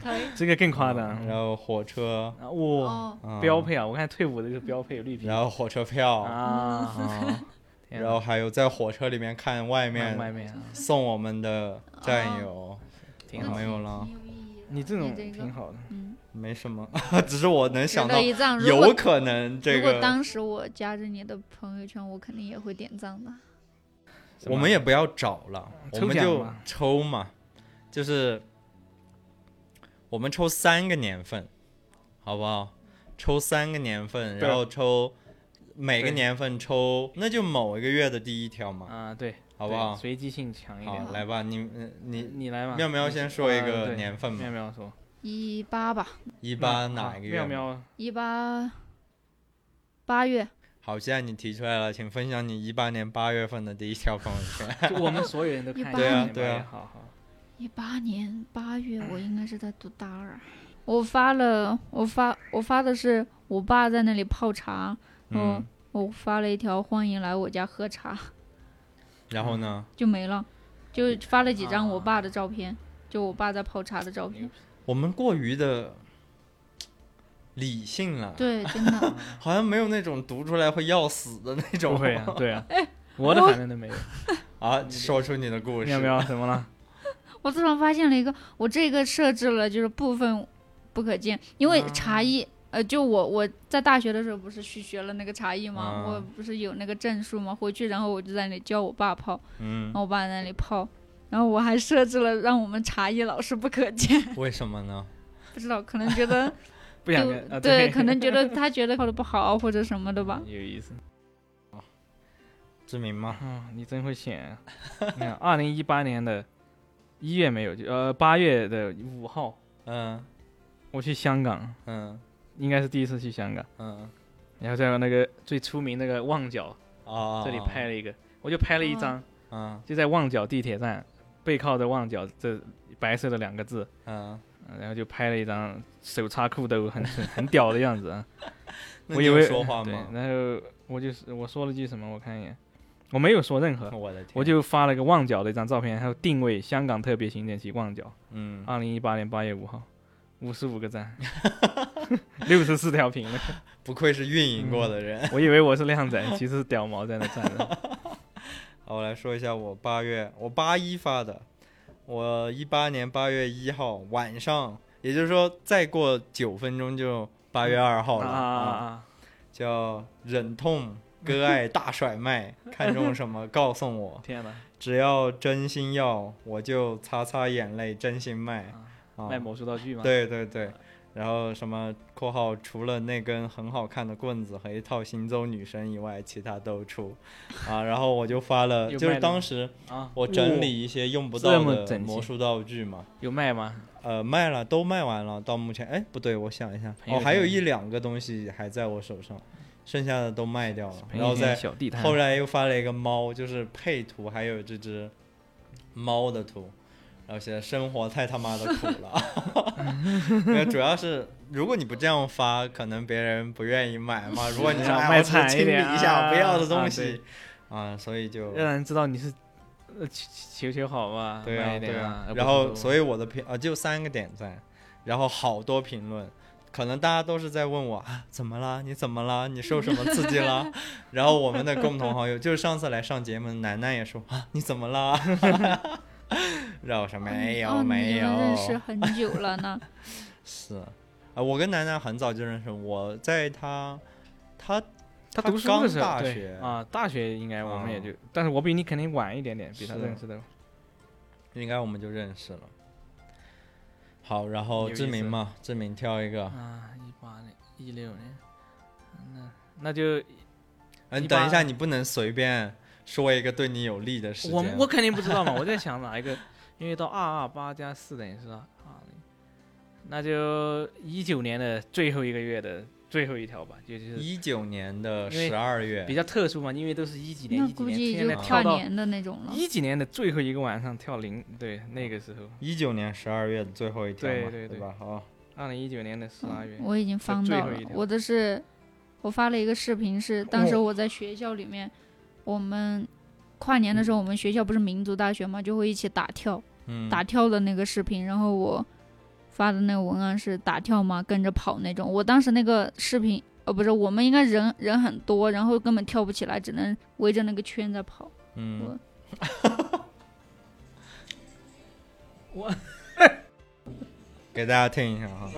Speaker 3: 可以。
Speaker 2: 这个更夸张。
Speaker 1: 然后火车，
Speaker 2: 啊哇，
Speaker 3: 哦，
Speaker 1: 啊
Speaker 2: 标，配啊！我看退伍的就是标配绿屏
Speaker 1: 然后火车票，
Speaker 2: 啊，
Speaker 3: 嗯
Speaker 1: 啊，
Speaker 2: 天哪
Speaker 1: 然后还有在火车里面看外
Speaker 2: 外
Speaker 1: 面
Speaker 2: 外面啊，
Speaker 1: 送我们的
Speaker 3: 哦
Speaker 1: 战友，
Speaker 2: 挺
Speaker 1: 啊
Speaker 2: 好
Speaker 1: 没。有了
Speaker 3: 挺，有意义的。
Speaker 2: 你这种
Speaker 3: 你这个
Speaker 2: 挺好的，
Speaker 3: 嗯，
Speaker 1: 没什么， 只是我能想
Speaker 3: 值
Speaker 1: 到
Speaker 3: 得一赞。如
Speaker 1: 有
Speaker 3: 果
Speaker 1: 可能这
Speaker 3: 如
Speaker 1: 个。
Speaker 3: 果当时我加着你的朋友圈，我肯定也会点赞的。
Speaker 2: 是
Speaker 1: 我
Speaker 2: 吗
Speaker 1: 们也不要找了，我
Speaker 2: 嗯抽
Speaker 1: 们
Speaker 2: 奖
Speaker 1: 就
Speaker 2: 吧
Speaker 1: 抽嘛，就是我们抽三个年份，好不好？抽三个年份，
Speaker 2: 对啊
Speaker 1: 然后抽每个
Speaker 2: 对
Speaker 1: 年份抽，那就某一个月的第一条嘛，
Speaker 2: 啊，对，
Speaker 1: 好不
Speaker 2: 对
Speaker 1: 好？
Speaker 2: 随机性强一点
Speaker 1: 好，。来吧，你呃
Speaker 2: 你
Speaker 1: 你
Speaker 2: 你来吧，
Speaker 1: 妙妙
Speaker 2: 你
Speaker 1: 先说一
Speaker 2: 呃
Speaker 1: 个
Speaker 2: 对
Speaker 1: 年份吧
Speaker 2: 妙妙说，
Speaker 3: 一八吧，
Speaker 1: 一八
Speaker 2: 那
Speaker 1: 哪
Speaker 2: 好
Speaker 1: 一个月
Speaker 2: 妙
Speaker 1: 嘛？
Speaker 2: 妙
Speaker 3: 一八八月，
Speaker 1: 好，现在你提出来了，请分享你一八年八月份的第一条朋友圈。
Speaker 2: 就我们所有人都看一下。
Speaker 3: 对啊
Speaker 2: 你们
Speaker 1: 对啊
Speaker 2: 也好好。
Speaker 3: 一八年八月，我应该是在读大二。我发了，我发我发的是我爸在那里泡茶，
Speaker 1: 嗯，
Speaker 3: 我发了一条欢迎来我家喝茶，
Speaker 1: 然后呢？
Speaker 2: 嗯
Speaker 3: 就没了，就发了几张我
Speaker 2: 啊
Speaker 3: 爸的照片，就我爸在泡茶的照片。
Speaker 1: 我们过于的理性了。
Speaker 3: 对，真的
Speaker 1: 好像没有那种读出来会要死的那种。
Speaker 2: 不会啊，嗯对 啊，
Speaker 3: 哎
Speaker 2: 我的反正都没有。
Speaker 1: 啊，说出你的故事。
Speaker 2: 妙妙怎么 了？
Speaker 3: 我突然发现了一个，我这个设置了就是部分不可见，因为
Speaker 2: 啊
Speaker 3: 茶艺，呃，就我我在大学的时候不是去学了那个茶艺嘛，
Speaker 1: 啊
Speaker 3: 我不是有那个证书嘛，回去然后我就在那里教我爸泡，
Speaker 1: 嗯
Speaker 3: 然，后我爸在那里泡。然后我还设置了让我们茶艺老师不可
Speaker 2: 嗯
Speaker 3: 见，
Speaker 1: 为什么呢？
Speaker 3: 不知道可能觉得
Speaker 2: 不想跟
Speaker 3: 就
Speaker 2: 啊？
Speaker 3: 对，可 能觉得他觉得泡的不好或者什么的吧。
Speaker 2: 有意思。
Speaker 1: 志明吗？
Speaker 2: 哦，你真会选啊。你看，二零一八年的一月没有，就呃八月的五号，
Speaker 1: 嗯
Speaker 2: 我去香港，
Speaker 1: 嗯
Speaker 2: 应该是第一次去香港，
Speaker 1: 嗯。
Speaker 2: 然后在那个最出名那个旺角
Speaker 1: 哦，
Speaker 2: 这里拍了一个，我就拍了一张，
Speaker 1: 嗯
Speaker 2: 就在旺角地铁站，背靠着旺角这白色的两个字，
Speaker 1: 嗯，
Speaker 2: 嗯然后就拍了一张手插裤兜很很很屌的样子 啊。
Speaker 1: 那
Speaker 2: 我
Speaker 1: 你
Speaker 2: 以
Speaker 1: 有
Speaker 2: 为
Speaker 1: 说话
Speaker 2: 对，
Speaker 1: 吗？
Speaker 2: 然后我就是我说了句什么，我看一眼，我没有说任何，
Speaker 1: 嗯我的天，
Speaker 2: 我就发了个旺角的一张照片，还有定位香港特别行政区旺角，
Speaker 1: 嗯，
Speaker 2: 二零一八年八月五号，五十五 个赞，六十四条评论。
Speaker 1: 不愧是运营过的人。
Speaker 2: 我以为我是 靓仔，其实是屌毛在那站着。
Speaker 1: 好，我来说一下我八月，我八一发的，我一八年八月一号晚上，也就是说再过九分钟就八月二号了
Speaker 2: 啊啊啊！
Speaker 1: 叫忍痛割爱大甩 卖，看中什么告诉我。
Speaker 2: 天啊哪，
Speaker 1: 只要真心要，我就擦擦眼泪，真心卖
Speaker 2: 啊
Speaker 1: 啊！
Speaker 2: 卖魔术道具吗？，啊
Speaker 1: 对对对，然后什么（括号）除了那根很好看的棍子和一套行走女神以外，其他都 出啊。然后我就发了，
Speaker 2: 又
Speaker 1: 就是
Speaker 2: 卖了
Speaker 1: 当时
Speaker 2: 啊，
Speaker 1: 我整理一些用不
Speaker 2: 这
Speaker 1: 到
Speaker 2: 么
Speaker 1: 的
Speaker 2: 整齐
Speaker 1: 魔术道具嘛，
Speaker 2: 有卖吗？
Speaker 1: 呃，卖了都卖完了，到目前哎不对，我想一下，
Speaker 2: 朋
Speaker 1: 哦，
Speaker 2: 友
Speaker 1: 还有
Speaker 2: 圈
Speaker 1: 一两个东西还在我手上，剩下的都卖掉了，然
Speaker 2: 朋友
Speaker 1: 后
Speaker 2: 圈
Speaker 1: 再
Speaker 2: 小地摊。
Speaker 1: 后来又发了一个猫，就是配图还有这只猫的图，然后写的生活太他妈的苦了。 没有，主要是如果你不这样发，可能别人不愿意买嘛。如果你说
Speaker 2: 啊
Speaker 1: 哎，
Speaker 2: 卖
Speaker 1: 我只
Speaker 2: 惨一
Speaker 1: 清理
Speaker 2: 点
Speaker 1: 一下
Speaker 2: 啊
Speaker 1: 不要的东
Speaker 2: 啊
Speaker 1: 西啊，所以就
Speaker 2: 让人知道你是呃求求求好嘛，
Speaker 1: 对
Speaker 2: 卖
Speaker 1: 啊
Speaker 2: 一
Speaker 1: 对
Speaker 2: 点
Speaker 1: 啊
Speaker 2: 而。不
Speaker 1: 然
Speaker 2: 是
Speaker 1: 后
Speaker 2: 说
Speaker 1: 所以我的评啊就三个点赞，然后好多评论。可能大家都是在问我啊，怎么啦？你怎么啦？你受什么刺激啦？然后我们的共同好友，就是上次来上节目的楠楠也说啊，你怎么啦？ 然后我说没有、
Speaker 3: 哦，
Speaker 1: 没
Speaker 3: 你们认识
Speaker 1: 有，
Speaker 3: 很久了呢。
Speaker 1: 是啊，我跟楠楠很早就认识，我在她她
Speaker 2: 他
Speaker 1: 他
Speaker 2: 读书
Speaker 1: 刚
Speaker 2: 的时候，
Speaker 1: 大
Speaker 2: 对
Speaker 1: 学
Speaker 2: 啊，大学应该我们也
Speaker 1: 啊
Speaker 2: 就，但是我比你肯定晚一点点，比他
Speaker 1: 是啊
Speaker 2: 认识的
Speaker 1: 应该我们就认识了。好，然后
Speaker 2: 有
Speaker 1: 志
Speaker 2: 意
Speaker 1: 明
Speaker 2: 思
Speaker 1: 嘛，志明挑一个，
Speaker 2: 啊，一八年、一六年，那那就
Speaker 1: 嗯，啊等
Speaker 2: 一
Speaker 1: 一
Speaker 2: 般
Speaker 1: 下，你不能随便说一个对你有利的时间。
Speaker 2: 我我肯定不知道嘛，我在想哪一个，因为到二二八加四等于是啊，那就一九年的最后一个月的最后一条吧，就就是
Speaker 1: 一九年的
Speaker 2: 因为
Speaker 1: 十二月
Speaker 2: 比，较特殊嘛，因为都是一几 年
Speaker 3: 那
Speaker 2: 一几
Speaker 3: 估计
Speaker 2: 年，现
Speaker 3: 就
Speaker 2: 在
Speaker 3: 跨
Speaker 2: 跳到
Speaker 3: 年的那种了。
Speaker 2: 一几年的最后一个晚上跳零，对，那个时候，
Speaker 1: 一九年十二月的最后一条嘛，
Speaker 2: 对
Speaker 1: 对
Speaker 2: 对对
Speaker 1: 吧？好，
Speaker 2: 二零一九年的十二月
Speaker 3: 嗯，我已经翻到
Speaker 2: 最
Speaker 3: 了
Speaker 2: 后一，哦条
Speaker 3: 我的是，我发了一个视频是，当时我在学校里面，我们跨年的时候，我们学校不是民族大学嘛，就会一起打跳，
Speaker 1: 嗯，
Speaker 3: 打跳的那个视频，然后我发的那个文案是打跳嘛，跟着跑那种。我当时那个视频，呃，不是，我们应该人人很多，然后根本跳不起来，只能围着那个圈在跑。
Speaker 1: 嗯
Speaker 3: 我，
Speaker 1: 给大家听一下哈。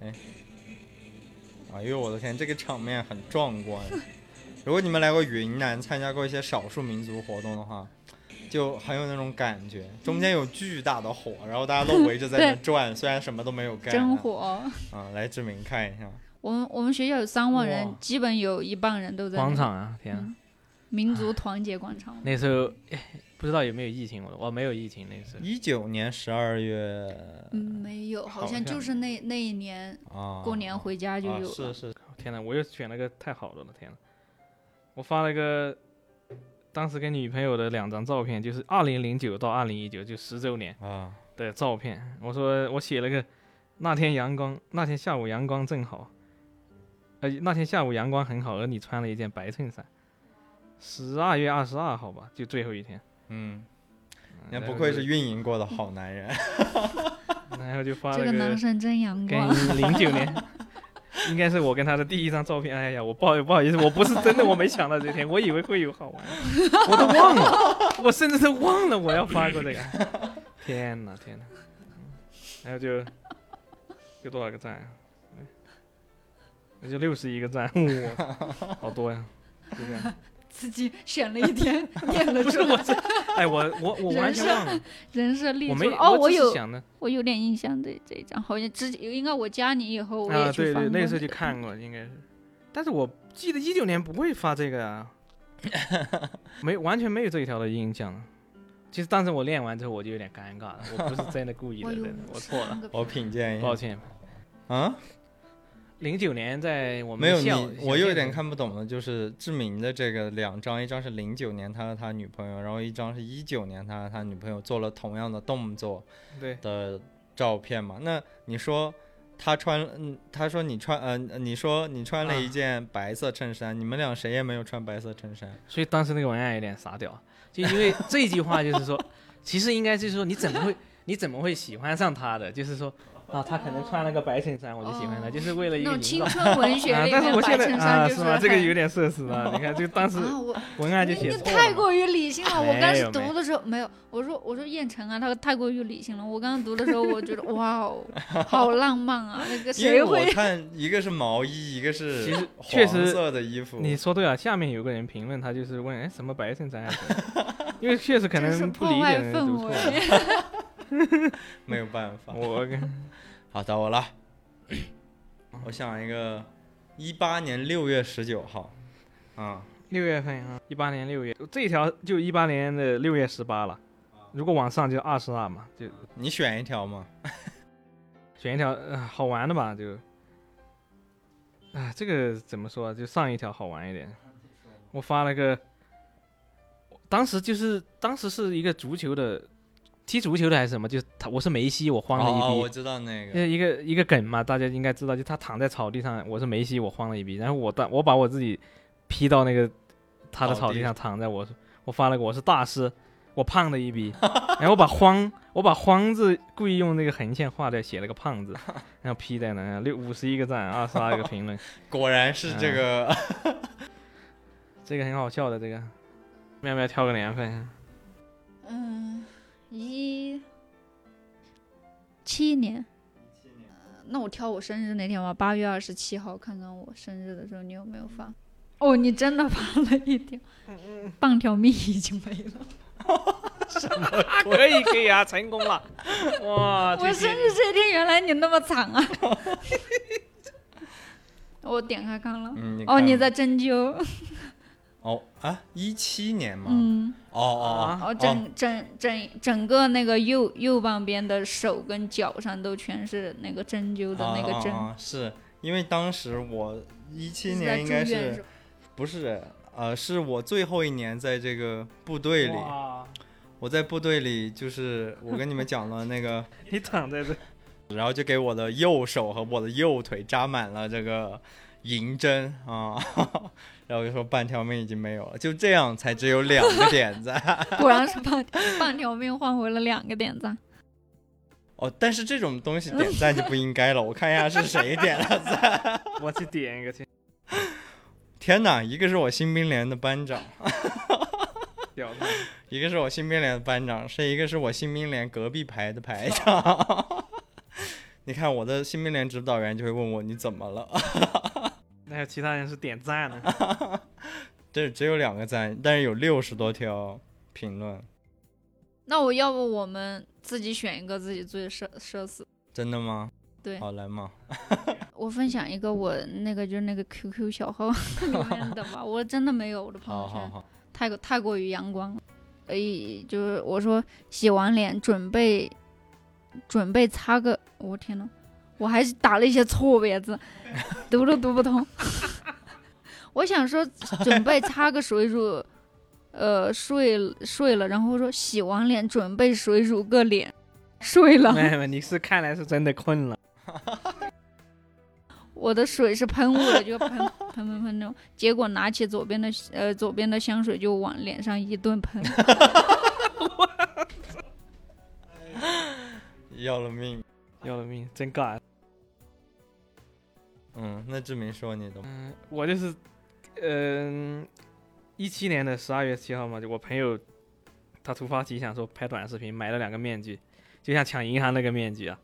Speaker 1: 哎，哎呦我的天，这个场面很壮观。 如果你们来过云南，参加过一些少数民族活动的话，就很有那种感觉。中间有巨大的火，然后大家都围着在那
Speaker 3: 对
Speaker 1: 转，虽然什么都没有干。
Speaker 3: 真火！
Speaker 1: 啊！来，志明看一下。
Speaker 3: 我们我们学校有三万人
Speaker 2: 哇，
Speaker 3: 基本有一半人都在那
Speaker 2: 广
Speaker 3: 个
Speaker 2: 场啊，天啊！
Speaker 3: 嗯民族团结广场。
Speaker 2: 那时候哎不知道有没有疫情，我我没有疫情那时候。
Speaker 1: 一九年十二月
Speaker 3: 嗯，没有，好
Speaker 2: 呃好
Speaker 3: 像就
Speaker 2: 像
Speaker 3: 是那那一年
Speaker 1: 啊，
Speaker 3: 过年回家就
Speaker 1: 啊
Speaker 3: 有
Speaker 1: 是
Speaker 3: 了。
Speaker 1: 是，
Speaker 2: 天呐，我又选了个太好的了，天呐！我发了个当时跟女朋友的两张照片，就是二零零九到二零一九，就十周年
Speaker 1: 啊，
Speaker 2: 的照片。我说我写了个那天阳光，那天下午阳光正好，呃，那天下午阳光很好，而你穿了一件白衬衫。十二月二十二号吧，就最后一天。
Speaker 1: 嗯，
Speaker 2: 嗯
Speaker 1: 那
Speaker 2: 然
Speaker 1: 不
Speaker 2: 后
Speaker 1: 愧
Speaker 2: 就是
Speaker 1: 运营过的好男人。
Speaker 2: 然后就发
Speaker 3: 这
Speaker 2: 了
Speaker 3: 个男生真阳
Speaker 2: 跟
Speaker 3: 光，
Speaker 2: 零九 年，应该是我跟他的第一张照片。哎呀，我不好不好意思，我不是真的，我没想到这天，我以为会有好 玩，我都忘了，我甚至都忘了我要发过这个。天哪，天哪！然后就就多少个赞、啊？那就六十一个赞，哇，好多 呀！就这样。
Speaker 3: 自己选了一天 念了
Speaker 2: 不
Speaker 3: 出
Speaker 2: 是我
Speaker 3: 来，
Speaker 2: 这，哎，我我我完全忘了，
Speaker 3: 人设立
Speaker 2: 我
Speaker 3: 住
Speaker 2: 没
Speaker 3: 了。哦，
Speaker 2: 我
Speaker 3: 我
Speaker 2: 只是
Speaker 3: 有
Speaker 2: 想的
Speaker 3: 我有点印象，对这一张好像之前应该我加你以后我
Speaker 2: 啊，对
Speaker 3: 也去
Speaker 2: 对，
Speaker 3: 翻
Speaker 2: 那
Speaker 3: 过
Speaker 2: 时候就
Speaker 3: 你的嗯
Speaker 2: 看过，应该是，但是我记得一九年不会发这个 啊，没完全没有这一条的印象了。其实当时我练完之后我就有点尴尬了，我不是真的故意的，
Speaker 3: 我有
Speaker 2: 真的我错了，
Speaker 3: 那个
Speaker 1: 我品鉴一
Speaker 2: 抱
Speaker 1: 下
Speaker 2: 歉。
Speaker 1: 啊，
Speaker 2: 零九年在我们
Speaker 1: 没有
Speaker 2: 校
Speaker 1: 你，我有点，看不懂的，就是志明的这个两张，一张是零九年他和他女朋友，然后一张是一九年他和他女朋友做了同样的动作
Speaker 2: 对，
Speaker 1: 的照片嘛。那你说他穿，嗯，他说你穿，呃，你说你穿了一
Speaker 2: 啊
Speaker 1: 件白色衬衫，你们俩谁也没有穿白色衬衫，
Speaker 2: 所以当时那个文案有点傻屌，就因为这句话就是说， 其实应该就是说你怎么会你怎么会喜欢上他的，就是说啊，他可能穿了个白衬衫我就喜欢他，
Speaker 3: 哦
Speaker 2: 就是为了一
Speaker 3: 那
Speaker 2: 个营
Speaker 3: 种青
Speaker 2: 造。
Speaker 3: 春文 学
Speaker 2: 啊
Speaker 3: 里！
Speaker 2: 但是
Speaker 3: 面
Speaker 2: 我
Speaker 3: 白
Speaker 2: 现在
Speaker 3: 衬衫
Speaker 2: 啊，
Speaker 3: 就是是
Speaker 2: 吗？这个
Speaker 3: 很
Speaker 2: 有点社死 了。你看，就当时
Speaker 3: 啊，我
Speaker 2: 文案就
Speaker 3: 你
Speaker 2: 写
Speaker 3: 你
Speaker 2: 错了
Speaker 3: 太
Speaker 2: 嘛
Speaker 3: 过于理性了。我
Speaker 2: 没
Speaker 3: 刚
Speaker 2: 有
Speaker 3: 时
Speaker 2: 没有
Speaker 3: 读的时候没有，我说我说燕城啊，他太过于理性了。我刚刚读的时候，我觉得哇哦，好浪漫啊！那个
Speaker 1: 因为
Speaker 3: 谁
Speaker 1: 我
Speaker 3: 会
Speaker 1: 看一个是毛衣，一个是
Speaker 2: 其实确
Speaker 1: 黄
Speaker 2: 实
Speaker 1: 色的衣服，
Speaker 2: 你说对了，下面有个人评论，他就是问，哎，什么白衬衫啊？什 么因为确实可
Speaker 3: 真是
Speaker 2: 能不
Speaker 3: 破
Speaker 2: 理解
Speaker 3: 坏
Speaker 2: 的人读
Speaker 3: 氛
Speaker 2: 错
Speaker 3: 围
Speaker 2: 了。？
Speaker 1: 没有办 法。
Speaker 2: 我跟
Speaker 1: 好，到我了。我想一个，一八年六月十九号，啊、
Speaker 2: 六月份啊，一八年六月，这一条就一八年的六月十八了。如果往上就二十二嘛，就
Speaker 1: 你选一条嘛。
Speaker 2: 选一条、呃、好玩的吧，就。啊，这个怎么说啊？就上一条好玩一点。我发了个，当时就是当时是一个足球的，踢足球的还是什么？就是他，我是梅西，我
Speaker 1: 哦
Speaker 2: 慌了一逼。
Speaker 1: 哦，我知道那
Speaker 2: 就
Speaker 1: 个，
Speaker 2: 是呃一个一个梗嘛，大家应该知道，就他躺在草地上，我是梅西，我慌了一逼，然后我当我把我自己劈到那个他的
Speaker 1: 草
Speaker 2: 草地
Speaker 1: 地
Speaker 2: 上躺在我，我发了个我是大师，我胖了一逼，然后我把慌我把慌字故意用那个横线划掉，写了个胖字，然后 P 在那，然后六五十一个赞，二十二个评论，
Speaker 1: 果然是这个。
Speaker 2: 这个很好笑的这个，要不要挑个年份？
Speaker 3: 嗯，一七年。呃那我挑我生日那天吧，八月二十七号，看看我生日的时候你有没有发。哦，你真的发了一条，
Speaker 1: 嗯
Speaker 3: 半条命已经没了。
Speaker 2: 啊，可以可以啊，成功了，
Speaker 1: 啊
Speaker 2: 哇，
Speaker 3: 我
Speaker 2: 这
Speaker 3: 生
Speaker 2: 些
Speaker 3: 日这一天，原来你那么惨 啊！我点开看了，
Speaker 1: 嗯，
Speaker 3: 哦，
Speaker 1: 看
Speaker 3: 你在针灸，
Speaker 1: 哦啊，一七年嘛，
Speaker 3: 嗯，
Speaker 1: 哦哦
Speaker 2: 啊
Speaker 3: 哦，整整整整个那个右右半边的手跟脚上都全是那个针灸
Speaker 1: 哦，
Speaker 3: 的那个针
Speaker 1: 啊，啊啊是因为当时我一七
Speaker 3: 是
Speaker 1: 年
Speaker 3: 在
Speaker 1: 应
Speaker 3: 住
Speaker 1: 该
Speaker 3: 院
Speaker 1: 是
Speaker 3: 吧
Speaker 1: 不是呃，是我最后一年在这个部队里，
Speaker 2: 哇，
Speaker 1: 我在部队里就是我跟你们讲了那个，
Speaker 2: 你躺在这，
Speaker 1: 然后就给我的右手和我的右腿扎满了这个银针啊， 然后就说半条命已经没有了，就这样才只有两个点赞。
Speaker 3: 果然是半半条命换回了两个点赞。
Speaker 1: 哦，但是这种东西点赞就不应该了。我看一下是谁点了赞。
Speaker 2: 我去点一个去，
Speaker 1: 天哪，一个是我新兵连的班长，
Speaker 2: 屌他！
Speaker 1: 一个是我新兵连的班长，是一个是我新兵连隔壁排的排长。 你看我的新兵连指导员就会问我你怎么了，
Speaker 2: 那还有其他人是点赞的，
Speaker 1: 这只有两个赞，但是有六十多条评论，
Speaker 3: 那我要不我们自己选一个自己最社社死？
Speaker 1: 真的吗？
Speaker 3: 对
Speaker 1: 好来嘛，
Speaker 3: 我分享一个我那个就是那个 QQ 小号 里面的吧，我真的没有我的朋
Speaker 1: 好
Speaker 3: 友
Speaker 1: 好
Speaker 3: 圈
Speaker 1: 好，
Speaker 3: 太过太过于阳光了。哎，就是我说洗完脸准备准备擦个，我天呐，我还是打了一些错别字，读都读不通。我想说准备擦个水乳，呃，睡了睡了，然后说洗完脸准备水乳个脸，睡了。
Speaker 2: 妹妹，你是看来是真的困了，
Speaker 3: 我的水是喷雾的，就喷 喷喷喷那种。结果拿起左边的呃左边的香水就往脸上一顿喷，
Speaker 1: 要了命。
Speaker 2: 要了命，真尬。
Speaker 1: 嗯，那志明说你的，
Speaker 2: 嗯，我就是，嗯、一七年的十二月七号嘛，就我朋友他突发奇想说拍短视频，买了两个面具，就像抢银行那个面具啊，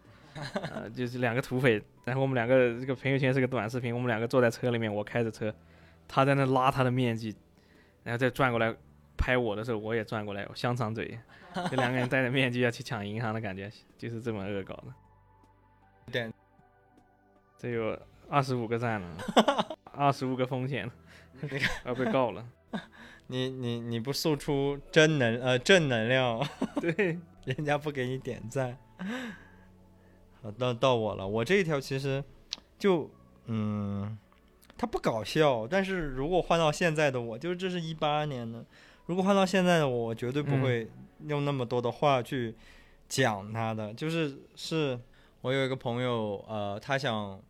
Speaker 2: 呃，就是两个土匪。然后我们两个这个朋友圈是个短视频，我们两个坐在车里面，我开着车，他在那拉他的面具，然后再转过来拍我的时候，我也转过来，香肠嘴，就两个人戴着面具要去抢银行的感觉，就是这么恶搞的。
Speaker 1: 点，
Speaker 2: 这有二十五个赞了。二十五个风险，要被告 了。
Speaker 1: 你你你不输出真能呃正能量。
Speaker 2: 对，
Speaker 1: 人家不给你点赞。 好，到到我了，我这一条其实就嗯，它不搞笑，但是如果换到现在的我，就是这是一八年的，如果换到现在的我，我绝对不
Speaker 2: 嗯
Speaker 1: 会用那么多的话去讲它的，就是是我有一个朋友，呃，他想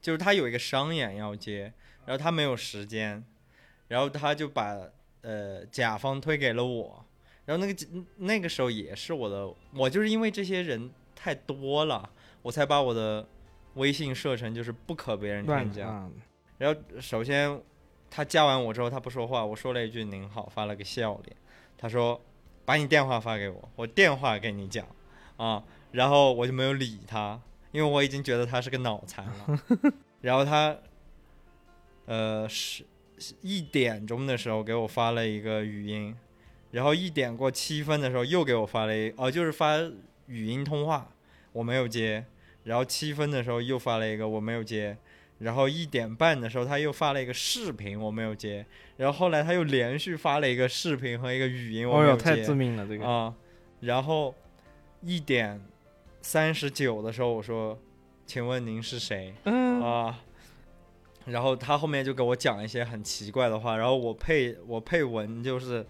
Speaker 1: 就是他有一个商演要接，然后他没有时间，然后他就把呃甲方推给了我，然后那个甲那个时候也是我的，我就是因为这些人太多了，我才把我的微信设成就是不可别人添加。
Speaker 2: 啊！
Speaker 1: 然后首先他加完我之后，他不说话，我说了一句“您好”，发了个笑脸。他说：“把你电话发给我，我电话给你讲啊。”然后我就没有理他，因为我已经觉得他是个脑残了。 然后他，呃，十一点钟的时候给我发了一个语音，然后一点过七分的时候又给我发了一，哦，就是发语音通话，我没有接。然后七分的时候又发了一个我没有接，然后一点半的时候他又发了一个视频，我没有接。然后后来他又连续发了一个视频和一个语音，我
Speaker 2: 哦
Speaker 1: 没有
Speaker 2: 哟，
Speaker 1: 接。
Speaker 2: 太致命了这个。
Speaker 1: 啊、然后一点三十九的时候，我说：“请问您是谁？”
Speaker 2: 嗯
Speaker 1: 啊、然后他后面就给我讲一些很奇怪的话，然后我配我配文就是，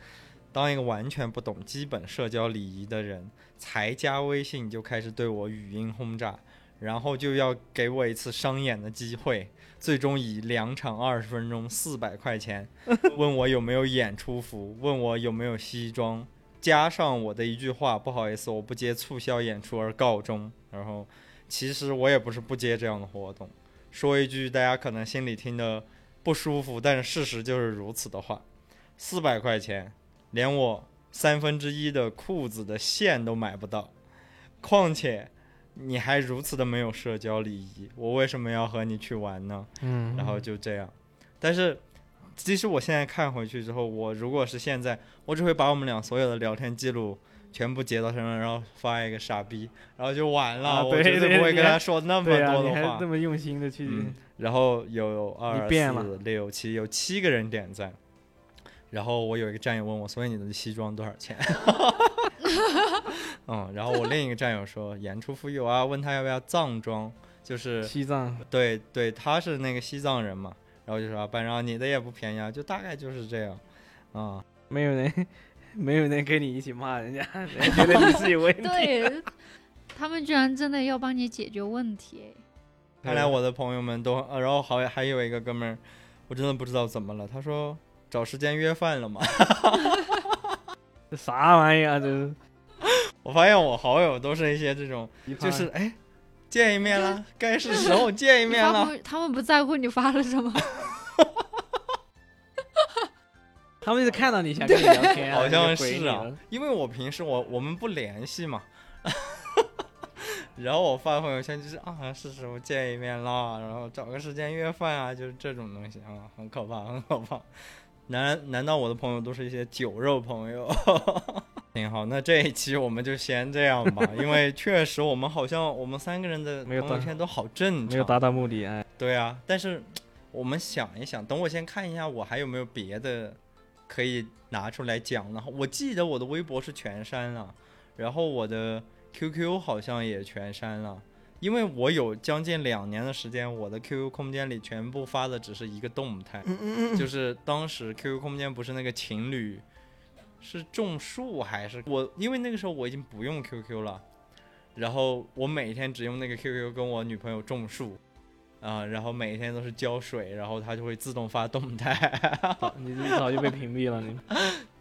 Speaker 1: 当一个完全不懂基本社交礼仪的人，才加微信就开始对我语音轰炸，然后就要给我一次商演的机会，最终以两场二十分钟四百块钱，问我有没有演出服，问我有没有西装。加上我的一句话，不好意思，我不接促销演出而告终。然后，其实我也不是不接这样的活动，说一句大家可能心里听的不舒服，但是事实就是如此的话，四百块钱连我三分之一的裤子的线都买不到，况且你还如此的没有社交礼仪，我为什么要和你去玩呢？
Speaker 2: 嗯
Speaker 1: 然后就这样。但是，其实我现在看回去之后，我如果是现在，我只会把我们俩所有的聊天记录全部截到身上，然后发一个傻逼，然后就完了。
Speaker 2: 啊
Speaker 1: 我
Speaker 2: 对
Speaker 1: 绝
Speaker 2: 对
Speaker 1: 不会
Speaker 2: 你
Speaker 1: 跟他
Speaker 2: 还
Speaker 1: 说那么
Speaker 2: 对啊，
Speaker 1: 多
Speaker 2: 你
Speaker 1: 的
Speaker 2: 还
Speaker 1: 话
Speaker 2: 这。么用心的去，
Speaker 1: 嗯然后有二
Speaker 2: 嗯变了
Speaker 1: 四六七，有七个人点赞。然后我有一个战友问我，所以你的西装多少钱？ 嗯，然后我另一个战友说，演出服有啊，问他要不要藏装，就是
Speaker 2: 西藏
Speaker 1: 对对，他是那个西藏人嘛，然后就说啊，班长你的也不便宜啊，就大概就是这样，啊、
Speaker 2: 没有人， 没有人跟你一起骂 人家，人家觉得你是有问题。
Speaker 3: 对，他们居然真的要帮你解决问题，
Speaker 1: 看来我的朋友们都，呃然后好还有一个哥们儿，我真的不知道怎么了，他说找时间约饭了嘛，
Speaker 2: 这 啥玩意儿、啊？这是
Speaker 1: 我发现我好友都是一些这种，
Speaker 2: 奇葩
Speaker 1: 就是哎，见一面了，该是时候见一
Speaker 3: 你
Speaker 1: 面
Speaker 3: 发
Speaker 1: 了，
Speaker 3: 不，他们不在乎你发了什 么，
Speaker 2: 他们是看到你想跟你聊天、啊，
Speaker 1: 好像
Speaker 2: 就回
Speaker 1: 是
Speaker 2: 你
Speaker 1: 啊
Speaker 2: 了，
Speaker 1: 因为我平时我我们不联系嘛，然后我发朋友圈就是啊，是时候见一面啦，然后找个时间约饭啊，就是这种东西啊，很可怕，很可怕。难难道我的朋友都是一些酒肉朋友？ 挺好，那这一期我们就先这样吧，因为确实我们好像我们三个人的
Speaker 2: 没
Speaker 1: 朋
Speaker 2: 有达
Speaker 1: 友圈都好正
Speaker 2: 没有
Speaker 1: 常，
Speaker 2: 达到目的，哎，
Speaker 1: 对啊，但是我们想一想，等我先看一下我还有没有别的可以拿出来讲呢？我记得我的微博是全删了，然后我的 QQ 好像也全删了，因为我有将近两年的时间，我的 QQ 空间里全部发的只是一个动态，就是当时 QQ 空间不是那个情侣。是种树还是我？因为那个时候我已经不用 QQ 了，然后我每天只用那个 QQ 跟我女朋友种树，啊、然后每天都是浇水，然后它就会自动发动态。
Speaker 2: 早你你早就被屏蔽了，你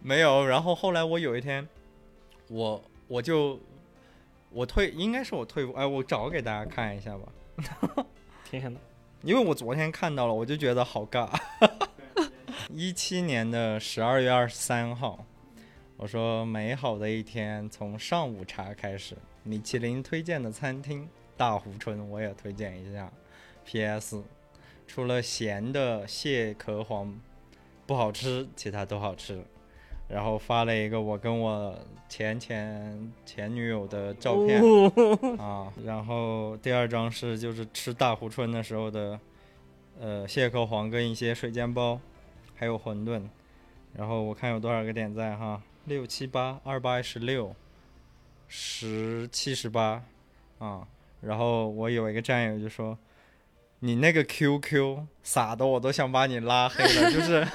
Speaker 1: 没有，然后后来我有一天，我我就我退，应该是我退，哎，我找给大家看一下吧，
Speaker 2: 天哪！
Speaker 1: 因为我昨天看到了，我就觉得好尬。一七年的十二月二十三号，我说美好的一天从上午茶开始，米其林推荐的餐厅大湖春我也推荐一下。P.S. 除了咸的蟹壳黄不好吃，其他都好吃。然后发了一个我跟我前前前女友的照片，
Speaker 2: 哦
Speaker 1: 啊，然后第二张是就是吃大湖春的时候的，呃，蟹壳黄跟一些水煎包，还有馄饨。然后我看有多少个点赞哈，六七八二八十六，十七十八，啊。然后我有一个战友就说，你那个 QQ 撒的我都想把你拉黑了，就是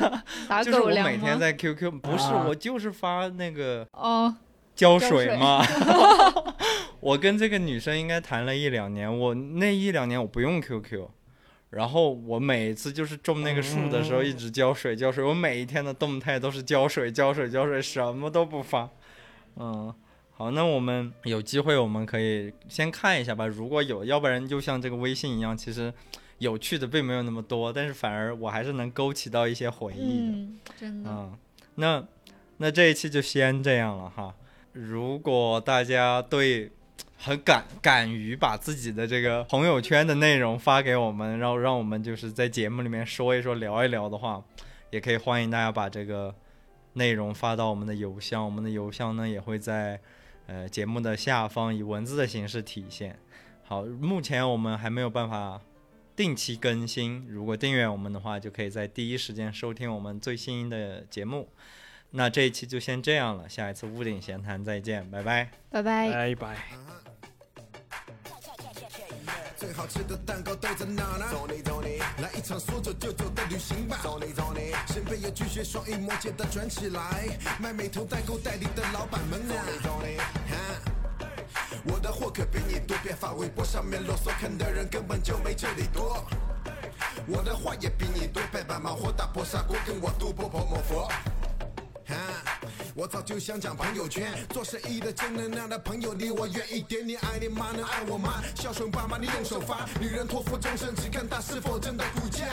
Speaker 3: 打
Speaker 1: 就是
Speaker 3: 狗
Speaker 1: 我
Speaker 3: 粮
Speaker 1: 每天
Speaker 3: 吗？
Speaker 1: 在 QQ 不是
Speaker 2: 啊
Speaker 1: 我就是发那个
Speaker 3: 哦，
Speaker 1: 浇
Speaker 3: 浇
Speaker 1: 水
Speaker 3: 水
Speaker 1: 吗？ 我跟这个女生应该谈了一两年，我那一两年我不用 QQ，然后我每次就是种那个树的时候
Speaker 2: 嗯
Speaker 1: 一直浇水浇水，我每一天的动态都是浇水浇水浇水，什么都不发。嗯，好，那我们有机会我们可以先看一下吧，如果有，要不然就像这个微信一样，其实有趣的并没有那么多，但是反而我还是能勾起到一些回忆的。
Speaker 3: 嗯，真的，
Speaker 1: 嗯，那那这一期就先这样了哈。如果大家对很敢敢于把自己的这个朋友圈的内容发给我们，然后让我们就是在节目里面说一说、聊一聊的话，也可以欢迎大家把这个内容发到我们的邮箱，我们的邮箱呢也会在呃节目的下方以文字的形式体现。好，目前我们还没有办法定期更新。如果订阅我们的话，就可以在第一时间收听我们最新的节目。那这一期就先这样了，下一次屋顶闲谈再见，拜拜。
Speaker 3: 拜拜。
Speaker 2: 拜拜。
Speaker 5: 最好吃的蛋糕带在哪呢？走你走你，来一场说走就走的旅行吧。走你走你，先辈要拒绝双翼魔界的转起来，卖美瞳代购代理的老板们啊。走你走你，哈。我的货可比你多，别发微博上面啰嗦，看的人根本就没这里多。我的话也比你多，别把忙活打破砂锅，跟我赌波婆摩佛。哈，我早就想讲朋友圈，做生意的正能量的朋友离我远一点。你爱你妈能爱我吗？孝顺爸妈你用手发，女人托付终身，只看她是否真的顾家。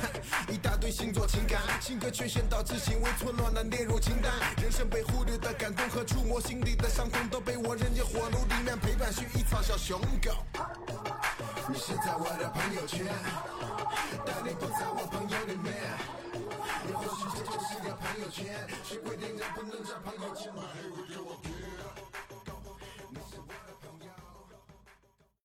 Speaker 5: 哼一大堆星座情感，性格缺陷导致行为错乱的列入清单。人生被忽略的感动和触摸心底的伤痛，都被我扔进火炉里面陪伴薰衣草小熊狗。你是在我的朋友圈，但你不在我朋友里面。你或许这就是个朋友圈，谁规定人不能交朋友？今晚还会给我骗。